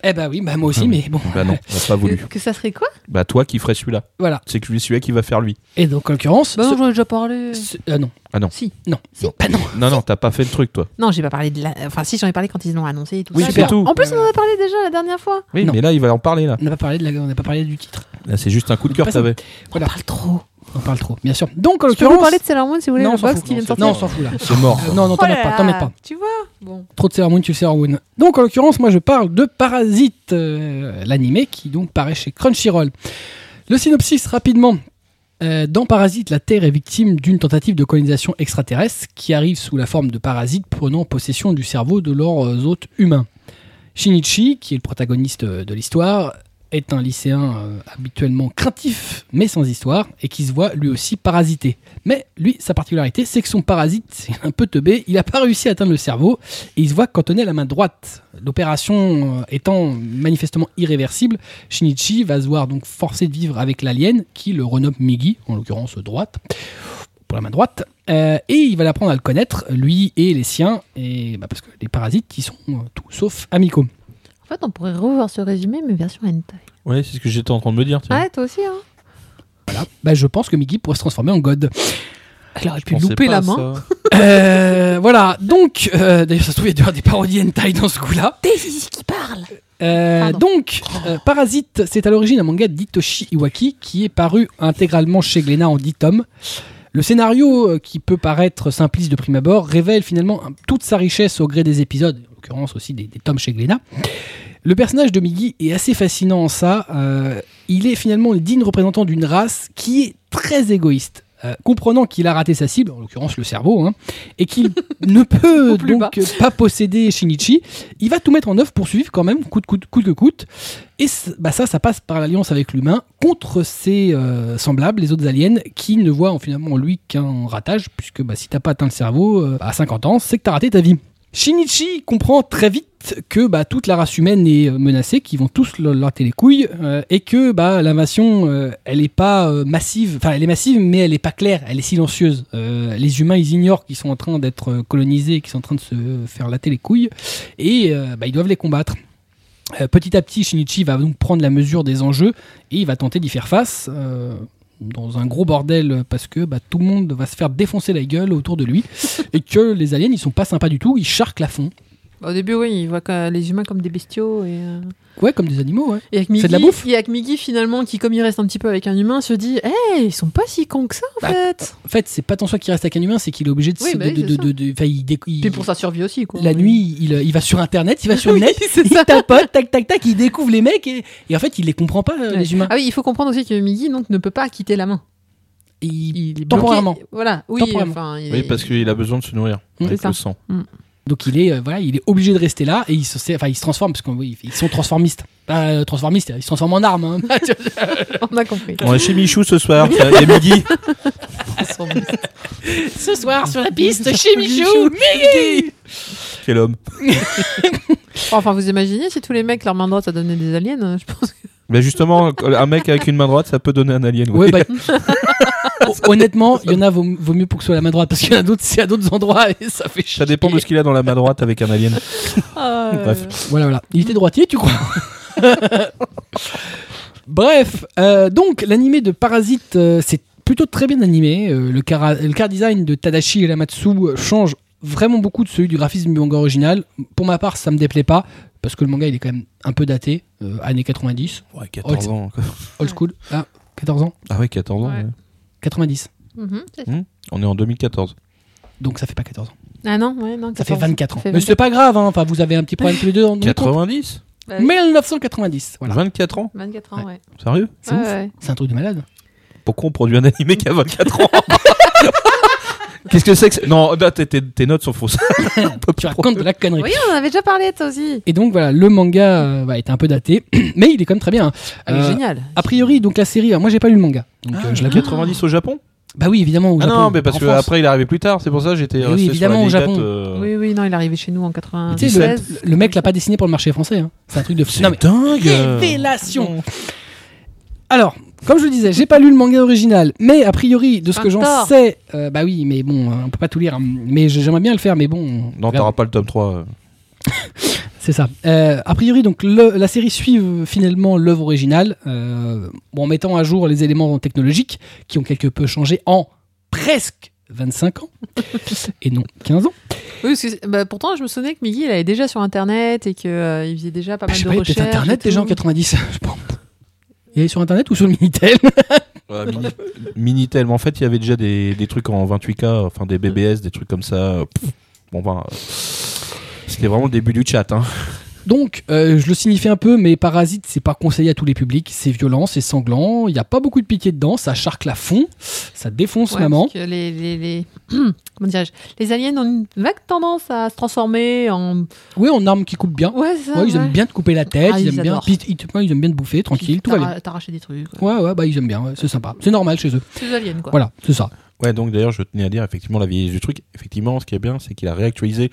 S1: Eh bah oui, bah moi aussi,
S3: Ah oui.
S1: mais bon.
S3: Bah non, on n'a pas voulu.
S2: Que, que ça serait quoi
S3: Bah toi qui ferais celui-là.
S1: Voilà.
S3: C'est que lui, celui-là qui va faire lui.
S1: Et donc, en l'occurrence.
S2: Bah
S1: ce-
S2: non, j'en ai déjà parlé.
S1: ce- ah non.
S3: Ah non.
S2: Si.
S1: Non.
S2: Si.
S1: Bah non.
S3: Non, non, t'as pas fait le truc, toi.
S2: Non, j'ai pas parlé de la. Enfin, si, j'en ai parlé quand ils l'ont annoncé et tout
S3: Oui,
S2: ça.
S1: c'est
S2: Et
S3: tout.
S2: En plus, on
S1: Euh.
S2: en a parlé déjà la dernière fois.
S3: Oui,
S1: Non.
S3: mais là, il va en parler, là.
S1: On n'a pas parlé de la- on n'a pas parlé du titre.
S3: Là, c'est juste un coup de
S1: On
S3: cœur que
S1: passe un-
S3: t'avais.
S1: Voilà.
S2: On parle trop.
S1: On parle trop, bien sûr. Donc, en
S2: Je peux vous
S1: l'occurrence.
S2: parler de Sailor Moon si vous voulez,
S1: non, on
S2: le
S1: s'en
S2: box
S1: fout,
S2: qui
S1: non,
S2: vient de
S1: on s'en-
S2: sortir
S1: Non, on s'en fout là.
S3: C'est mort.
S1: Euh, non, non, t'en
S2: Oh
S1: mets
S2: là
S1: pas, t'en mets
S2: là,
S1: pas.
S2: Tu vois Bon.
S1: Trop de Sailor Moon, tu le Sailor Moon. Donc, en l'occurrence, moi, je parle de Parasite, euh, l'animé qui donc paraît chez Crunchyroll. Le synopsis, rapidement. Euh, dans Parasite, la Terre est victime d'une tentative de colonisation extraterrestre qui arrive sous la forme de parasites prenant possession du cerveau de leurs euh, hôtes humains. Shinichi, qui est le protagoniste euh, de l'histoire, est un lycéen euh, habituellement craintif mais sans histoire et qui se voit lui aussi parasité. Mais lui, sa particularité, c'est que son parasite, c'est un peu teubé, il n'a pas réussi à atteindre le cerveau et il se voit cantonner à la main droite. L'opération euh, étant manifestement irréversible, Shinichi va se voir donc forcé de vivre avec l'alien qui le renomme Migi, en l'occurrence droite, pour la main droite. Euh, et il va l'apprendre à le connaître, lui et les siens, et bah, parce que les parasites, ils sont euh, tout sauf amicaux.
S2: En fait, on pourrait revoir ce résumé, mais version hentai.
S3: Ouais, c'est ce que j'étais en train de me dire, tiens.
S2: Ouais, toi aussi, hein
S1: Bah, je pense que Migi pourrait se transformer en god.
S2: Elle
S1: Ah,
S2: aurait
S3: Je pensais pas à ça.
S1: Euh, voilà, donc, euh, d'ailleurs, ça se trouve, il y a dû y avoir des parodies hentai dans ce coup-là.
S2: Daisy qui parle
S1: Euh,
S2: Pardon.
S1: donc, euh, Parasite, c'est à l'origine un manga d'Hitoshi Iwaki qui est paru intégralement chez Glénat en 10 tomes. Le scénario, euh, qui peut paraître simpliste de prime abord, révèle finalement un- toute sa richesse au gré des épisodes, en l'occurrence aussi des, des tomes chez Glénat. Le personnage de Migi est assez fascinant en ça. euh, il est finalement le digne représentant d'une race qui est très égoïste. Euh, comprenant qu'il a raté sa cible, en l'occurrence le cerveau, hein, et qu'il ne peut
S2: Au plus
S1: donc
S2: bas.
S1: pas posséder Shinichi, il va tout mettre en œuvre pour suivre quand même, coûte, coûte, coûte que coûte. Et c- bah ça, ça passe par l'alliance avec l'humain contre ses euh, semblables, les autres aliens, qui ne voient en- finalement en lui qu'un ratage, puisque bah, si t'as pas atteint le cerveau euh, à 50 ans, c'est que t'as raté ta vie. Shinichi comprend très vite que bah, toute la race humaine est euh, menacée, qu'ils vont tous le- leur rater les couilles, euh, et que bah, l'invasion, euh, elle est pas euh, massive, enfin elle est massive, mais elle est pas claire, elle est silencieuse. Euh, les humains, ils ignorent qu'ils sont en train d'être euh, colonisés, qu'ils sont en train de se euh, faire latter les couilles, et euh, bah, ils doivent les combattre. Euh, petit à petit, Shinichi va donc prendre la mesure des enjeux, et il va tenter d'y faire face. euh, dans un gros bordel parce que bah, tout le monde va se faire défoncer la gueule autour de lui et que les aliens ils sont pas sympas du tout ils charclent à fond
S2: Bah, Au début, oui, il voit que les humains comme des bestiaux et... euh,
S1: Ouais, comme des animaux, ouais.
S2: Et avec
S1: C'est
S2: Miggy,
S1: de la bouffe
S2: et avec Miggy, finalement, qui comme il reste un petit peu avec un humain, se dit « Eh, ils sont pas si cons que ça,
S1: Bah,
S2: en fait
S1: En fait, c'est pas tant ça qu'il reste avec un humain, c'est qu'il est obligé de.
S2: Oui,
S1: se-
S2: bah oui,
S1: de-
S2: c'est
S1: de-
S2: ça.
S1: de- de- enfin, il dé- !» il-
S2: Puis pour sa survie aussi, quoi.
S1: La nuit, il, il va sur internet, il va sur le net,
S2: Oui, c'est
S1: il
S2: ça.
S1: tapote, tac, tac, tac, il découvre les mecs et, et en fait, il les comprend pas, euh,
S2: Ouais.
S1: les humains.
S2: Ah oui, il faut comprendre aussi que Miggy, donc, ne peut pas quitter la main.
S1: Il-
S2: Il est bloqué.
S1: Temporairement.
S2: Voilà, oui,
S1: Temporairement.
S2: enfin... il
S3: Oui,
S2: est-
S3: parce qu'il a besoin de se nourrir.
S1: C'est
S3: Avec
S2: ça.
S3: le sang.
S1: Donc il est, euh, voilà, il est obligé de rester là et il se, sait- enfin, il se transforme parce qu'ils sont transformistes. Pas euh, transformistes, ils se transforment en armes. hein.
S2: On a compris.
S3: On est chez Michou ce soir, il y a midi.
S1: Ce soir sur la
S2: piste,
S1: chez
S2: Michou,
S3: Quel homme.
S2: Enfin, vous imaginez si tous les mecs, leur main droite, ça donnait des aliens, euh, je pense que...
S3: Mais justement, un mec avec une main droite, ça peut donner un alien. oui.
S1: Ouais, bah, hon- honnêtement, il y en a vaut, vaut mieux pour que ce soit à la main droite parce qu'il y en a d'autres, c'est à d'autres endroits et ça fait chier.
S3: Ça dépend de ce qu'il a dans la main droite avec un alien.
S2: Euh,
S3: Bref.
S1: Voilà, voilà. Il était droitier, tu crois Bref, euh, donc l'animé de Parasite, euh, c'est plutôt très bien animé. Euh, le, cara- le car design de Tadashi Elamatsu change vraiment beaucoup de celui du graphisme du manga original. Pour ma part, ça me déplaît pas parce que le manga il est quand même un peu daté, euh, années 90,
S3: Ouais, 14 ans. quoi.
S1: old
S2: Ouais.
S1: school. Ah, 14 ans
S3: Oh, Ah ouais, 14 ans.
S2: Ouais.
S3: ouais.
S1: 90.
S2: Mhm,
S1: Mmh.
S2: c'est ça.
S3: On est en 2014.
S1: Donc ça fait pas 14 ans.
S2: Ah non, ouais, non.
S1: Ça fait 24 ans.
S2: fait
S1: Mais c'est pas grave, hein. enfin vous avez un petit problème tous les deux. on- on compte.
S3: 90
S1: Euh, 1990, voilà.
S3: 24 ans
S2: 24 ans, ouais.
S3: Sérieux
S1: C'est ouf. C'est un truc de malade.
S3: Pourquoi on produit un animé qui a 24 ans Qu'est-ce que c'est que c'est Non, là, tes, tes- tes notes sont fausses. On
S1: Tu
S3: peut plus
S1: racontes de la connerie.
S2: Oui, on en avait déjà parlé, toi aussi.
S1: Et donc voilà, le manga euh, bah, était un peu daté, mais il est quand même très bien.
S2: Ah, mais
S1: Euh,
S2: génial.
S3: Ah,
S1: A priori, donc la série, alors, moi j'ai pas lu le manga, donc
S3: produire.
S1: euh, je la
S3: Ah, 90 au Japon
S1: Bah oui, évidemment. au
S3: Ah
S1: Japon,
S3: non, mais parce
S1: en
S3: que
S1: France.
S3: après il est arrivé plus tard, c'est pour ça que j'étais
S1: Oui,
S3: resté
S1: évidemment, au
S3: sur la vieille
S1: Japon.
S3: date, euh,
S2: Oui, oui, non, il est arrivé chez nous en
S1: Tu sais,
S2: 96.
S1: le, le mec l'a pas dessiné pour le marché français. hein. C'est un truc de fou. Non, mais-
S3: dingue euh.
S1: Révélation Alors, comme je le disais, j'ai pas lu le manga original, mais a priori, de ce que
S2: Un
S1: j'en
S2: tort.
S1: sais, euh, bah oui, mais bon, hein, on peut pas tout lire, hein, mais j- j'aimerais bien le faire, mais bon, on
S3: Non,
S1: verra.
S3: t'auras pas le tome 3. euh.
S1: c'est ça. Euh, a priori, donc, le- la série suit euh, finalement l'œuvre originale, euh, bon, en mettant à jour les éléments technologiques qui ont quelque peu changé en presque 25 ans, et non 15 ans.
S2: Oui, parce que c'est- bah, pourtant, je me souvenais que Miggy, il allait déjà sur Internet et qu'il faisait déjà pas
S1: Bah,
S2: mal
S1: je sais
S2: de
S1: pas, il y avait
S2: recherches.
S1: peut-être Internet
S2: et
S1: déjà en
S2: tout.
S1: 90, euh, je pense. Il est sur Internet ou sur le Minitel
S3: Voilà, Mini- Minitel, mais en fait, il y avait déjà des, des trucs en 28K, enfin des BBS, des trucs comme ça. Pff, Bon, ben. euh, C'était vraiment le début du chat. Hein.
S1: Donc, euh, je le signifie un peu, mais Parasite, c'est pas conseillé à tous les publics. C'est violent, c'est sanglant, il n'y a pas beaucoup de pitié dedans, ça charcle à fond, ça défonce
S2: Ouais,
S1: maman.
S2: parce que les, les, les- Comment dirais-je Les aliens ont une vague tendance à se transformer en.
S1: Oui, en arme qui coupe bien.
S2: Ah Ouais, c'est ça.
S1: Ouais, ils aiment bien te couper la tête,
S2: Ah,
S1: ils,
S2: ils
S1: aiment bien,
S2: adorent.
S1: puis ils, te- ils aiment bien te bouffer, tranquille, tout va bien.
S2: T'arracher des trucs. ouais.
S1: Ouais, ouais, bah ils aiment bien, ouais, c'est sympa, c'est normal chez eux.
S2: C'est des aliens, quoi.
S1: Voilà, c'est ça.
S3: Ouais, donc d'ailleurs, je tenais à dire effectivement la vieillesse du truc. Effectivement, ce qui est bien, c'est qu'il a réactualisé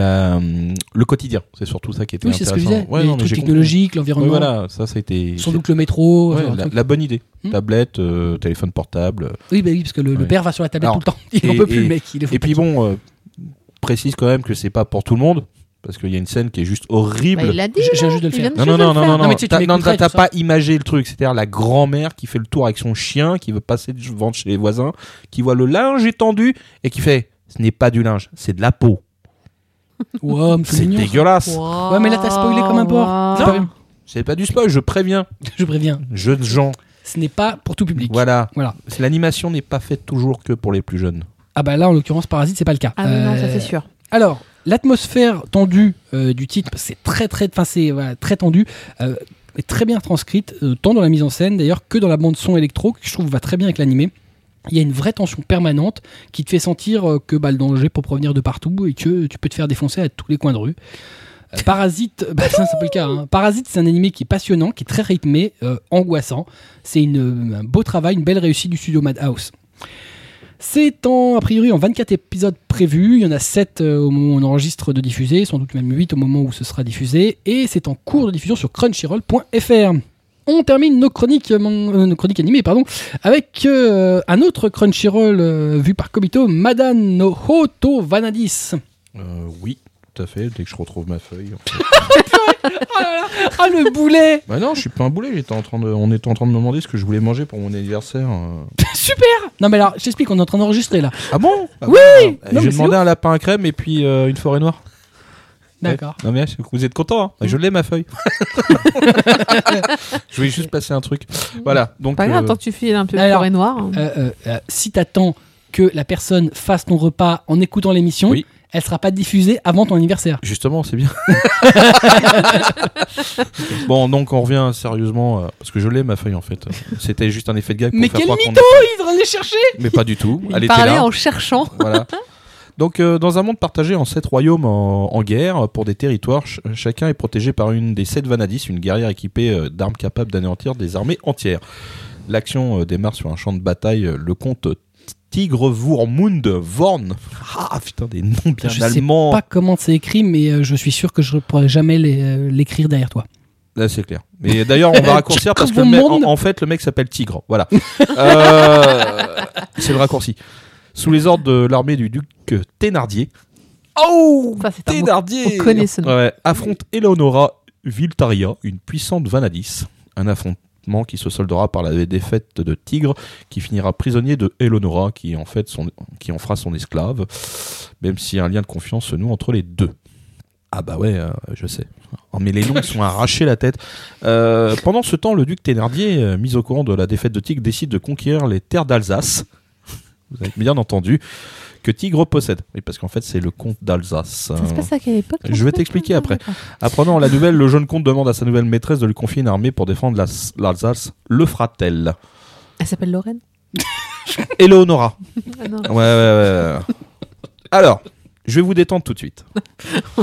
S3: euh, le quotidien. C'est surtout ça qui était
S1: Oui, c'est ce
S3: intéressant.
S1: que je disais.
S3: Ouais,
S1: les
S3: non, mais
S1: trucs
S3: j'ai compris.
S1: technologiques,
S3: Ouais,
S1: l'environnement,
S3: voilà, ça, ça a été.
S1: sans doute le métro.
S3: Ouais,
S1: ce genre de
S3: la,
S1: truc.
S3: la bonne idée.
S1: Hmm.
S3: Tablette, euh, téléphone portable.
S1: Oui, bah oui, parce que le, le
S3: Ouais.
S1: père va sur la tablette
S3: Alors,
S1: tout le temps. Il en
S3: et-
S1: peut plus,
S3: et-
S1: le mec. Il est fou.
S3: Et puis bon, euh, précise quand même que c'est pas pour tout le monde, parce qu'il y a une scène qui est juste
S2: Bah,
S3: horrible.
S2: il l'a dit.
S1: J'ai- j'ai
S2: là,
S1: juste de le
S2: il
S1: faire.
S2: vient
S3: Non,
S2: juste
S3: non,
S2: de le
S3: non, non,
S2: faire.
S3: non,
S1: Non, mais
S3: non,
S1: tu sais, tu
S3: t'as non,
S1: m'écouterais,
S3: t'as- t'as
S1: tout ça.
S3: pas imagé le truc. C'est-à-dire la grand-mère qui fait le tour avec son chien, qui veut passer devant chez les voisins, qui voit le linge étendu et qui fait Ce n'est pas du linge, c'est de la peau.
S1: Ouah, mais c'est
S3: C'est
S1: mignon.
S3: dégueulasse.
S2: Waouh,
S1: Ouais, mais là, t'as spoilé comme un porc.
S2: waouh.
S1: C'est pas bien.
S3: C'est pas du spoil, je préviens.
S1: Je préviens,
S3: Jeunes gens.
S1: ce n'est pas pour tout public.
S3: Voilà.
S1: Voilà.
S3: L'animation n'est pas faite toujours que pour les plus jeunes.
S1: Ah bah là, en l'occurrence, Parasite, c'est pas le cas.
S2: Ah, oui, non, ça
S1: Euh,
S2: c'est sûr.
S1: Alors, l'atmosphère tendue euh, du titre, c'est très très, enfin c'est voilà, très tendu, euh, et très bien transcrite, euh, tant dans la mise en scène d'ailleurs que dans la bande son électro, que je trouve va très bien avec l'animé. Il y a une vraie tension permanente qui te fait sentir euh, que bah, le danger peut provenir de partout et que tu peux te faire défoncer à tous les coins de rue. Euh, Parasite, bah, ça c'est pas le cas. hein. Parasite, c'est un animé qui est passionnant, qui est très rythmé, euh, angoissant. C'est une- euh, un beau travail, une belle réussite du studio Madhouse. C'est en, a priori en 24 épisodes prévus. Il y en a 7 au moment où on enregistre de diffuser, sans doute même 8 au moment où ce sera diffusé. Et c'est en cours de diffusion sur crunchyroll.fr. On termine nos chroniques, euh, mon- euh, nos chroniques animées pardon, avec euh, un autre Crunchyroll euh, vu par Kobito, Madan no Hoto Vanadis.
S3: Euh, oui, tout à fait. Dès que je retrouve ma feuille.
S1: Ah le boulet
S3: bah non, je suis pas un boulet. J'étais en train de, on était en train de me demander ce que je voulais manger pour mon anniversaire. euh.
S1: Super Non mais alors, je t'explique, on est en train d'enregistrer là.
S3: Ah bon Ah
S1: Oui
S3: bon,
S1: Non,
S3: alors, J'ai
S1: mais c'est
S3: demandé un lapin à crème et puis euh, une forêt noire.
S1: D'accord.
S3: Ouais. Non mais là, vous êtes content. Hein Je l'ai ma feuille. je voulais juste passer un truc. Voilà. Donc
S2: Pas grave,
S3: euh,
S2: tant que tu files un peu de
S1: alors,
S2: forêt noire. hein.
S1: Euh, euh, euh, si t'attends que la personne fasse ton repas en écoutant l'émission,
S3: Oui.
S1: elle sera pas diffusée avant ton anniversaire.
S3: Justement, c'est bien. bon, donc on revient sérieusement euh, parce que je l'ai ma feuille en fait. C'était juste un effet de gag pour
S1: Mais
S3: faire
S1: quel
S3: croire qu'on-
S1: mytho Il va aller chercher
S3: Mais pas du tout. Elle
S2: il
S3: était
S2: parlait
S3: là.
S2: en cherchant.
S3: Voilà. Donc, euh, dans un monde partagé en sept royaumes en, en guerre pour des territoires, ch- chacun est protégé par une des sept Vanadis, une guerrière équipée euh, d'armes capables d'anéantir des armées entières. L'action euh, démarre sur un champ de bataille. euh, Le comte Tigre Wurmund Vorn. Ah putain, des noms bien
S1: Je sais
S3: allemands.
S1: Pas comment c'est écrit, mais euh, je suis sûr que je pourrais jamais l'é- euh, l'écrire derrière toi.
S3: Là, c'est clair. Mais d'ailleurs, on va raccourcir parce que le mec- en,
S1: Wurmund.
S3: en fait, le mec s'appelle Tigre. Voilà. Euh, c'est le raccourci. Sous les ordres de l'armée du duc euh, Thénardier. Oh
S2: Ça, c'est un mot
S3: Thénardier
S2: on connaît ce nom.
S3: Ouais, affronte Eleonora Viltaria, une puissante Vanadis. Un affrontement qui se soldera par la défaite de Tigre, qui finira prisonnier de Eleonora, qui en, fait son, qui en fera son esclave, même si un lien de confiance se noue entre les deux. Ah bah ouais, euh, je sais. Oh, mais les noms ils sont arrachés la tête. Euh, pendant ce temps, le duc Thénardier, euh, mis au courant de la défaite de Tigre, décide de conquérir les terres d'Alsace. Vous avez bien entendu que Tigre possède. Oui, parce qu'en fait, c'est le comte d'Alsace. hein,
S2: Ça se passe à quelle époque
S3: Je vais t'expliquer après. Apprenant la nouvelle, le jeune comte demande à sa nouvelle maîtresse de lui confier une armée pour défendre l'As- l'Alsace, le fratel.
S2: Elle s'appelle Lorraine
S3: Eleonora.
S2: Ah non.
S3: Ouais, ouais, ouais. ouais. Alors, je vais vous détendre tout de suite.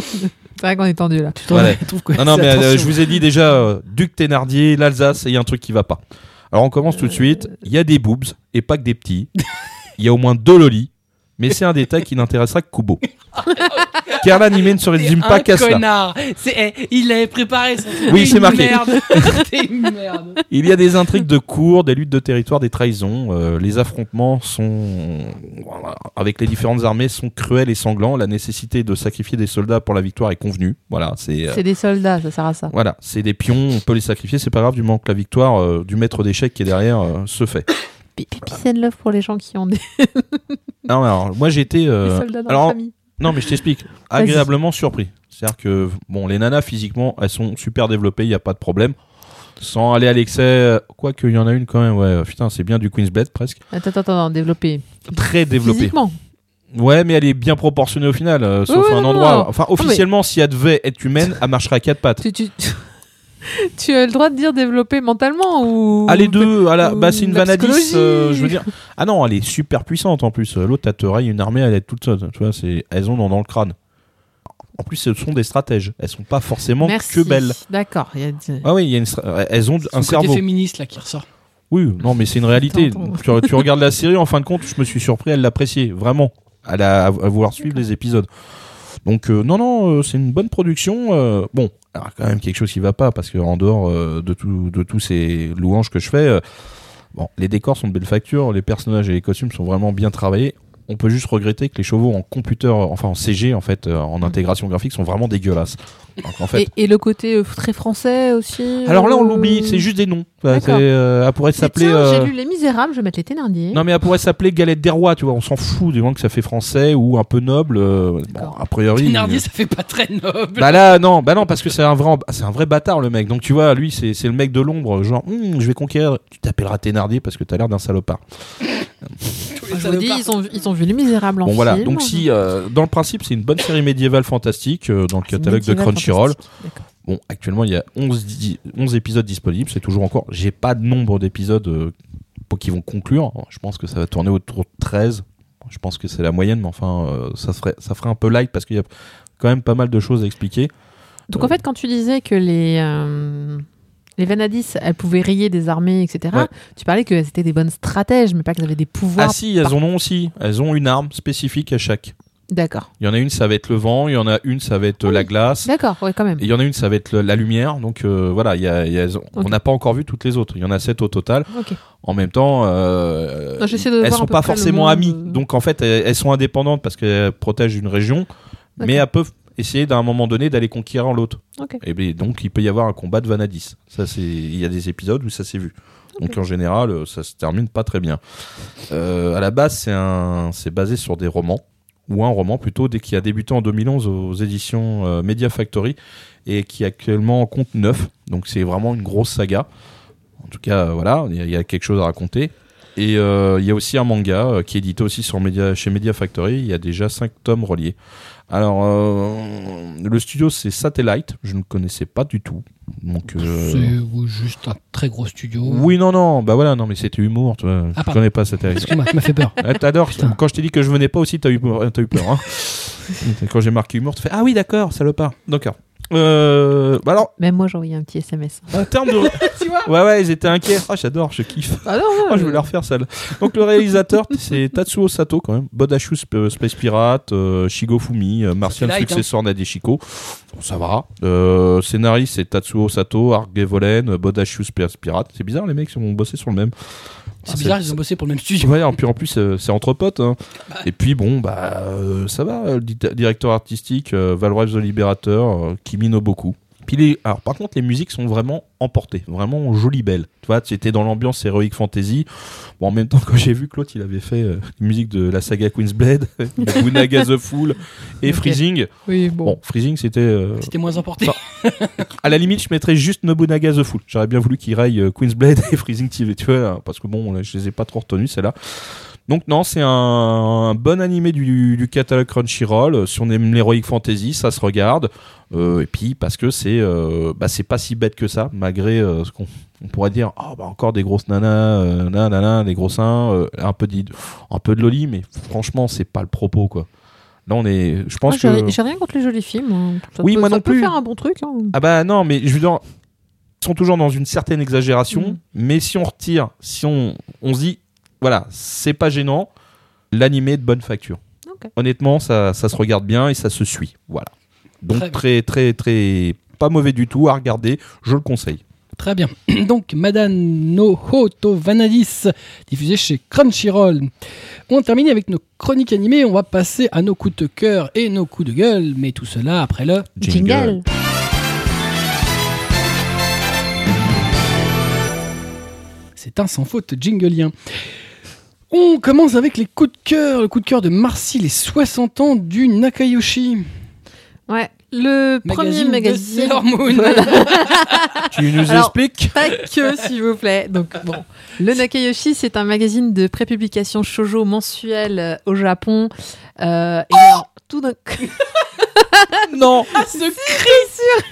S2: C'est vrai qu'on est tendu là.
S1: Tu t'en-
S3: Ouais.
S1: trouve que
S3: Non, non,
S1: c'est
S3: mais euh,
S1: attention.
S3: je vous ai dit déjà, euh, Duc Thénardier, l'Alsace, et il y a un truc qui va pas. Alors on commence tout de suite. Il y a des boobs et pas que des petits. Il y a au moins deux lolis. Mais c'est un détail qui n'intéressera que Kubo. Car l'animé ne se résume pas qu'à cela.
S1: connard. C'est, eh, il l'avait préparé. ça.
S3: Oui,
S1: T'es
S3: c'est
S1: une
S3: marqué.
S1: merde. T'es une merde.
S3: Il y a des intrigues de cours, des luttes de territoire, des trahisons. Euh, les affrontements sont, voilà, avec les différentes armées, sont cruels et sanglants. La nécessité de sacrifier des soldats pour la victoire est convenue. Voilà, c'est. euh,
S2: C'est des soldats, ça sert à ça.
S3: Voilà, c'est des pions, on peut les sacrifier, c'est pas grave du moment que la victoire euh, du maître d'échecs qui est derrière euh, se fait.
S2: P- p- Peace and love pour les gens qui ont des, des
S3: Non, alors, moi j'ai été. euh,
S2: soldats dans
S3: alors,
S2: la famille.
S3: Non, mais je t'explique.
S2: Vas-y.
S3: Agréablement surpris. C'est-à-dire que, bon, les nanas, physiquement, elles sont super développées, il n'y a pas de problème. Sans aller à l'excès, euh, quoique il y en a une quand même, ouais, putain, c'est bien du Queen's Blade presque.
S2: Attends, attends, attends, développer.
S3: Très développée.
S2: Physiquement.
S3: Ouais, mais elle est bien proportionnée au final, euh, sauf
S2: Ouais,
S3: à un
S2: non,
S3: endroit.
S2: non.
S3: Enfin, officiellement, si elle devait être humaine, elle marcherait à quatre pattes.
S2: Tu, tu... tu as le droit de dire développer mentalement ou.
S3: Ah, les deux, à la...
S2: ou
S3: bah, c'est une
S2: la
S3: vanadis,
S2: psychologie.
S3: je veux dire. Ah non, elle est super puissante en plus. Euh, L'autre, t'as Terai, une armée, elle est toute seule. Tu vois, c'est... elles ont dans, dans le crâne. En plus, ce sont des stratèges. Elles sont pas forcément
S2: Merci.
S3: que belles.
S2: D'accord. il y a-
S3: Ah oui, il y a une stra- elles ont
S1: Son
S3: un
S1: côté
S3: cerveau.
S1: féministe là qui ressort.
S3: Oui, non, mais c'est une réalité.
S2: Attends,
S3: Tu, tu regardes la série, en fin de compte, je me suis surpris à l'apprécier, vraiment, à, la- à vouloir suivre les épisodes. Donc, euh, non, non, euh, c'est une bonne production. euh, bon, alors quand même quelque chose qui va pas, parce que en dehors euh, de, tout, de tous ces louanges que je fais, euh, bon, les décors sont de belle facture, les personnages et les costumes sont vraiment bien travaillés. On peut juste regretter que les chevaux en computer, enfin en CG, en fait, euh, en intégration graphique, sont vraiment dégueulasses. Donc, en fait,
S2: Mm. Et, et le côté euh, très français aussi.
S3: alors là, on
S2: euh,
S3: l'oublie, c'est juste des noms.
S2: D'accord.
S3: C'est, euh, elle pourrait
S2: mais
S3: s'appeler.
S2: tiens,
S3: euh,
S2: J'ai lu Les Misérables, je vais mettre les Thénardier.
S3: Non, mais elle pourrait s'appeler Galette des Rois, tu vois. On s'en fout du moment que ça fait français ou un peu noble. euh, Bon,
S2: D'accord.
S3: a priori.
S1: Thénardier, ça fait pas très noble.
S3: Bah là, non, bah non, parce que c'est un vrai, c'est un vrai bâtard le mec. Donc tu vois, lui, c'est c'est le mec de l'ombre, genre, Hum, je vais conquérir. Tu t'appelleras Thénardier parce que t'as l'air d'un salopard.
S1: Tous les
S2: Je vous dis,
S1: salopards.
S2: ils ont, ils ont vu Les Misérables en
S3: bon voilà.
S2: film. hein.
S3: Donc si, euh, dans le principe, c'est une bonne série médiévale fantastique euh, dans le catalogue
S2: Ah,
S3: de
S2: Médiéval
S3: Crunchyroll.
S2: fantastique, d'accord.
S3: Bon, actuellement, il y a 11, di- 11 épisodes disponibles. C'est toujours encore. J'ai pas de nombre d'épisodes euh, pour- qui vont conclure. Je pense que ça va tourner autour de 13. Je pense que c'est la moyenne, mais enfin, euh, ça, ferait, ça ferait un peu light parce qu'il y a quand même pas mal de choses à expliquer.
S2: Donc en fait, quand tu disais que les. euh, Les Vanadis, elles pouvaient rayer des armées, etc.
S3: Ouais.
S2: Tu parlais que c'était des bonnes stratèges, mais pas qu'elles avaient des pouvoirs.
S3: Ah si, elles en ont aussi. Elles ont une arme spécifique à chaque.
S2: D'accord,
S3: Il y en a une, ça va être le vent. Il y en a une, ça va être euh, la glace.
S2: d'accord, ouais, quand même.
S3: Et il y en a une, ça va être le- la lumière. Donc euh, voilà, il y a- il y a- on
S2: Ok.
S3: n'a pas encore vu toutes les autres. Il y en a sept au total.
S2: Ok.
S3: En même temps, euh,
S2: Non, j'essaie de
S3: elles
S2: voir
S3: sont
S2: à peu
S3: pas
S2: près le
S3: forcément
S2: monde,
S3: amies.
S2: euh.
S3: Donc en fait, elles, elles sont indépendantes parce qu'elles protègent une région, mais elles peuvent essayer d'un moment donné d'aller conquérir l'autre.
S2: Ok.
S3: Et bien, donc il peut y avoir un combat de Vanadis. Ça c'est, il y a des épisodes où ça s'est vu. Donc en général, euh, ça se termine pas très bien. Euh, à la base, c'est un, c'est basé sur des romans ou un roman plutôt dès qui a débuté en 2011 aux éditions euh, Media Factory et qui actuellement en compte 9. Donc c'est vraiment une grosse saga. En tout cas, euh, voilà, il y, a- il y a quelque chose à raconter. Et euh, il y a aussi un manga euh, qui est édité aussi sur Media, chez Media Factory. Il y a déjà 5 tomes reliés. Alors, euh, le studio c'est Satellite. Je ne connaissais pas du tout. Donc, euh,
S1: C'est ou juste un très gros studio.
S3: oui, non, non. Bah voilà, non, mais c'était humour. Tu vois.
S1: Ah,
S3: je
S1: pardon.
S3: connais pas Satellite.
S1: Excuse-moi, tu m'as fait peur.
S3: Ouais, Eh, T'adores.
S1: Putain.
S3: Quand je t'ai dit que je venais pas aussi, t'as eu, peur- t'as eu peur. hein. Quand j'ai marqué humour, tu fais Ah oui, d'accord, salopard. D'accord. Euh, bah alors,
S2: Même moi, j'ai envoyé un petit SMS.
S3: en termes de.
S2: tu vois
S3: Ouais, ouais, ils étaient inquiets. Ah, j'adore, je kiffe.
S2: Ah non, non,
S3: Ah, je vais la refaire celle. Donc le réalisateur, c'est Tatsuo Sato quand même. Bodashu Sp- euh, Space Pirate, euh, Shigo Fumi, euh, Martian
S1: light,
S3: successeur Nadeshiko. Bon, ça va. Euh, scénariste, c'est Tatsuo Sato, Arc Gevolen, euh, Bodashu Space Pirate. C'est bizarre, les mecs ils ont bossé sur le même.
S1: C'est
S3: Ah,
S1: bizarre, ils ont bossé pour le même studio.
S3: Ouais, en plus, en plus euh, c'est entre potes. hein. Et puis bon, bah euh, ça va. euh, le di- directeur artistique, euh, Valrive the Liberator, euh, Kimi no Boku. Puis les, alors par contre, les musiques sont vraiment emportées, vraiment jolies belles. Tu vois, c'était dans l'ambiance héroïque fantasy. Bon, en même temps, quand j'ai vu Claude, il avait fait euh, les musiques de la saga Queensblade, Bunaga the Fool et
S2: Ok.
S3: Freezing.
S2: Oui, bon.
S3: Bon, Freezing, c'était euh,
S1: C'était moins emporté.
S3: Enfin, à la limite, je mettrais juste Nobunaga The Fool. J'aurais bien voulu qu'il raille euh, Queensblade et Freezing TV, tu vois, là, parce que bon, là, je les ai pas trop retenus, celle-là. Donc non, c'est un, un bon animé du, du catalogue Crunchyroll. Euh, Si on aime l'heroic fantasy, ça se regarde. Euh, et puis parce que c'est, euh, bah, c'est pas si bête que ça, malgré euh, ce qu'on on pourrait dire. Ah bah encore des grosses nanas, euh, nanana, des gros seins, euh, un peu de, un peu de loli, mais franchement, c'est pas le propos quoi. Là, on est, je pense
S2: Moi, Ah, j'ai-
S3: que
S2: J'ai rien contre les jolis films. hein. Ça
S3: Oui,
S2: peut-
S3: moi
S2: ça
S3: non
S2: peut
S3: plus.
S2: faire un bon truc. hein.
S3: ah bah non, mais je veux dire, sont toujours dans une certaine exagération,
S2: Mhm.
S3: mais si on retire, si on, on se dit, voilà, c'est pas gênant, l'animé est de bonne facture.
S2: Ah. Ok.
S3: Honnêtement, ça, ça se regarde bien et ça se suit. Voilà. Donc
S1: Très bien.
S3: très, très, très, pas mauvais du tout à regarder, je le conseille.
S1: Très bien. Donc, Madame No Hoto Vanadis, diffusée chez Crunchyroll. On termine avec nos chroniques animées. On va passer à nos coups de cœur et nos coups de gueule, mais tout cela après le. C'est un sans faute jinglien. On commence avec les coups de cœur. Le coup de cœur de Marcy, les 60 ans du Nakayoshi.
S2: Ouais. Le premier
S1: de
S2: magazine.
S1: Sailor Moon.
S3: Tu nous
S2: Alors,
S3: expliques
S2: Pas que, s'il vous plaît. Donc, bon. Le Nakayoshi, c'est un magazine de prépublication shoujo mensuel euh, au Japon. Euh,
S3: Oh
S2: et alors, tout d'un coup.
S1: Non, ce cri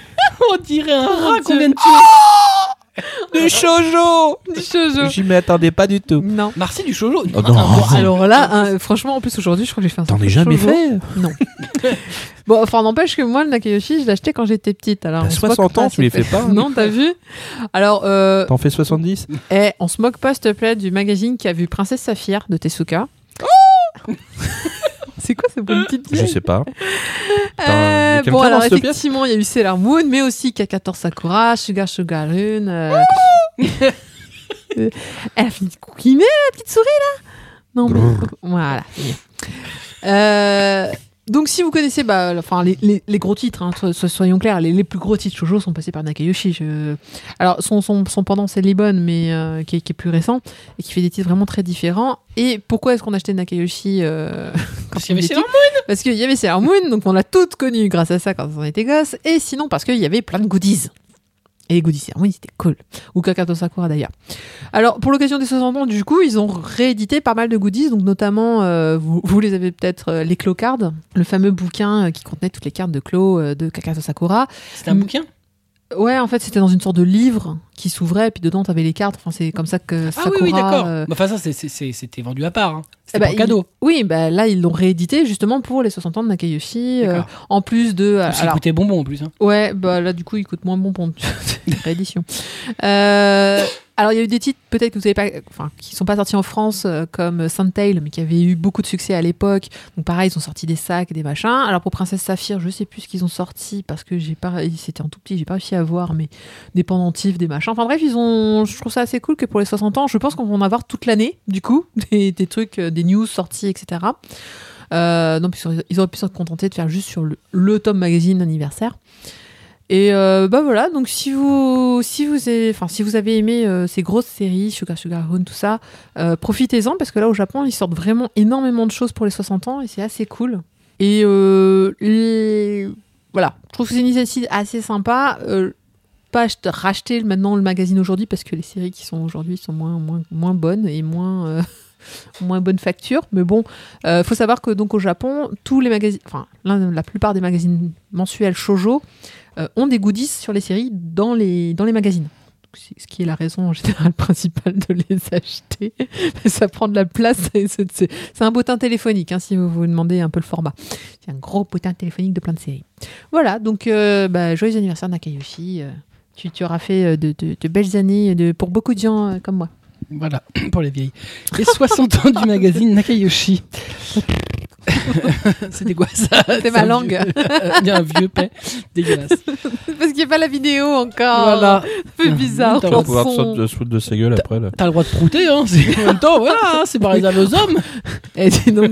S1: On dirait un
S2: Oh,
S1: rat qu'on
S2: Dieu.
S1: vient de tuer.
S2: Du shoujo Du shoujo
S3: Je m'y attendais pas du tout.
S2: Non.
S1: Marcy du shoujo.
S3: Oh non.
S2: Bon, alors là, hein, franchement, en plus aujourd'hui, je crois que j'ai fait un
S3: T'en
S2: sacré
S3: as jamais
S2: shoujo.
S3: fait
S2: Non. bon, enfin, n'empêche que moi, le Nakayoshi, je l'achetais quand j'étais petite. Alors,
S3: T'as
S2: on se moque
S3: 60 ans,
S2: pas,
S3: tu les
S2: c'est
S3: fais pas hein.
S2: Non, t'as vu Alors, euh,
S3: T'en fais 70
S2: eh, on se moque pas, s'il te plaît, du magazine qui a vu Princesse Saphir de Tezuka. C'est quoi cette bonne petite
S3: Oh Je
S2: vieille
S3: sais pas.
S2: Euh,
S3: quelqu'un
S2: bon,
S3: dans
S2: alors
S3: cette pièce
S2: effectivement, il y a eu Sailor Moon, mais aussi K14 Sakura, Sugar Sugar Rune. euh, euh, Elle a fini de coquiner, la petite souris, là Non, mais...
S3: Grrr.
S2: Voilà. Euh, Donc, si vous connaissez, bah, enfin, les, les- les gros titres, hein, so- so- soyons clairs, les, les plus gros titres shoujo sont passés par Nakayoshi. je- Alors, son, son, son pendant, c'est Libon, mais euh, qui, est, qui est plus récent et qui fait des titres vraiment très différents. Et pourquoi est-ce qu'on achetait Nakayoshi euh, quand
S1: Parce qu'il y
S2: on
S1: avait
S2: était
S1: Sailor
S2: parce qu'il y avait Sailor Moon, donc on l'a toutes connue grâce à ça quand on était gosse, et sinon parce qu'il y avait plein de goodies. Et les goodies Sailor Moon, c'était cool. Ou Kakato Sakura d'ailleurs. Alors, pour l'occasion des 60 ans, du coup, ils ont réédité pas mal de goodies, donc notamment, euh, vous, vous les avez peut-être, euh, les Clocards, le fameux bouquin euh, qui contenait toutes les cartes de Clo euh, de Kakato Sakura.
S1: C'était un bouquin
S2: Ouais, en fait, c'était dans une sorte de livre qui s'ouvrait, puis dedans, t'avais les cartes, enfin, c'est comme ça que
S1: Ah
S2: Sakura...
S1: oui, oui, d'accord.
S2: euh,
S1: Bah, Enfin, ça, c'est- c'est- c'est- c'était vendu à part. hein. C'était
S2: Eh bah,
S1: pas un cadeau.
S2: il- oui, bah, là, ils l'ont réédité justement pour les 60 ans de Nakayoshi, euh,
S1: D'accord.
S2: en plus de... euh,
S1: Parce qu'il
S2: alors,
S1: coûtait bonbon en plus. hein.
S2: Ouais, bah là du coup il coûte moins bon pour une réédition. Euh, alors il y a eu des titres peut-être que vous savez pas, enfin qui sont pas sortis en France euh, comme Suntail, mais qui avaient eu beaucoup de succès à l'époque. Donc pareil, ils ont sorti des sacs, des machins. Alors pour Princesse Saphir, je sais plus ce qu'ils ont sorti parce que j'ai pas, c'était en tout petit, j'ai pas réussi à voir, mais des pendentifs, des machins. Enfin bref, ils ont, je trouve ça assez cool que pour les 60 ans, je pense qu'on va en avoir toute l'année du coup des, des trucs, euh, des news sorties, etc. Euh, donc ils auraient, ils auraient pu se contenter de faire juste sur le, le Tom Magazine anniversaire. Et euh, bah voilà, donc si vous si vous avez, enfin si vous avez aimé euh, ces grosses séries Sugar Sugar Run tout ça, euh, profitez-en parce que là au Japon ils sortent vraiment énormément de choses pour les 60 ans et c'est assez cool. Et euh, les- voilà, je trouve que c'est une initiative assez sympa. Euh, pas ach- racheter maintenant le magazine aujourd'hui parce que les séries qui sont aujourd'hui sont moins moins moins bonnes et moins euh, moins bonne facture, mais bon, euh, faut savoir que donc au Japon, tous les magazines, enfin l'un- la plupart des magazines mensuels shojo euh, ont des goodies sur les séries dans les, dans les magazines. Donc, c'est- Ce qui est la raison en général principale de les acheter. ça prend de la place. et C'est c'est- c'est un bottin téléphonique, hein, si vous vous demandez un peu le format. C'est un gros bottin téléphonique de plein de séries. Voilà, donc euh, bah, joyeux anniversaire Nakayoshi. euh, tu, tu auras fait euh, de, de- de belles années de- pour beaucoup de gens euh, comme moi.
S1: Voilà, pour les vieilles. Les 60 ans du magazine Nakayoshi. C'était quoi ça
S2: C'était ma
S1: un
S2: langue.
S1: vieux- euh, Il y a un vieux pain dégueulasse.
S2: Parce qu'il n'y a pas la vidéo
S1: Oh.
S2: encore.
S1: Voilà.
S2: Un peu bizarre.
S1: T'as
S3: On va
S1: le
S3: pouvoir
S2: Son-
S3: se de- se foutre de sa gueule après. Là.
S1: T'as le droit de prouter, hein. c'est- En même temps, voilà, hein, c'est pas réservé aux hommes.
S2: Eh, dis donc,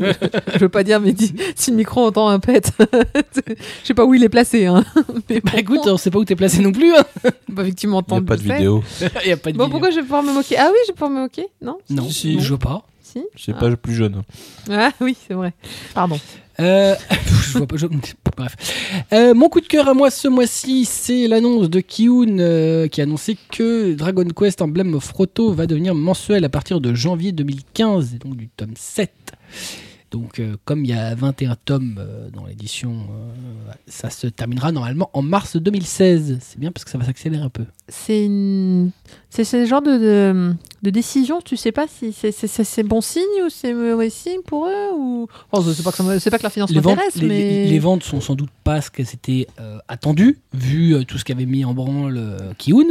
S2: je veux pas dire, mais dis- si le micro entend un pet, je sais pas où il est placé. Hein. Mais
S1: Bah
S2: bon,
S1: écoute, on sait pas où t'es placé non plus. Hein.
S2: bah, vu que tu m'entends,
S3: Il n'y a pas de
S2: le faire.
S3: vidéo.
S1: Il y a pas de
S2: Bon,
S1: vidéo.
S2: pourquoi je vais pouvoir me moquer Ah oui, je vais pouvoir me moquer Non
S1: Non,
S3: Si, si.
S1: je vois pas.
S2: Si
S3: C'est pas plus jeune.
S2: Ah oui, c'est vrai. Pardon.
S1: Euh, je vois pas. je- Bref. Euh, mon coup de cœur à moi ce mois-ci, c'est l'annonce de Kiun euh, qui a annoncé que Dragon Quest Emblem of Roto va devenir mensuel à partir de janvier 2015, et donc du tome 7. Donc, euh, comme il y a 21 tomes euh, dans l'édition, euh, ça se terminera normalement en mars 2016. C'est bien parce que ça va s'accélérer un peu.
S2: C'est une... c'est ce genre de, de, de décision, tu sais pas si c'est, c'est, c'est- c'est bon signe ou c'est mauvais signe pour eux ou Enfin, c'est pas que ça me- c'est pas que la finance
S1: Les ventes,
S2: m'intéresse,
S1: les,
S2: mais
S1: les- les ventes sont sans doute pas ce que c'était euh, attendu, vu euh, tout ce qu'avait mis en branle euh, Kiun,
S2: Ouais,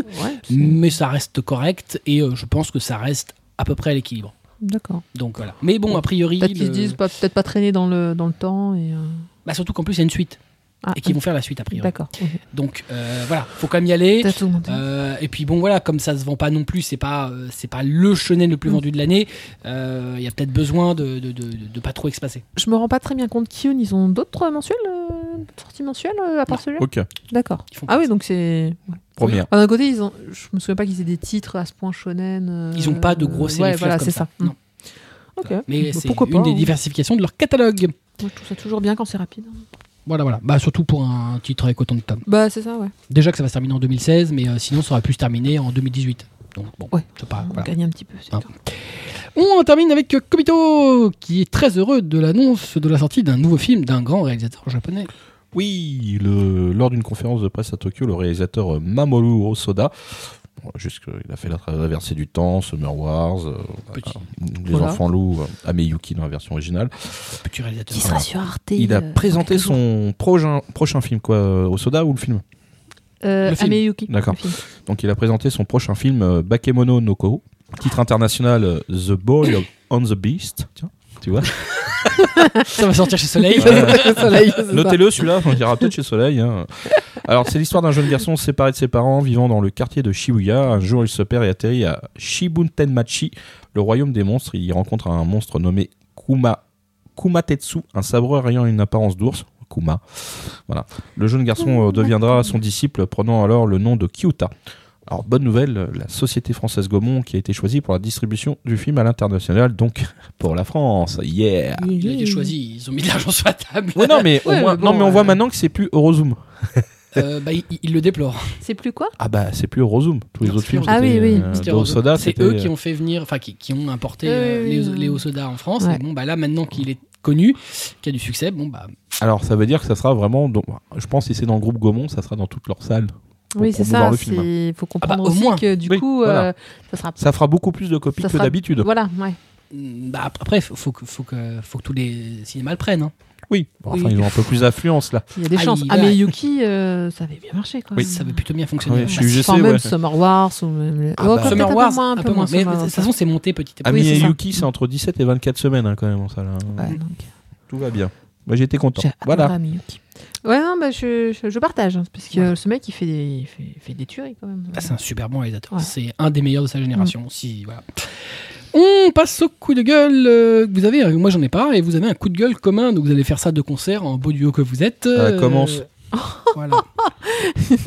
S2: c'est-
S1: mais ça reste correct et euh, je pense que ça reste à peu près à l'équilibre.
S2: d'accord.
S1: Donc voilà. Mais bon, a priori,
S2: Peut-être qu'ils se
S1: le-
S2: disent pas- peut-être pas traîner dans le dans le temps et euh,
S1: bah, surtout qu'en plus il y a une suite
S2: ah,
S1: et qu'ils vont faire la suite a priori.
S2: d'accord. ok.
S1: Donc euh, voilà, faut quand même y aller.
S2: Peut-être augmenter.
S1: Euh, et puis bon voilà, comme ça se vend pas non plus, c'est pas euh, c'est pas le Shonen le plus
S2: Mm.
S1: vendu de l'année. Euh, Il y a peut-être besoin de de, de- de pas trop expacer.
S2: Je me rends pas très bien compte. Kion, ils ont d'autres mensuels, euh, d'autres sorties mensuelles euh, à part celui-là.
S3: Ok,
S2: D'accord.
S1: Ils font
S2: Ah
S1: pas
S2: oui,
S1: ça.
S2: donc c'est. ouais.
S3: première.
S2: Enfin, D'un côté, ils ont. Je me souviens pas qu'ils aient des titres à ce point shonen. euh,
S1: Ils ont pas de grosses séries
S2: Ouais,
S1: fleuves
S2: voilà,
S1: comme
S2: c'est
S1: ça.
S2: ça. Mm.
S1: Non.
S2: Ok.
S1: Mais
S2: Bah,
S1: c'est
S2: pourquoi
S1: une
S2: pas,
S1: des
S2: hein.
S1: diversifications de leur catalogue.
S2: Moi, je trouve ça toujours bien quand c'est rapide. hein.
S1: Voilà voilà. Bah surtout pour un titre avec autant de tomes.
S2: Bah, c'est ça, ouais.
S1: Déjà que ça va se terminer en 2016, mais euh, sinon ça aurait pu se terminer en 2018. Donc bon,
S2: Ouais.
S1: c'est pas
S2: On
S1: voilà.
S2: gagne un petit peu. c'est
S1: Ah.
S2: clair.
S1: On termine avec euh, Kobito, qui est très heureux de l'annonce de la sortie d'un nouveau film d'un grand réalisateur japonais.
S3: Oui, le- lors d'une conférence de presse à Tokyo, le réalisateur euh, Mamoru Hosoda, bon, juste qu'il a fait la traversée du temps, Summer Wars, euh,
S1: Petit.
S3: voilà, Les
S2: Voilà.
S3: Enfants Loups, euh, Ameyuki dans la version originale.
S1: Petit réalisateur.
S2: Qui sera sur Arte.
S3: Il a
S2: euh,
S3: présenté
S2: quelques jours.
S3: son prochain, prochain film, quoi, euh, Hosoda ou le film
S2: Euh,
S1: le film.
S2: Ameyuki.
S3: D'accord.
S2: Le film.
S3: Donc il a présenté son prochain film, euh, Bakemono no Ko, titre international euh, The Boy of- on the Beast. Tiens, tu vois
S1: Ça va sortir chez Soleil.
S2: Soleil, c'est ça.
S3: Notez-le celui-là, on ira peut-être chez Soleil. hein. Alors c'est l'histoire d'un jeune garçon séparé de ses parents vivant dans le quartier de Shibuya. Un jour il se perd et atterrit à Shibuntenmachi, le royaume des monstres. Il y rencontre un monstre nommé Kuma, Kumatetsu, un sabreur ayant une apparence d'ours. Kuma. Voilà. Le jeune garçon euh, deviendra son disciple, prenant alors le nom de Kyuta. Alors, bonne nouvelle, euh, la société française Gaumont qui a été choisie pour la distribution du film à l'international, donc pour la France. Yeah!
S1: Il a été choisi, ils ont mis de l'argent sur la table.
S3: Ouais, non, mais, au
S2: Ouais,
S3: moins-
S2: mais bon,
S3: non, mais on
S2: euh,
S3: voit maintenant que c'est plus Eurozoom.
S1: Euh, bah, il, il le déplore.
S2: C'est plus quoi
S3: Ah bah c'est plus Eurozoom. Tous les
S1: Non,
S3: autres
S1: c'est
S3: films
S1: plus
S2: Eurozoom.
S3: c'était,
S2: Ah oui, oui.
S3: euh,
S1: C'était
S3: de
S1: Eurozoom.
S3: Soda,
S1: C'est
S3: c'était-
S1: eux qui ont fait venir, enfin qui, qui ont importé euh,
S2: Oui, oui,
S1: les,
S2: oui.
S1: les Osoda en France.
S2: Ouais.
S1: Et bon, bah là maintenant qu'il est connu, qu'il y a du succès, bon bah
S3: Alors ça veut dire que ça sera vraiment. dans- Je pense que si c'est dans le groupe Gaumont, ça sera dans toutes leurs salles. pour-
S2: Oui,
S3: pour
S2: c'est
S3: voir
S2: ça.
S3: le film.
S2: Il faut comprendre
S1: Ah bah, au
S2: aussi
S1: moins.
S2: que du
S3: Oui,
S2: coup,
S3: voilà.
S2: euh, ça sera.
S3: Ça fera beaucoup plus de copies
S2: Ça
S3: que
S2: sera-
S3: d'habitude.
S2: Voilà, ouais.
S1: mm, bah après faut, faut que faut que faut que tous les cinémas le prennent. hein.
S3: Oui. Bon, enfin
S1: Oui.
S3: ils ont un peu plus d'affluence là.
S2: Il y a des
S1: Ah,
S2: chances.
S1: il va-
S2: Ameyuki, euh, ça avait bien marché, quoi.
S1: Ça avait plutôt bien fonctionner.
S3: Ouais,
S1: Bah,
S3: chez UGC,
S2: Enfin, même
S3: ouais.
S2: Summer Wars ou même. les-
S3: Ah
S2: Oh,
S3: bah,
S2: peut-être
S1: Summer
S2: un peu
S1: Wars,
S2: moins,
S1: un peu moins. Mais
S2: Summer
S1: de
S2: Wars.
S1: toute façon, c'est monté petit à petit.
S3: Ami
S2: c'est
S3: et
S2: ça.
S3: Yuki, c'est entre 17 et 24 semaines hein, quand même en salle. hein.
S2: Ouais, ah, donc,
S3: Tout va bien. Moi j'étais content.
S2: j'ai adoré
S3: Voilà.
S2: Ameyuki. Ouais, non, bah, je, je, je partage. hein, parce que euh, ce mec, il fait des, il fait, il fait des tueries quand même.
S1: Ah, c'est un super bon réalisateur.
S2: Ouais.
S1: C'est un des meilleurs de sa génération. Si, voilà. Mm. On passe au coup de gueule euh, que vous avez. Euh, Moi, j'en ai pas. Et vous avez un coup de gueule commun. Donc, vous allez faire ça de concert en beau duo que vous êtes. Euh,
S3: commence.
S1: voilà.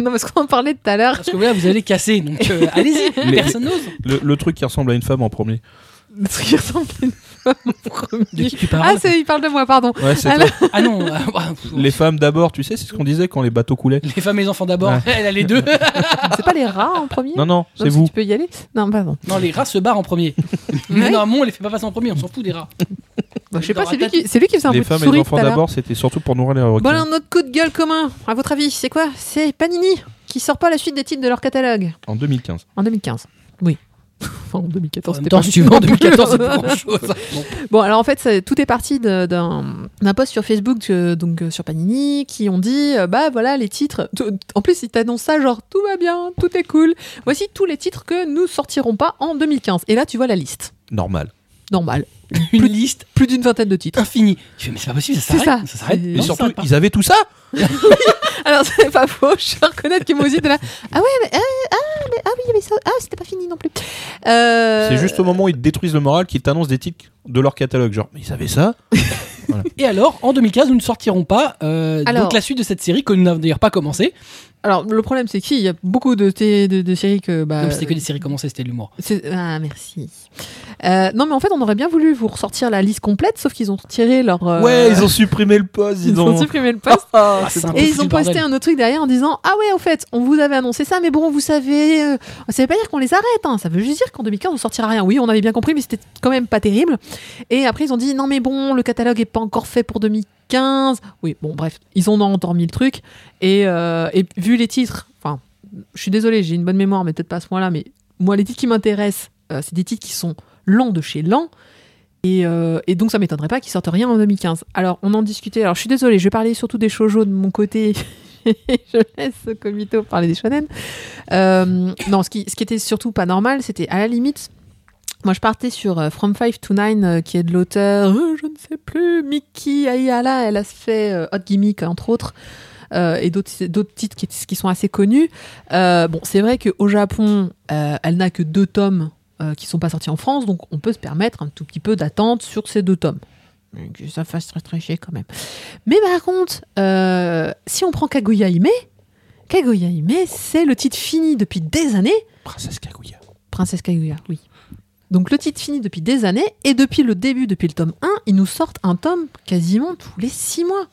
S2: non, parce qu'on en parlait tout à l'heure.
S1: Parce que voilà, vous allez casser. Donc, euh, allez-y.
S3: Les-
S1: Personne n'ose.
S3: Le, le truc qui ressemble à une femme en premier.
S2: Le truc qui ressemble à une femme en
S1: De
S2: premier.
S1: qui tu
S2: Ah,
S1: parles
S2: c'est, il parle de moi, pardon.
S3: Ouais, c'est
S2: Ah
S3: toi.
S1: Ah, non. ah, bah, pff,
S3: Les femmes d'abord, tu sais, c'est ce qu'on disait quand les bateaux coulaient.
S1: les femmes et les enfants d'abord.
S3: Ouais.
S1: Elle a les deux.
S2: C'est pas les rats en premier
S3: Non, non,
S2: Non,
S3: c'est
S2: si
S3: vous.
S2: Tu peux y aller Non, bah, pardon.
S1: non, les rats se barrent en premier. Mais
S2: Ouais.
S1: normalement, on les fait pas passer en premier. On s'en fout des rats.
S2: Bah, je sais
S1: Dans
S2: pas, c'est lui,
S1: Ratat-
S2: qui, c'est lui qui faisait un
S3: Les
S2: peu de
S3: femmes et les
S2: souris tout
S3: enfants
S2: à l'heure.
S3: d'abord, c'était surtout pour nourrir les requins.
S2: Bon, alors, un autre coup de gueule commun, à votre avis, c'est quoi C'est Panini qui sort pas la suite des titres de leur catalogue
S3: En 2015.
S2: en 2015. Oui. Enfin, en 2014,
S1: En même
S2: c'était
S1: temps,
S2: pas
S1: si tu veux, en 2014, c'est pas grand chose.
S2: Bon, alors en fait, ça- tout est parti de- d'un d'un post sur Facebook, euh, donc euh, sur Panini, qui ont dit euh, bah voilà les titres. Tout- en plus, ils t'annoncent ça genre tout va bien, tout est cool. Voici tous les titres que nous sortirons pas en 2015. Et là, tu vois la liste.
S3: Normal.
S2: Normal.
S1: Une liste
S2: Plus d'une vingtaine de titres.
S1: infinie. Je fais, mais c'est pas possible, ça
S2: C'est
S1: s'arrête.
S2: ça.
S1: s'arrête.
S2: C'est-
S1: Non,
S3: Et
S2: Mais
S1: ça
S3: surtout,
S1: s'arrête pas.
S3: ils avaient tout ça
S2: Alors c'est pas faux, je dois reconnaître que moi aussi t'es là. Ah ouais, mais, euh, ah, mais- ah oui, mais ça, ah c'était pas fini non plus. Euh,
S3: C'est juste au moment où ils te détruisent le moral qu'ils t'annoncent des titres de leur catalogue. Genre, mais ils avaient ça
S1: Et alors, en 2015, nous ne sortirons pas euh,
S2: Alors-
S1: donc la suite de cette série que nous n'avons d'ailleurs pas commencé.
S2: Alors, le problème, c'est qu'il y a beaucoup de, thé- de, de séries que. Bah,
S1: Non, mais C'était que des séries commencées, c'était de l'humour.
S2: c'est- Ah, merci. Euh, non, mais en fait, on aurait bien voulu vous ressortir la liste complète, sauf qu'ils ont retiré leur. euh,
S3: ils ont supprimé le poste,
S2: ils ont supprimé le poste.
S1: Ah, c'est un peu
S2: Oh, Et
S1: foutu
S2: ils ont
S1: le
S2: posté
S1: bordel.
S2: un autre truc derrière en disant Ah ouais, au fait, on vous avait annoncé ça, mais bon, vous savez, euh, ça veut pas dire qu'on les arrête, hein. ça veut juste dire qu'en 2015, on sortira rien. Oui, on avait bien compris, mais c'était quand même pas terrible. Et après, ils ont dit Non, mais bon, le catalogue est pas encore fait pour 2015. Oui, bon, bref, ils ont endormi le truc. Et, euh, et vu les titres, enfin, je suis désolée, j'ai une bonne mémoire, mais peut-être pas à ce point-là, mais moi, les titres qui m'intéressent, euh, c'est des titres qui sont lents de chez lents. Et, euh, et donc, ça m'étonnerait pas qu'ils sortent rien en 2015. Alors, on en discutait. Alors, je suis désolée, je vais parler surtout des shoujo de mon côté. je laisse Komito parler des shonen. Euh, non, ce qui, ce qui était surtout pas normal, c'était à la limite. Moi, je partais sur euh, From 5 to 9, euh, qui est de l'auteur, euh, je ne sais plus, Miki Ayala. Elle a fait euh, Hot Gimmick, entre autres, euh, et d'autres d'autres titres qui, qui sont assez connus. Euh, bon, c'est vrai qu'au Japon, euh, elle n'a que deux tomes euh, qui sont pas sortis en France, donc on peut se permettre un tout petit peu d'attente sur ces deux tomes. Que ça fasse très très chier quand même. Mais par contre, euh, si on prend Kaguya Hime, Kaguya Hime, c'est le titre fini depuis des années.
S3: Princesse Kaguya.
S2: Princesse Kaguya, oui. Donc le titre fini depuis des années, et depuis le début, depuis le tome 1, ils nous sortent un tome quasiment tous les 6 mois.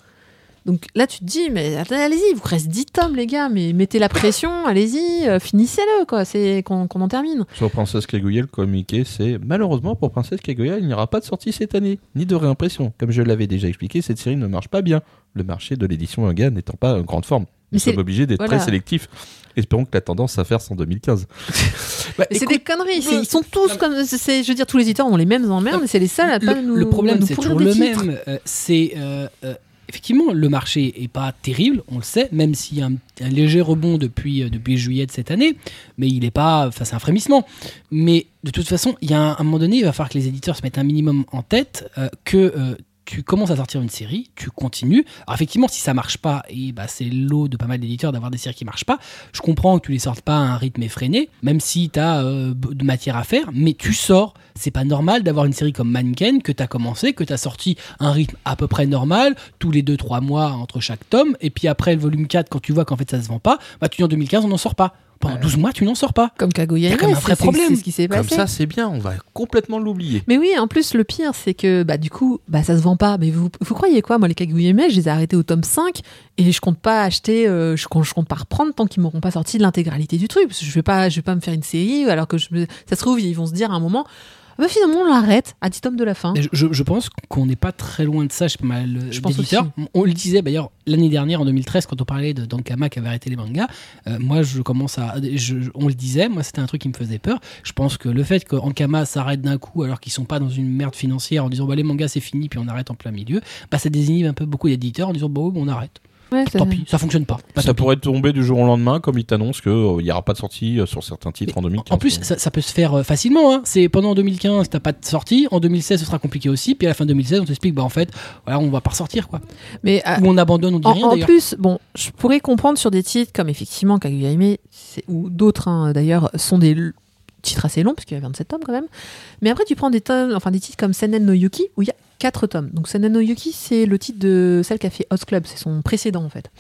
S2: Donc là, tu te dis, mais allez-y, il vous reste 10 tomes, les gars, mais mettez la pression, allez-y, euh, finissez-le, quoi, c'est qu'on qu'on en termine.
S3: Sur Princesse Kaguya, le communiqué, c'est malheureusement pour Princesse Kaguya, il n'y aura pas de sortie cette année, ni de réimpression. Comme je l'avais déjà expliqué, cette série ne marche pas bien. Le marché de l'édition manga n'étant pas en grande forme.
S2: Mais
S3: Nous
S2: c'est-
S3: sommes obligés d'être
S2: voilà.
S3: très sélectifs. Espérons que la tendance s'affaire en 2015. Bah,
S2: Mais C'est
S3: écoute,
S2: des conneries, c'est-
S1: le-
S2: ils sont tous comme. c'est- Je veux dire, tous les éditeurs ont les mêmes emmerdes,
S1: Non,
S2: mais c'est les seuls à pas
S1: le,
S2: nous.
S1: le
S2: à
S1: problème,
S2: nous
S1: c'est
S2: pourrir
S1: toujours
S2: des
S1: le
S2: titres.
S1: même. euh, c'est euh, euh, effectivement le marché est pas terrible, on le sait, même s'il y a un, un léger rebond depuis euh, depuis juillet de cette année, mais il est pas. Enfin, c'est un frémissement. Mais de toute façon, il y a un, un moment donné, il va falloir que les éditeurs se mettent un minimum en tête euh, que. euh, tu commences à sortir une série, tu continues. Alors effectivement, si ça marche pas, et bah c'est l'eau de pas mal d'éditeurs d'avoir des séries qui marchent pas. Je comprends que tu les sortes pas à un rythme effréné, même si tu as de matière à faire, mais tu sors. C'est pas normal d'avoir une série comme Mannequin que tu as commencé, que tu as sorti à un rythme à peu près normal, tous les 2-3 mois entre chaque tome, et puis après le volume 4, quand tu vois qu'en fait ça se vend pas, bah tu dis en 2015 on n'en sort pas. Pendant 12 mois tu n'en sors pas.
S2: Comme Kaguya
S1: Il y a
S2: Hime,
S1: quand même un
S2: c'est
S1: vrai
S2: c'est-
S1: problème.
S2: c'est ce qui s'est
S3: comme
S2: passé.
S3: ça, c'est bien, on va complètement l'oublier.
S2: Mais oui, en plus, le pire, c'est que bah, du coup, bah, ça se vend pas. Mais vous, vous croyez quoi Moi, les Kaguya Hime, je les ai arrêtés au tome 5 et je compte pas acheter, euh, je, compte, je compte pas reprendre tant qu'ils m'auront pas sorti l'intégralité du truc. Parce que je vais pas, je vais pas me faire une série alors que je, me- ça se trouve, ils vont se dire à un moment, Ah bah, finalement, on l'arrête à 10 tomes de la fin.
S1: Et Je, je- je pense qu'on n'est pas très loin de ça chez pas mal euh,
S2: Hein Je pense
S1: d'éditeurs. On le disait d'ailleurs l'année dernière, en 2013, quand on parlait de Dankama qui avait arrêté les mangas. euh, moi, je commence à. je- je- on le disait, moi, c'était un truc qui me faisait peur. Je pense que le fait qu'Ankama s'arrête d'un coup alors qu'ils sont pas dans une merde financière en disant bah, les mangas c'est fini puis on arrête en plein milieu, bah, ça désinhibe un peu beaucoup d'éditeurs en disant bah, ouais, bon, on arrête.
S2: Ouais, ça-
S1: Tant pis, ça fonctionne pas. Bah,
S3: ça
S1: tant pis.
S3: pourrait tomber du jour au lendemain, comme il t'annonce qu'il n'y aura pas de sortie euh, sur certains titres en 2015.
S1: En plus, ça, ça peut se faire euh, facilement. hein. C'est pendant 2015, t'as pas de sortie. En 2016, ce sera compliqué aussi. Puis à la fin 2016, on t'explique, bah en fait, voilà, on va pas ressortir quoi.
S2: Mais ah, à-
S1: Ou on abandonne, on dit
S2: En,
S1: rien
S2: en
S1: d'ailleurs.
S2: plus, bon, je pourrais comprendre sur des titres comme effectivement Kaguya Hime, c'est- ou d'autres hein, d'ailleurs, sont des l- titres assez longs, parce qu'il y a 27 tomes quand même. Mais après, tu prends des, tomes, enfin, des titres comme Senen no Yuki, où il y a 4 tomes. Donc Senen no Yuki, c'est le titre de celle qui a fait Hot Club, c'est son précédent en fait.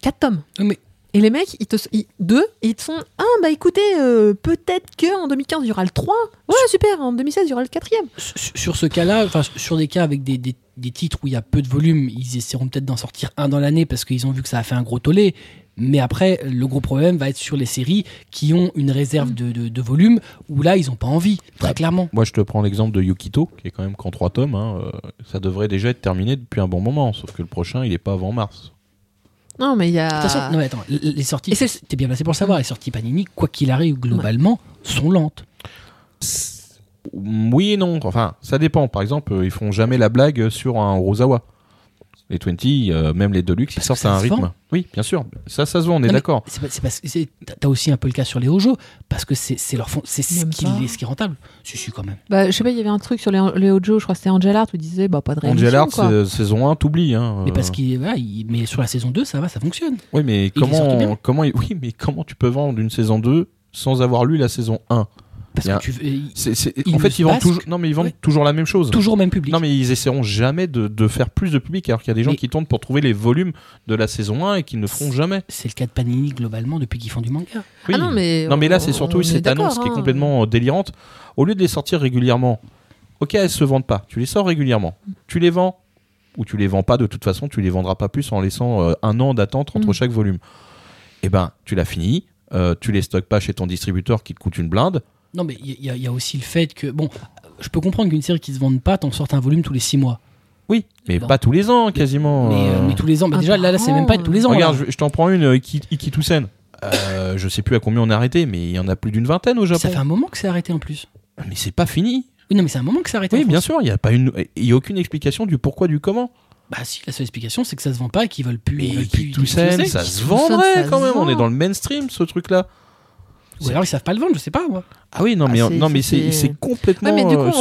S2: 4 tomes.
S1: Oui, mais-
S2: Et les mecs, ils te, ils- deux, ils te sont Ah, bah écoutez, euh, peut-être que en 2015, il y aura le 3. Ouais, super, en 2016, il y aura le 4
S1: Sur sur ce cas-là, enfin sur des cas avec des, des- des titres où il y a peu de volume, ils essaieront peut-être d'en sortir un dans l'année parce qu'ils ont vu que ça a fait un gros tollé. Mais après, le gros problème va être sur les séries qui ont une réserve de, de- de volume où là, ils n'ont pas envie, très
S3: Bah,
S1: clairement.
S3: Moi, je te prends l'exemple de Yukito, qui est quand même qu'en 3 tomes. hein, euh, ça devrait déjà être terminé depuis un bon moment, sauf que le prochain, il n'est pas avant mars.
S2: Non, mais il y a.
S1: De toute façon, non, mais attends, l- les sorties,
S2: Ah. Et c'est-
S1: t'es bien placé pour le savoir, les sorties Panini, quoi qu'il arrive, globalement, sont lentes.
S3: Mm, Oui et non. Enfin, ça dépend. Par exemple, euh, ils font jamais la blague sur un Rosawa. Les 20, euh, même les Deluxe, ils
S1: Parce que
S3: sortent
S1: ça
S3: à un
S1: se vend.
S3: rythme. Oui, bien sûr. Ça, ça se vend, on est
S1: Non, mais
S3: d'accord.
S1: C'est pas- c'est parce que c'est- t'as- t'as aussi un peu le cas sur les Hojo, parce que c'est c'est leur fond, c'est ce
S2: Même
S1: qui
S2: pas.
S1: est- ce qui est rentable. Si, si, quand même.
S2: Bah, je sais pas, il y avait un truc sur les, les Hojo, je crois que c'était Angel Art, où il disait Bah, pas de réédition,
S3: Angel Art,
S2: quoi.
S3: c'est- saison 1, t'oublies. Hein,
S1: Mais parce
S3: euh.
S1: qu'il voilà, il- mais sur la saison 2, ça va, ça fonctionne.
S3: Oui, mais
S1: les sortent bien.
S3: comment, comment, oui, mais comment tu peux vendre une saison 2 sans avoir lu la saison 1
S1: Parce
S3: Il y a-
S1: que tu veux- ils-
S3: C'est- c'est-
S1: Ils
S3: en
S1: ne
S3: fait, ils vendent
S1: passent
S3: toujours.
S1: que-
S3: Non, mais ils vendent
S1: Ouais.
S3: toujours la même chose.
S1: toujours même public.
S3: Non, mais ils essaieront jamais de, de faire plus de public, alors qu'il y a des gens
S1: Mais-
S3: qui tournent pour trouver les volumes de la saison 1 et qui ne le feront jamais.
S1: C'est le cas de Panini globalement depuis qu'ils font du manga.
S3: Oui.
S2: Ah non, mais,
S3: Non, mais là,
S2: on-
S3: c'est
S2: on
S3: surtout
S2: est
S3: cette
S2: d'accord,
S3: annonce qui est
S2: hein.
S3: complètement euh, délirante. Au lieu de les sortir régulièrement, ok, elles se vendent pas. Tu les sors régulièrement. Tu les vends ou tu les vends pas. De toute façon, tu les vendras pas plus en laissant euh, un an d'attente entre
S2: Mm.
S3: chaque volume. Eh ben, tu l'as fini. euh, tu les stockes pas chez ton distributeur qui te coûte une blinde.
S1: Non, mais il y, a- il y a aussi le fait que bon, je peux comprendre qu'une série qui se vende pas, t'en sortes un volume tous les six mois.
S3: Oui, mais
S1: Non.
S3: pas tous les ans, quasiment.
S1: Mais, euh,
S3: euh.
S1: mais tous les ans, bah,
S2: Ah,
S1: déjà là, là c'est
S2: par
S1: même pas
S2: an,
S1: tous les ans.
S3: Regarde,
S1: là.
S3: je, je t'en prends une, euh, Iki, Ikitusen. Euh, je sais plus à combien on a arrêté, mais il y en a plus d'une vingtaine au Japon.
S1: ça fait un moment que c'est arrêté en plus.
S3: Mais c'est pas fini.
S1: Oui, non, mais c'est un moment que c'est arrêté.
S3: Oui,
S1: en
S3: bien
S1: France.
S3: sûr, il n'y a, pas une... il y a aucune explication du pourquoi, du comment.
S1: Bah si, la seule explication c'est que ça se vend pas et qu'ils veulent plus.
S3: Mais
S1: ils veulent plus
S3: Ikitusen,
S1: utiliser.
S3: ça se
S2: Ikitusen,
S3: vendrait
S2: ça
S3: quand
S2: se
S3: même. On est
S2: vend.
S3: dans le mainstream, ce truc-là.
S1: Ou alors ils savent pas le vendre, je sais pas moi.
S3: Ah oui, non,
S2: Ah,
S3: mais,
S2: c'est-
S3: non, mais
S2: c'est-
S3: c'est c'est complètement
S2: Ouais, mais du coup,
S3: euh,
S2: en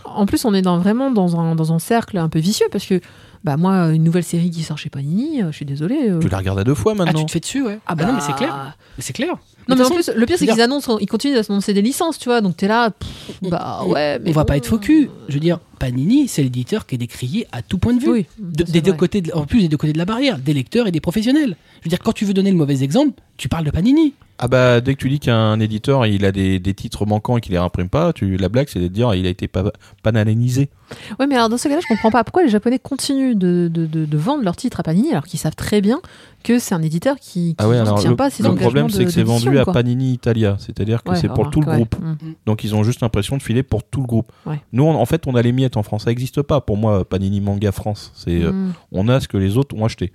S2: plus, en plus, on est dans, vraiment dans un, dans un cercle un peu vicieux parce que, bah, moi, une nouvelle série qui sort chez Panini, euh, je suis désolée. euh.
S3: Tu la regardes à deux fois
S1: Ah,
S3: maintenant.
S1: tu te fais dessus, ouais. Ah, bah non, mais c'est clair. Mais C'est clair.
S2: Non,
S1: De
S2: mais
S1: toute
S2: en plus, le pire,
S1: je veux
S2: c'est qu'ils annoncent, ils continuent d'annoncer des licences, tu vois. Donc, t'es là, pff,
S1: On-
S2: bah
S1: on-
S2: ouais. mais
S1: on va
S2: bon.
S1: pas être faux cul. Je veux dire, Panini, c'est l'éditeur qui est décrié à tout point de vue.
S2: Oui,
S1: De-
S2: ça,
S1: des
S2: c'est
S1: deux
S2: vrai.
S1: côtés de- en plus des deux côtés de la barrière, des lecteurs et des professionnels. Je veux dire, quand tu veux donner le mauvais exemple, tu parles de Panini.
S3: Ah bah, dès que tu dis qu'un éditeur il a des, des titres manquants et qu'il les imprime pas, tu, la blague c'est de dire il a été pa- pananénisé.
S2: Ouais, mais alors dans ce cas-là, je comprends pas pourquoi les Japonais continuent de, de, de, de vendre leurs titres à Panini alors qu'ils savent très bien que c'est un éditeur qui, qui
S3: Ah ouais,
S2: ne
S3: alors
S2: tient
S3: le,
S2: pas ses
S3: le
S2: engagements
S3: problème
S2: de-
S3: c'est que c'est
S2: d'édition,
S3: vendu à
S2: quoi.
S3: Panini Italia, c'est-à-dire que
S2: Ouais,
S3: c'est pour
S2: remarque,
S3: tout le
S2: ouais.
S3: groupe.
S2: Mm.
S3: Donc ils ont juste l'impression de filer pour tout le groupe.
S2: Ouais.
S3: Nous, on- en fait, on a les miettes en France. Ça n'existe pas pour moi, Panini Manga France. C'est, euh,
S2: Mm.
S3: on a ce que les autres ont acheté.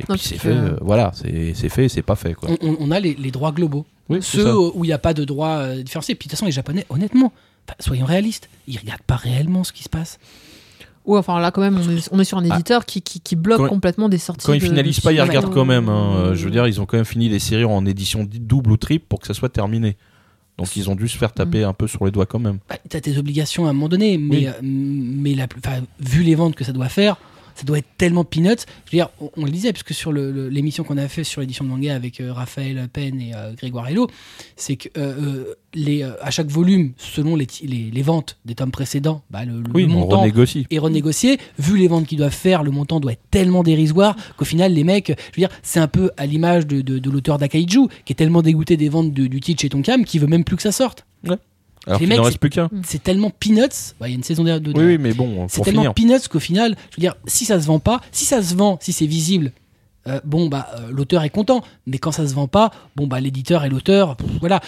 S3: Et
S2: Non,
S3: puis c'est
S2: parce
S3: fait,
S2: que-
S3: euh, voilà, c'est c'est fait, et c'est pas fait quoi.
S1: On, on- on a les, les droits globaux,
S3: Oui, c'est
S1: Mm. ceux
S3: ça.
S1: où il n'y a pas de droits euh, différenciés. Puis de toute façon, les Japonais, honnêtement, bah, soyons réalistes, ils regardent pas réellement ce qui se passe.
S2: Ouais, enfin là quand même, on est, on est sur un éditeur qui, qui, qui bloque
S3: Ah. Quand-
S2: complètement des sorties.
S3: Quand ils
S2: de-
S3: finalisent
S2: de-
S3: pas, ils
S2: Ouais.
S3: regardent quand même. hein. Euh, Je veux dire, ils ont quand même fini les séries en édition di- double ou triple pour que ça soit terminé. Donc ils ont dû se faire taper un peu sur les doigts quand même.
S1: Bah, tu as tes obligations à un moment donné, mais,
S3: Oui.
S1: euh, mais la, plus- enfin, vu les ventes que ça doit faire, ça doit être tellement peanuts. Je veux dire, on, on le disait, puisque sur le- le- l'émission qu'on a fait sur l'édition de manga avec euh, Raphaël Penn et euh, Grégoire Hello, c'est que euh, euh, les, euh, à chaque volume, selon les, ti- les, les ventes des tomes précédents, bah, le, le-
S3: Oui,
S1: le
S3: on
S1: montant
S3: renégocie.
S1: et renégocier. Vu les ventes qu'ils doivent faire, le montant doit être tellement dérisoire qu'au final, les mecs, je veux dire, c'est un peu à l'image de, de- de l'auteur d'Akaiju, qui est tellement dégoûté des ventes de- du titre chez Tonkam qu'il veut même plus que ça sorte.
S3: Alors
S1: les
S3: qu'il
S1: mecs,
S3: n'en
S1: c'est-
S3: reste plus qu'un.
S1: C'est tellement peanuts. Bah, Il y a une saison de. de-
S3: Oui, oui, mais bon,
S1: c'est
S3: pour
S1: tellement
S3: finir.
S1: peanuts qu'au final, je veux dire, si ça se vend pas, si ça se vend, si c'est visible. euh, bon bah euh, l'auteur est content, mais quand ça se vend pas, bon bah l'éditeur et l'auteur, pff, voilà.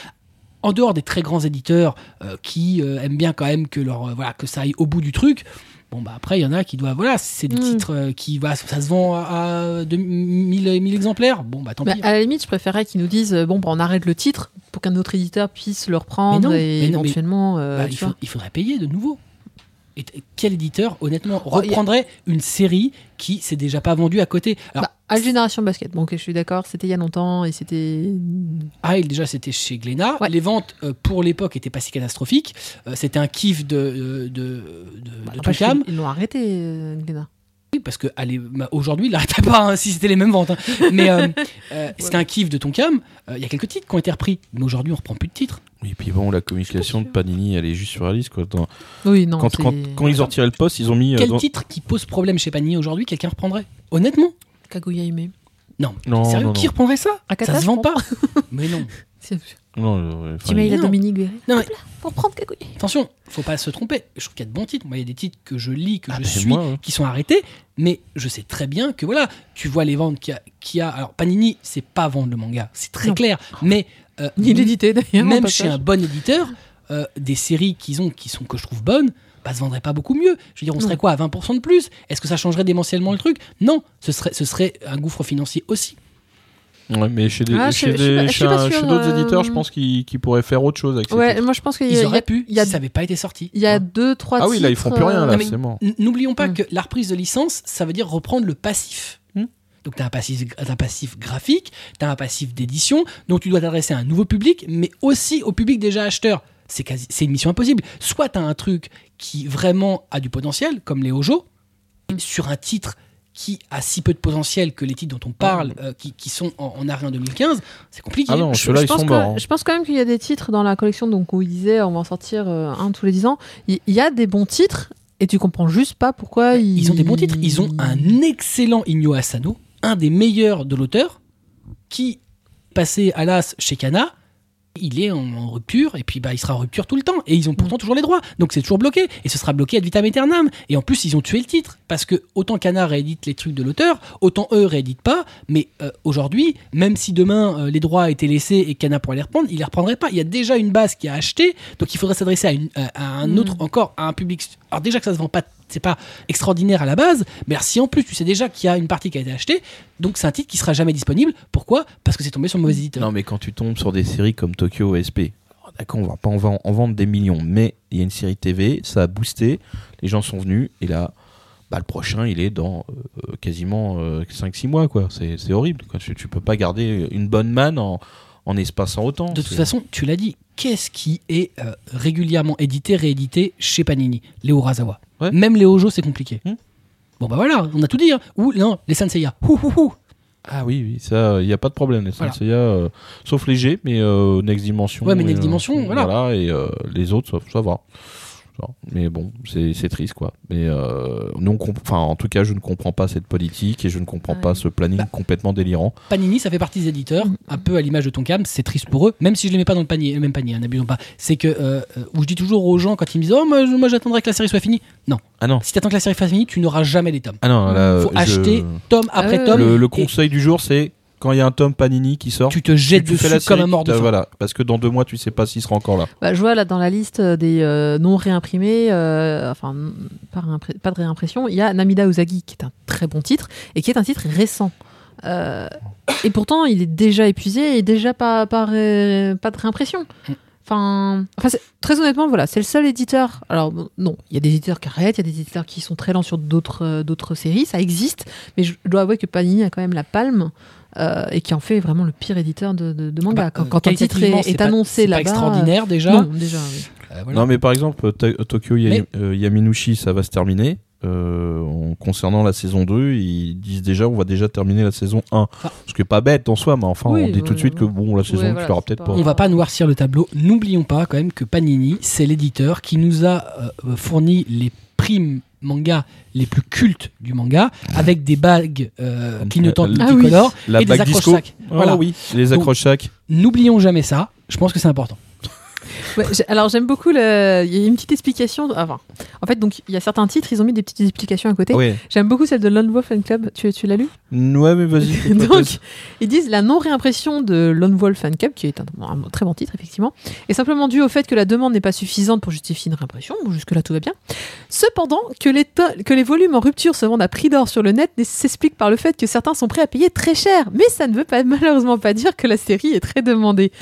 S1: En dehors des très grands éditeurs euh, qui euh, aiment bien quand même que leur euh, voilà que ça aille au bout du truc, bon bah après il y en a qui doivent voilà c'est des
S2: Mm.
S1: titres euh, qui voilà, ça se vend à 1000 1000 exemplaires, bon bah tant
S2: Bah,
S1: pis.
S2: à la limite, je préférais qu'ils nous disent euh, bon, bah, on arrête le titre pour qu'un autre éditeur puisse le reprendre
S1: Mais non,
S2: et
S1: mais non, mais-
S2: éventuellement. euh,
S1: Bah,
S2: tu
S1: il,
S2: vois.
S1: faut- il faudrait payer de nouveau. Et t- quel éditeur, honnêtement,
S2: Oh, y a-
S1: reprendrait une série qui s'est déjà pas vendue à côté Alors,
S2: Bah, à Génération Basket, bon, ok, je suis d'accord, c'était il y a longtemps et c'était.
S1: Isle, déjà, c'était chez Glénat.
S2: Ouais.
S1: Les ventes, euh, pour l'époque, étaient pas si catastrophiques. Euh, c'était un kiff de, euh, de, de,
S2: Bah,
S1: de
S2: n'empêche
S1: Tonkam.
S2: qu'ils- Ils l'ont arrêté, euh, Glénat.
S1: Oui, parce que allez, bah, aujourd'hui, il n'arrêtait pas hein, si c'était les mêmes ventes. hein. Mais euh, euh, c'était un kiff de Tonkam. Euh, Il y a quelques titres qui ont été repris. Mais aujourd'hui, on reprend plus de titres.
S3: Et puis bon, la communication de Panini, elle est juste sur la liste. Quoi. Dans-
S2: Oui, non.
S3: quand,
S2: c'est-
S3: quand, quand ils ont retiré le poste, ils ont mis. euh,
S1: Quel
S3: dans-
S1: titre qui pose problème chez Panini aujourd'hui, quelqu'un reprendrait Honnêtement
S2: Kaguya Aimé.
S1: Non.
S3: Non,
S1: Sérieux,
S3: Oh, non,
S1: qui
S3: non.
S1: reprendrait ça
S2: Akata,
S1: Ça se vend
S2: je
S1: pas. Mais non.
S2: C'est-
S3: Non, euh,
S2: Petit
S3: enfin,
S2: mail à
S1: non.
S2: Dominique Guéret.
S1: Non, mais-
S2: Hop là, pour prendre Kaguya.
S1: Attention, faut pas se tromper. Je trouve qu'il y a de bons titres. Moi, il y a des titres que je lis, que
S3: Ah
S1: je
S3: ben,
S1: suis,
S3: moi, ouais.
S1: qui sont arrêtés. Mais je sais très bien que voilà, tu vois les ventes qu'il y a. qu'il y a- Alors, Panini, c'est pas vendre le manga, c'est très
S2: Non.
S1: clair. Mais euh,
S2: Ni l'édité d'ailleurs.
S1: même
S2: au
S1: chez un
S2: passage.
S1: bon éditeur, euh, des séries qu'ils ont, qui sont que je trouve bonnes, bah, se vendraient pas beaucoup mieux. Je veux dire, on serait
S2: Non.
S1: quoi à 20% de plus Est-ce que ça changerait démentiellement le truc Non, ce serait, ce serait un gouffre financier aussi.
S3: Ouais, mais chez des-
S2: Ah, je-
S3: chez
S2: je suis
S3: des-
S2: pas- je
S3: chez
S2: suis pas
S3: un-
S2: sûre,
S3: chez d'autres
S2: euh,
S3: éditeurs, je pense qu'ils qu'ils pourraient faire autre chose avec ces
S2: Ouais,
S3: titres.
S2: moi je pense qu'il y
S1: Ils
S2: a- il y
S1: auraient
S2: a-
S1: pu
S2: il y a-
S1: si ça n'avait pas été sorti.
S2: il y a deux, trois
S3: Ah oui, là, ils feront plus
S2: titres,
S3: rien,
S2: euh,
S3: là,
S1: non, mais-
S3: c'est mort.
S1: N- N'oublions pas
S3: Mm.
S2: Hmm.
S1: que la reprise de licence, ça veut dire reprendre le passif.
S3: Hmm.
S1: Donc tu as un passif, t'as un passif graphique, tu as un passif d'édition, donc tu dois t'adresser à un nouveau public, mais aussi au public déjà acheteur. C'est quasi- c'est une mission impossible. Soit
S3: Mm.
S1: tu as un truc qui vraiment a du potentiel, comme les Ojo, sur un titre qui a si peu de potentiel que les titres dont on parle, euh, qui, qui sont en, en arrêt en 2015, c'est compliqué.
S3: Mm. Ah non,
S2: Je-
S3: ceux-là,
S2: je
S3: ils
S2: pense
S3: sont
S2: que-
S3: morts. hein.
S2: Je pense quand même qu'il y a des titres dans la collection donc, où il disait on va en sortir euh, un tous les 10 ans. Il il y a des bons titres et tu comprends juste pas pourquoi ils.
S1: Ils ont des bons titres. Ils ont un excellent Inyo Asano, un des meilleurs de l'auteur, qui, passé à l'as chez Kana, il est en, en rupture, et puis bah, il sera en rupture tout le temps. Et ils ont pourtant toujours les droits. Donc c'est toujours bloqué. Et ce sera bloqué ad vitam aeternam. Et en plus, ils ont tué le titre. Parce que autant Kana réédite les trucs de l'auteur, autant eux rééditent pas. Mais euh, aujourd'hui, même si demain euh, les droits étaient laissés et Kana pourrait les reprendre, il les reprendrait pas. Il y a déjà une base qui a acheté. Donc il faudrait s'adresser à, une- à- à un
S2: Mm.
S1: autre, encore à un public. Alors déjà que ça se vend pas, c'est pas extraordinaire à la base, mais alors si en plus tu sais déjà qu'il y a une partie qui a été achetée, donc c'est un titre qui sera jamais disponible. Pourquoi Parce que c'est tombé sur le mauvais éditeur.
S3: Non, mais quand tu tombes sur des séries comme Tokyo OSP, alors oh, d'accord, on va pas en vendre, en vendre des millions, mais il y a une série TV, ça a boosté, les gens sont venus, et là, bah, le prochain, il est dans euh, quasiment 5-6 mois, quoi. C'est c'est horrible, quoi. Tu, tu peux pas garder une bonne manne en, en espacant autant.
S1: De toute
S3: C'est-
S1: façon, tu l'as dit, qu'est-ce qui est euh, régulièrement édité, réédité chez Panini Les Urasawa.
S3: Ouais.
S1: Même les Ojo, c'est compliqué.
S3: Hmm.
S1: Bon bah voilà, on a tout dit. hein. Ou non, les Sanseiya. Hou, hou, hou.
S3: Ah oui, oui, ça, il n'y a pas de problème. Les
S1: Voilà.
S3: Sanseiya, euh, sauf léger, mais euh, Next Dimension.
S1: Ouais, mais
S3: et,
S1: Next
S3: euh,
S1: Dimension, voilà.
S3: et euh, les autres, ça, ça va. Genre, Mais bon, c'est c'est triste, quoi. Mais euh, nous, on comp- enfin, en tout cas, je ne comprends pas cette politique et je ne comprends
S2: Ouais.
S3: pas ce planning
S1: Bah.
S3: complètement délirant.
S1: Panini, ça fait partie des éditeurs,
S3: Hmm.
S1: un peu à l'image de Tonkam, c'est triste pour eux, même si je les mets pas dans le panier, le même panier, hein, n'abusons pas. C'est que, euh, euh, où je dis toujours aux gens quand ils me disent Oh, moi, je- moi, j'attendrai que la série soit finie. Non,
S3: Ah non,
S1: si t'attends que la série soit finie, tu n'auras jamais les tomes.
S3: ah non, là,
S1: Faut
S3: je-
S1: acheter tome après
S2: Euh,
S1: tome.
S3: Le, le
S1: et
S3: conseil du jour, c'est quand il y a un tome Panini qui sort.
S1: Tu te jettes
S3: tu fais
S1: dessus
S3: la
S1: comme
S3: série,
S1: un mort de
S3: t'as-
S1: faim.
S3: Voilà, parce que dans deux mois, tu sais pas s'il sera encore là.
S2: Bah, je vois là dans la liste des euh, non réimprimés, euh, enfin n- pas, réimpré- pas de réimpression, il y a Namida Usagi qui est un très bon titre et qui est un titre récent. Euh, et pourtant, il est déjà épuisé et déjà pas, pas, ré- pas de réimpression. Enfin, enfin, c'est- très honnêtement, voilà, c'est le seul éditeur. Alors bon, non, il y a des éditeurs qui arrêtent, il y a des éditeurs qui sont très lents sur d'autres euh, d'autres séries, ça existe. Mais je dois avouer que Panini a quand même la palme euh, et qui en fait vraiment le pire éditeur de, de, de manga.
S1: Bah,
S2: quand,
S1: euh,
S2: quand un titre est,
S1: qualitativement,
S2: est
S1: c'est pas-
S2: annoncé
S1: c'est pas
S2: là-bas, euh,
S1: extraordinaire déjà.
S2: non, déjà. oui.
S1: Euh, voilà.
S3: Non, mais par exemple, To- Tokyo Ya-
S1: Mais-
S3: euh, Yaminushi, ça va se terminer. Euh, en- concernant la saison 2, ils disent déjà on va déjà terminer la saison 1.
S1: Enfin-
S3: Ce qui est pas bête en soi, mais enfin,
S2: Oui,
S3: on dit tout
S2: voilà.
S3: de suite que bon, la saison 2,
S2: voilà,
S3: tu l'auras
S2: c'est
S3: peut-être
S2: pas-
S3: pas.
S1: On va pas noircir le tableau. N'oublions pas quand même que Panini, c'est l'éditeur qui nous a euh, fourni les primes manga les plus cultes du manga avec des bagues euh, clignotantes
S3: Ah
S2: oui.
S1: multicolores
S3: La
S1: et des
S3: bague
S1: accroches
S3: disco.
S1: sacs.
S3: Ah
S1: Voilà.
S3: oui, les
S1: Donc-
S3: accroches sacs.
S1: N'oublions jamais ça. Je pense que c'est important.
S2: Ouais, j'ai- alors j'aime beaucoup le. Il y a une petite explication. Enfin, en fait, donc il y a certains titres, ils ont mis des petites explications à côté.
S3: Ouais.
S2: J'aime beaucoup celle de Lone Wolf and Club. Tu, tu l'as lu
S3: Ouais, mais vas-y. fais-toi
S2: Donc,
S3: plaisir.
S2: ils disent la non réimpression de Lone Wolf and Club, qui est un, un très bon titre effectivement, est simplement due au fait que la demande n'est pas suffisante pour justifier une réimpression. Bon, jusque là tout va bien. Cependant, que les to- que les volumes en rupture se vendent à prix d'or sur le net né- s'explique par le fait que certains sont prêts à payer très cher. Mais ça ne veut pas malheureusement pas dire que la série est très demandée.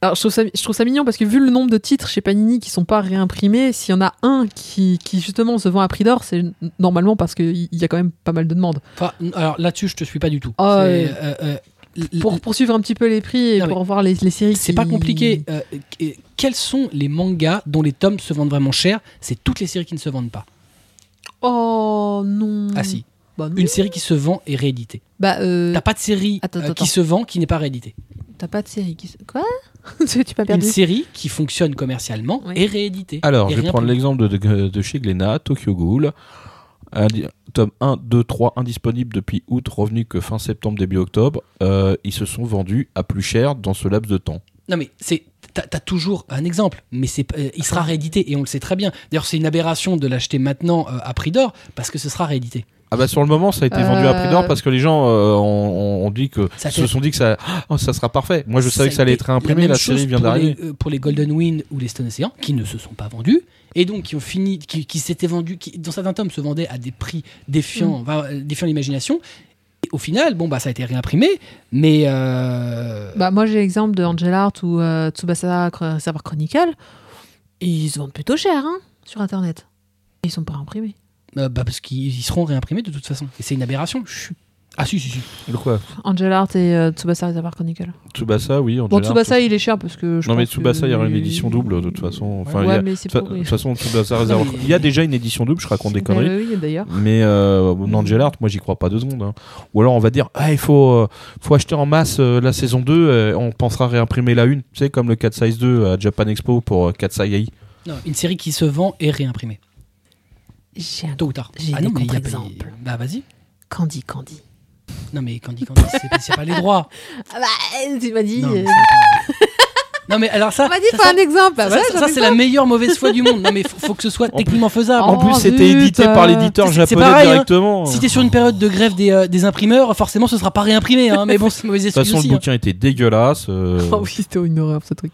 S2: Alors, je trouve, ça, je trouve ça mignon parce que vu le nombre de titres chez Panini qui sont pas réimprimés, s'il y en a un qui, qui justement se vend à prix d'or, c'est n- normalement parce qu'il y a quand même pas mal de demandes.
S1: Enfin, n- alors là-dessus, je te suis pas du tout.
S2: Ah,
S1: C'est,
S2: ouais.
S1: euh, euh, l-
S2: Pour poursuivre un petit peu les prix et
S1: Non, mais
S2: pour voir les, les séries
S1: C'est
S2: qui-
S1: pas compliqué. Euh, qu- quels sont les mangas dont les tomes se vendent vraiment cher C'est toutes les séries qui ne se vendent pas.
S2: Oh non.
S1: Ah si,
S2: Bah, non.
S1: une série qui se vend est rééditée.
S2: Bah, euh,
S1: T'as pas de série
S2: Attends,
S1: euh,
S2: attends,
S1: qui se vend qui n'est pas rééditée.
S2: t'as pas de série qui. se- Quoi Tu tu m'as
S1: Une
S2: perdu.
S1: série qui fonctionne commercialement
S2: Oui.
S1: est rééditée.
S3: Alors,
S1: Et
S3: je vais
S1: rien
S3: prendre
S1: plus.
S3: l'exemple de, de, de chez Glénat, Tokyo Ghoul. Indi- Tome 1, 2, 3, indisponible depuis août, revenu que fin septembre, début octobre. Euh, ils se sont vendus à plus cher dans ce laps de temps.
S1: Non mais c'est t'as t'as toujours un exemple, mais c'est p- euh, il sera réédité et on le sait très bien. D'ailleurs, c'est une aberration de l'acheter maintenant euh, à prix d'or parce que ce sera réédité.
S3: Ah bah sur le moment ça a été vendu à prix
S2: Euh,
S3: d'or parce que les gens euh, ont, ont- ont dit que
S1: Ça a
S3: se
S1: été-
S3: sont dit que ça oh, ça sera parfait. Moi je savais que ça allait
S1: a
S3: être
S1: été
S3: réimprimé,
S1: même
S3: la,
S1: chose
S3: série vient
S1: pour les-
S3: d'arriver.
S1: euh, Pour les Golden Wind ou les Stone Ocean, qui ne se sont pas vendus, et donc qui ont fini, qui, qui s'étaient vendus, qui, dans certains tomes se vendaient à des prix
S2: Mm.
S1: défiants, va- euh, défiant l'imagination. Et Au final, bon bah ça a été réimprimé, mais euh,
S2: Bah, moi, j'ai l'exemple de Angel Art ou euh, Tsubasa Cr- Reservoir Chronicle. Ils se vendent plutôt cher hein, sur Internet. Ils sont pas imprimés.
S1: euh, bah, parce qu'ils ils seront réimprimés de toute façon. Et c'est une aberration. Je suis Ah si, si, si.
S3: Le quoi
S2: Angel Art et euh, Tsubasa Reservoir Chronicle.
S3: Tsubasa, oui.
S2: Bon,
S3: Angela,
S2: Tsubasa, il est cher parce que je
S3: Non, mais
S2: pense que-
S3: Tsubasa, il y aura une édition double, de toute façon. Enfin, il y a-
S2: Ouais, mais c'est
S3: de
S2: pour.
S3: toute façon, Tsubasa Reservoir.
S1: mais-
S3: Il y a déjà une édition double, je raconte des
S2: Bah
S3: conneries.
S2: oui, d'ailleurs.
S3: Mais euh, Angel Art, moi j'y crois pas deux secondes. hein. Ou alors on va dire, ah, il faut, euh, faut acheter en masse euh, la saison 2, euh, on pensera réimprimer la une, tu sais, comme le 4 Size 2 à Japan Expo pour euh, 4 Size
S1: Non, une série qui se vend et réimprimée.
S2: J'ai un
S1: Tôt ou tard.
S2: J'ai
S1: ah
S2: des
S1: non, mais il y a pas.
S2: contre-exemples.
S1: Bah vas-y.
S2: Candy Candy.
S1: Non mais Candy Candy, c'est- c'est pas les droits.
S2: Ah bah, euh, tu m'as dit.
S1: Non
S2: euh,
S1: mais, c'est pas- Non, mais alors ça.
S2: On m'a dit,
S1: ça,
S2: faut
S1: ça-
S2: un exemple. Bah
S1: ça,
S2: voilà,
S1: ça,
S2: j'en ai
S1: c'est la meilleure mauvaise foi du monde. Non mais faut, faut que ce soit
S3: plus-
S1: techniquement faisable.
S2: Oh,
S3: en plus, c'était
S2: zut,
S3: édité par
S2: euh,
S3: l'éditeur
S1: c'est- c'est
S3: japonais
S1: pareil, hein.
S3: directement.
S1: Si t'es sur une période de grève des, euh, des imprimeurs, forcément ce sera pas réimprimé. hein. mais bon, c'est une mauvaise
S3: de toute
S1: excuse
S3: façon,
S1: aussi.
S3: le
S1: hein.
S3: bouquin était dégueulasse. euh,
S1: Ah
S2: Oh oui, c'était une horreur ce truc.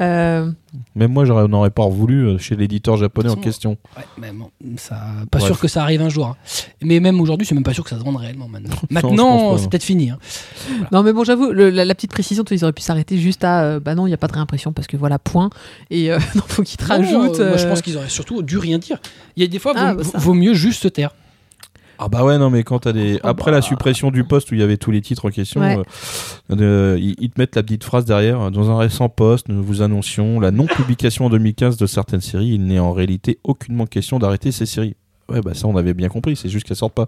S2: Euh,
S3: Même moi, j'aurais- n'aurais pas voulu euh, chez l'éditeur japonais
S1: De
S3: en
S1: toute façon,
S3: question.
S1: Ouais, mais bon, ça, pas
S3: Bref.
S1: sûr que ça arrive un jour. hein. Mais même aujourd'hui, c'est même pas sûr que ça se vende réellement maintenant.
S3: je pense
S1: Maintenant,
S3: pas.
S1: c'est peut-être fini. hein.
S2: Non, mais bon, j'avoue, le- la, la petite précision, tu vois, ils auraient pu s'arrêter juste à euh, bah non, il n'y a pas de réimpression parce que voilà, point. Et euh, non, faut qu'ils te
S1: Non,
S2: rajoutent.
S1: euh, moi, je
S2: euh,
S1: pense qu'ils auraient surtout dû rien dire. Il y a des fois,
S2: Ah,
S1: vaut,
S2: bah, ça.
S1: vaut mieux juste se taire.
S3: Ah bah ouais, non, mais quand t'as des.
S1: Ah
S2: Oh
S3: Après
S2: bah.
S3: la suppression du poste où il y avait tous les titres en question,
S2: Ouais.
S3: euh, euh, ils, ils te mettent la petite phrase derrière. euh, Dans un récent poste, nous vous annoncions la non-publication en 2015 de certaines séries. Il n'est en réalité aucunement question d'arrêter ces séries. Ouais, bah ça, on avait bien compris. C'est juste qu'elles sortent pas.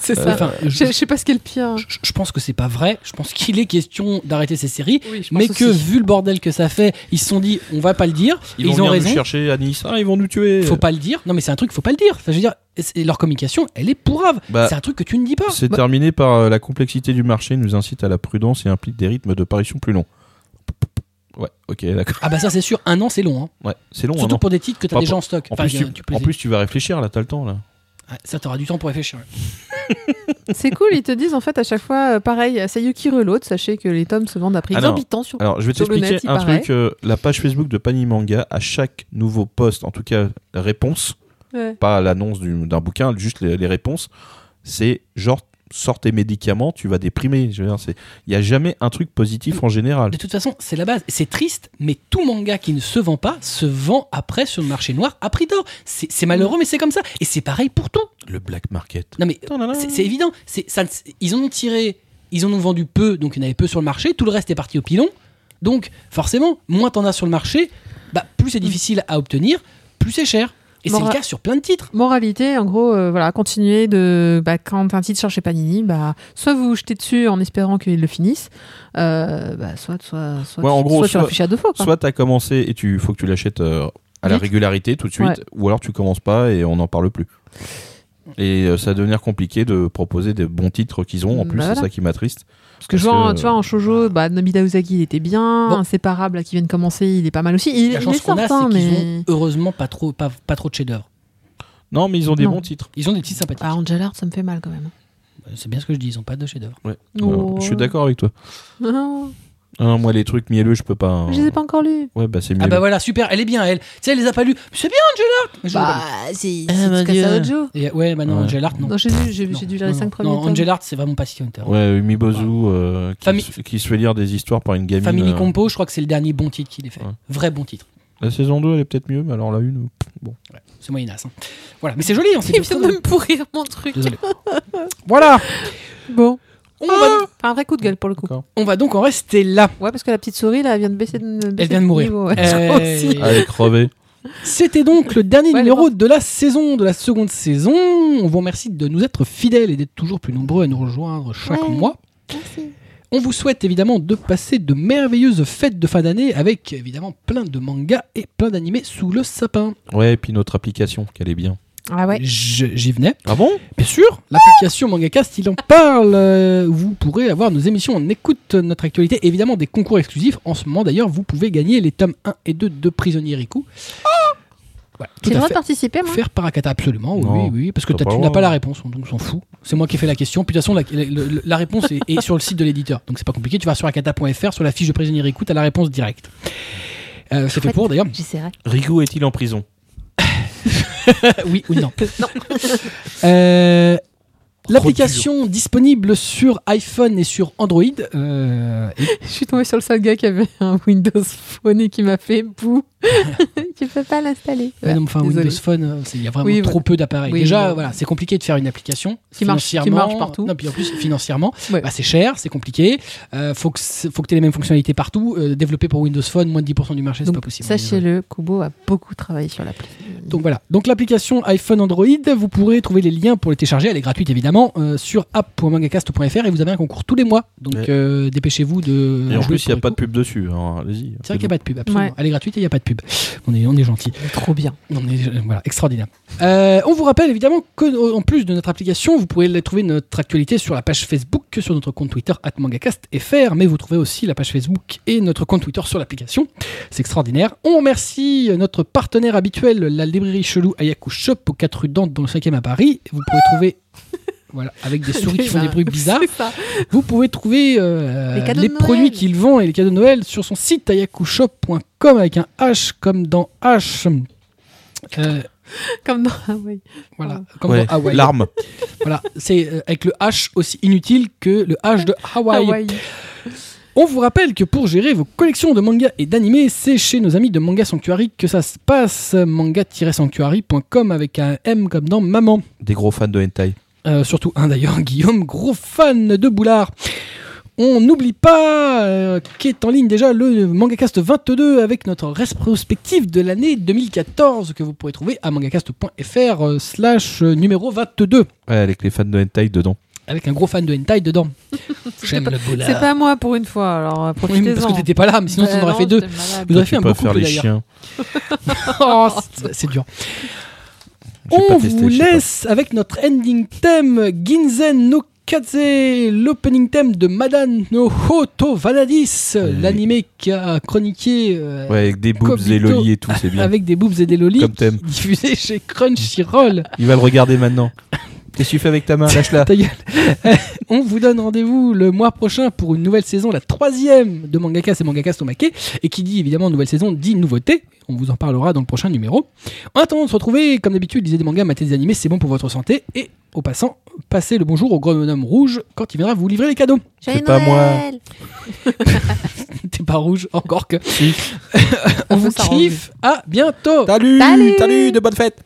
S2: C'est ça.
S1: euh, Enfin, je,
S2: je, je sais pas ce qu'est le pire.
S1: je- je pense que c'est pas vrai. Je pense qu'il est question d'arrêter ces séries.
S2: Oui, je pense
S1: Mais que,
S2: aussi.
S1: vu le bordel que ça fait, ils se sont dit, on va pas le dire.
S3: Ils,
S1: Et ils
S3: vont
S1: ont
S3: venir nous
S1: raison.
S3: chercher à Nice. Ah, ils vont nous tuer.
S1: Faut pas le dire. Non, mais c'est un truc, faut pas le dire. Enfin, je veux dire, c'est- leur communication, elle est pourrave.
S3: Bah,
S1: c'est un truc que tu ne dis pas.
S3: C'est
S2: Bah-
S3: terminé par euh, la complexité du marché nous incite à la prudence et implique des rythmes de parution plus longs. Ouais, ok, d'accord.
S1: Ah bah ça, c'est sûr. Un an, c'est long. hein.
S3: Ouais, c'est long. un
S1: Surtout
S3: an.
S1: pour des titres que t'as
S3: Enfin,
S1: déjà en stock.
S3: En,
S1: Enfin,
S3: plus,
S1: je veux
S3: tu,
S1: dire, tu peux
S3: en
S1: les-
S3: plus, tu vas réfléchir là, t'as le temps là.
S1: Ouais, ça t'aura du temps pour réfléchir.
S2: C'est cool, ils te disent en fait à chaque fois, euh, pareil, Sayuki Reload, sachez que les tomes se vendent à prix
S3: Ah non.
S2: exorbitant sur.
S3: Alors, je vais
S2: Sur le
S3: t'expliquer
S2: net, il
S3: un
S2: paraît.
S3: truc. euh, la page Facebook de Pani Manga, à chaque nouveau post, en tout cas la réponse,
S1: Euh,
S2: Ouais.
S3: pas l'annonce du- d'un bouquin, juste les, les réponses, c'est genre sors tes médicaments, tu vas déprimer. Je veux dire, c'est- Il n'y a jamais un truc positif en général.
S1: De toute façon, c'est la base. C'est triste, mais tout manga qui ne se vend pas se vend après sur le marché noir à prix d'or. C'est c'est
S3: Mm.
S1: malheureux, mais c'est comme ça. Et c'est pareil pour tout.
S3: Le black market.
S1: Non mais c'est c'est évident. C'est- Ça, ne- ils en ont tiré, ils en ont vendu peu, donc il y en avait peu sur le marché. Tout le reste est parti au pilon. Donc forcément, moins t'en as sur le marché, bah, plus
S2: Mm.
S1: c'est difficile à obtenir, plus c'est cher. Et c'est
S2: Moral-
S1: le cas sur plein de titres.
S2: Moralité, en gros, euh, voilà, continuez de. Bah, quand un titre sort chez Panini, bah, soit vous vous jetez dessus en espérant qu'ils le finissent, euh, bah, soit, soit, soit,
S3: Ouais, en gros,
S2: soit tu
S3: soit-
S2: réfléchis à deux fois. quoi.
S3: Soit t'as commencé et tu faut que tu l'achètes euh, à la
S2: Vite.
S3: régularité tout de suite,
S2: Ouais.
S3: ou alors tu commences pas et on n'en parle plus. Et euh, ça va devenir compliqué de proposer des bons titres qu'ils ont. En
S2: Bah
S3: plus, c'est
S2: voilà.
S3: ça qui m'attriste.
S2: Parce que,
S3: Parce
S2: je vois,
S3: que-
S2: tu vois, en shoujo, bah, Nobita Usagi, il était bien.
S1: Bon.
S2: Inséparable, là, qui vient de commencer, il est pas mal aussi. Il,
S1: La
S2: il
S1: chance
S2: est
S1: qu'on a,
S2: certain,
S1: c'est qu'ils
S2: mais.
S1: ont heureusement pas trop, pas, pas trop de chefs-d'œuvre.
S3: Non, mais ils ont des
S2: Non.
S3: bons titres.
S1: Ils ont des titres sympathiques. Euh,
S2: Ah, Angel Art, ça me fait mal quand même.
S1: C'est bien ce que je dis. Ils ont pas de chefs-d'œuvre.
S3: Ouais.
S2: Oh.
S3: Euh, je suis d'accord avec toi.
S2: Non,
S3: Ah, moi, les trucs mielleux, je peux pas. hein.
S2: Oh. je les ai pas encore lus.
S3: Ouais, bah c'est mielleux.
S1: Ah bah voilà, super. Elle est bien, elle. Tu sais, elle les a pas lus. C'est bien, Angela. Mais je l'ai
S2: Bah.
S1: pas lu.
S2: si,
S1: Ah, mon Dieu.
S2: Joe.
S1: Et, ouais, bah non,
S3: Ouais.
S1: Angel Art, non.
S2: Non, j'ai lu- j'ai j'ai dû lire les
S1: non,
S2: 5
S1: non.
S2: premiers.
S1: Non,
S2: tomes.
S1: Angel Art, c'est vraiment pas si hunter.
S3: Ouais, Umibozu, euh, qui,
S1: Famille-
S3: se- qui se fait lire des histoires par une gamine.
S1: Family
S3: euh,
S1: Compo, je crois que c'est le dernier bon titre qu'il ait fait.
S3: Ouais.
S1: Vrai bon titre.
S3: La saison 2, elle est peut-être mieux, mais alors la une.
S1: C'est moyenasse. hein. Voilà, mais c'est joli. Hein, c'est bien
S2: Il vient
S1: fait,
S2: de
S1: hein.
S2: me pourrir mon truc.
S1: Désolé. voilà.
S2: Bon.
S1: On, va,
S2: Un vrai coup de gueule pour le coup.
S3: D'accord.
S1: on va donc en rester là.
S2: Ouais, parce que la petite souris, là, elle vient de baisser de. baisser
S1: Elle vient de mourir.
S2: niveau, ouais.
S1: Euh,
S2: Je crois aussi.
S3: Allez, crevé.
S1: C'était donc le dernier
S2: Ouais,
S1: numéro de la saison, de la seconde saison. On vous remercie de nous être fidèles et d'être toujours plus nombreux à nous rejoindre chaque
S2: Ouais.
S1: mois.
S2: Merci.
S1: On vous souhaite évidemment de passer de merveilleuses fêtes de fin d'année avec évidemment plein de mangas et plein d'animés sous le sapin.
S3: Ouais, et puis notre application, qu'elle est bien.
S2: Ah ouais.
S1: Je- J'y venais.
S3: Ah bon
S1: Bien sûr, l'application MangaCast, il en parle. Euh, Vous pourrez avoir nos émissions en écoute, notre actualité, évidemment des concours exclusifs. En ce moment d'ailleurs, vous pouvez gagner les tomes 1 et 2 de Prisonnier Riku. Ouais, tout
S2: J'ai le
S1: à
S2: droit de
S1: fait.
S2: participer, Ah moi.
S1: Faire paracata, absolument, oui,
S3: Non,
S1: oui, oui, parce que
S3: t'as
S1: t'as-
S3: pas
S1: tu
S3: le
S1: n'as
S3: droit.
S1: pas la réponse, donc on s'en fout. C'est moi qui ai fait la question. Puis de toute façon, la, la- la- la réponse est, est sur le site de l'éditeur, donc c'est pas compliqué. Tu vas sur akata.fr, sur la fiche de prisonnier Riku, t'as la réponse directe. Euh, c'est fait pour d'ailleurs.
S2: J'essaierai.
S3: Rigo est-il en prison
S1: oui ou non.
S2: Non.
S1: Euh, L'application disponible sur iPhone et sur Android. euh, et-
S2: Je suis tombée sur le seul gars qui avait un Windows Phone et qui m'a fait bouh. tu peux pas l'installer.
S1: ouais, non, enfin,
S2: désolé.
S1: Windows Phone, euh, c'est- il y a vraiment
S2: Oui,
S1: trop
S2: voilà.
S1: peu d'appareils.
S2: Oui,
S1: Déjà,
S2: voilà.
S1: voilà, c'est compliqué de faire une application
S2: Qui marche- qui
S1: financièrement.
S2: marche partout.
S1: Non, puis en plus financièrement,
S2: Ouais.
S1: bah, c'est cher, c'est compliqué. Euh, faut que c'est- faut que tu aies les mêmes fonctionnalités partout. Euh, développer pour Windows Phone moins de 10% du marché, c'est
S2: Donc,
S1: pas possible.
S2: Sachez-le, Kubo a beaucoup travaillé sur l'appli.
S1: Donc voilà. Donc l'application iPhone Android, vous pourrez trouver les liens pour les télécharger. Elle est gratuite évidemment euh, sur app.mangacast.fr et vous avez un concours tous les mois. Donc
S3: Ouais.
S1: euh, dépêchez-vous de.
S3: Et en
S1: jouer
S3: plus, il n'y a
S1: pour
S3: pas
S1: le
S3: de
S1: coup.
S3: pub dessus. alors Allez-y.
S1: C'est vrai qu'il n'y a pas de pub, absolument.
S2: Ouais.
S1: Elle est gratuite et il n'y a pas de pub. On est, on est gentil.
S2: Trop bien.
S1: On est, euh, voilà, extraordinaire. Euh, on vous rappelle évidemment que, euh, en plus de notre application, vous pouvez trouver notre actualité sur la page Facebook, sur notre compte Twitter @mangacastfr, mais vous trouvez aussi la page Facebook et notre compte Twitter sur l'application. C'est extraordinaire. On remercie euh, notre partenaire habituel, la librairie chelou Ayaku Shop, aux 4 rue Dante, dans le 5e à Paris. Vous pouvez trouver, voilà, avec des souris qui font des bruits bizarres.
S2: C'est ça.
S1: Vous pouvez trouver euh,
S2: Les cadeaux
S1: les
S2: de Noël.
S1: produits qu'il vend et les cadeaux de Noël sur son site ayakushop.com avec un H comme dans H. Euh,
S2: Comme dans. Ah oui.
S1: voilà,
S2: Ouais.
S1: comme dans Hawaï.
S3: L'arme.
S1: Voilà, c'est euh, avec le H aussi inutile que le H de Hawaï.
S2: Hawaï.
S1: On vous rappelle que pour gérer vos collections de mangas et d'animés, c'est chez nos amis de Manga Sanctuary que ça se passe. Manga-sanctuary.com avec un M comme dans maman.
S3: Des gros fans de hentai.
S1: Euh, surtout un d'ailleurs, Guillaume, gros fan de Boulard. On n'oublie pas euh, qu'est en ligne déjà le MangaCast 22 avec notre rétrospective de l'année 2014 que vous pourrez trouver à mangacast.fr euh, slash euh, numéro 22
S3: Ouais, avec les fans de hentai dedans.
S1: avec un gros fan de hentai dedans. J'aime le
S2: C'est
S1: Boulard.
S2: pas moi pour une fois, alors euh,
S1: Ah. Oui, mais
S2: profitez-en.
S1: parce que t'étais pas là, mais sinon
S2: Bah
S1: on aurait
S2: non,
S1: fait deux.
S2: j'étais malade.
S1: Vous
S3: Toi,
S1: auriez
S3: tu
S1: fait un
S3: peux
S1: beaucoup
S3: faire
S1: plus
S3: les
S1: d'ailleurs.
S3: chiens.
S1: Oh, c'est- c'est dur.
S3: J'ai
S1: On
S3: pas testé,
S1: vous
S3: je sais pas.
S1: laisse avec notre ending thème Ginzen no Kaze, l'opening thème de Madan no Hoto Vanadis,
S3: Oui.
S1: l'animé qui a chroniqué euh,
S3: Euh, Ouais, avec des boobs
S1: Cogito.
S3: et loli et tout, c'est bien.
S1: avec des boobs et des lolis,
S3: Comme thème.
S1: diffusé chez Crunchyroll.
S3: Il va le regarder maintenant. Qu'est-ce que tu fais avec ta main Lâche-la.
S1: Ta gueule. Eh, On vous donne rendez-vous le mois prochain pour une nouvelle saison, la troisième de Mangakas et Mangakas Tomake. Et qui dit évidemment nouvelle saison dit nouveauté. On vous en parlera dans le prochain numéro. En attendant de se retrouver, comme d'habitude, lisez des mangas, matez des animés, c'est bon pour votre santé. Et au passant, passez le bonjour au bonhomme rouge quand il viendra vous livrer les cadeaux.
S4: Joyeux
S3: C'est pas
S4: Noël
S1: T'es pas rouge, encore que.
S3: Si.
S1: On
S2: Ça
S1: vous
S2: peut s'arranger.
S1: kiffe. À bientôt.
S3: Salut
S4: Salut
S3: Salut De bonnes fêtes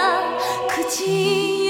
S4: ti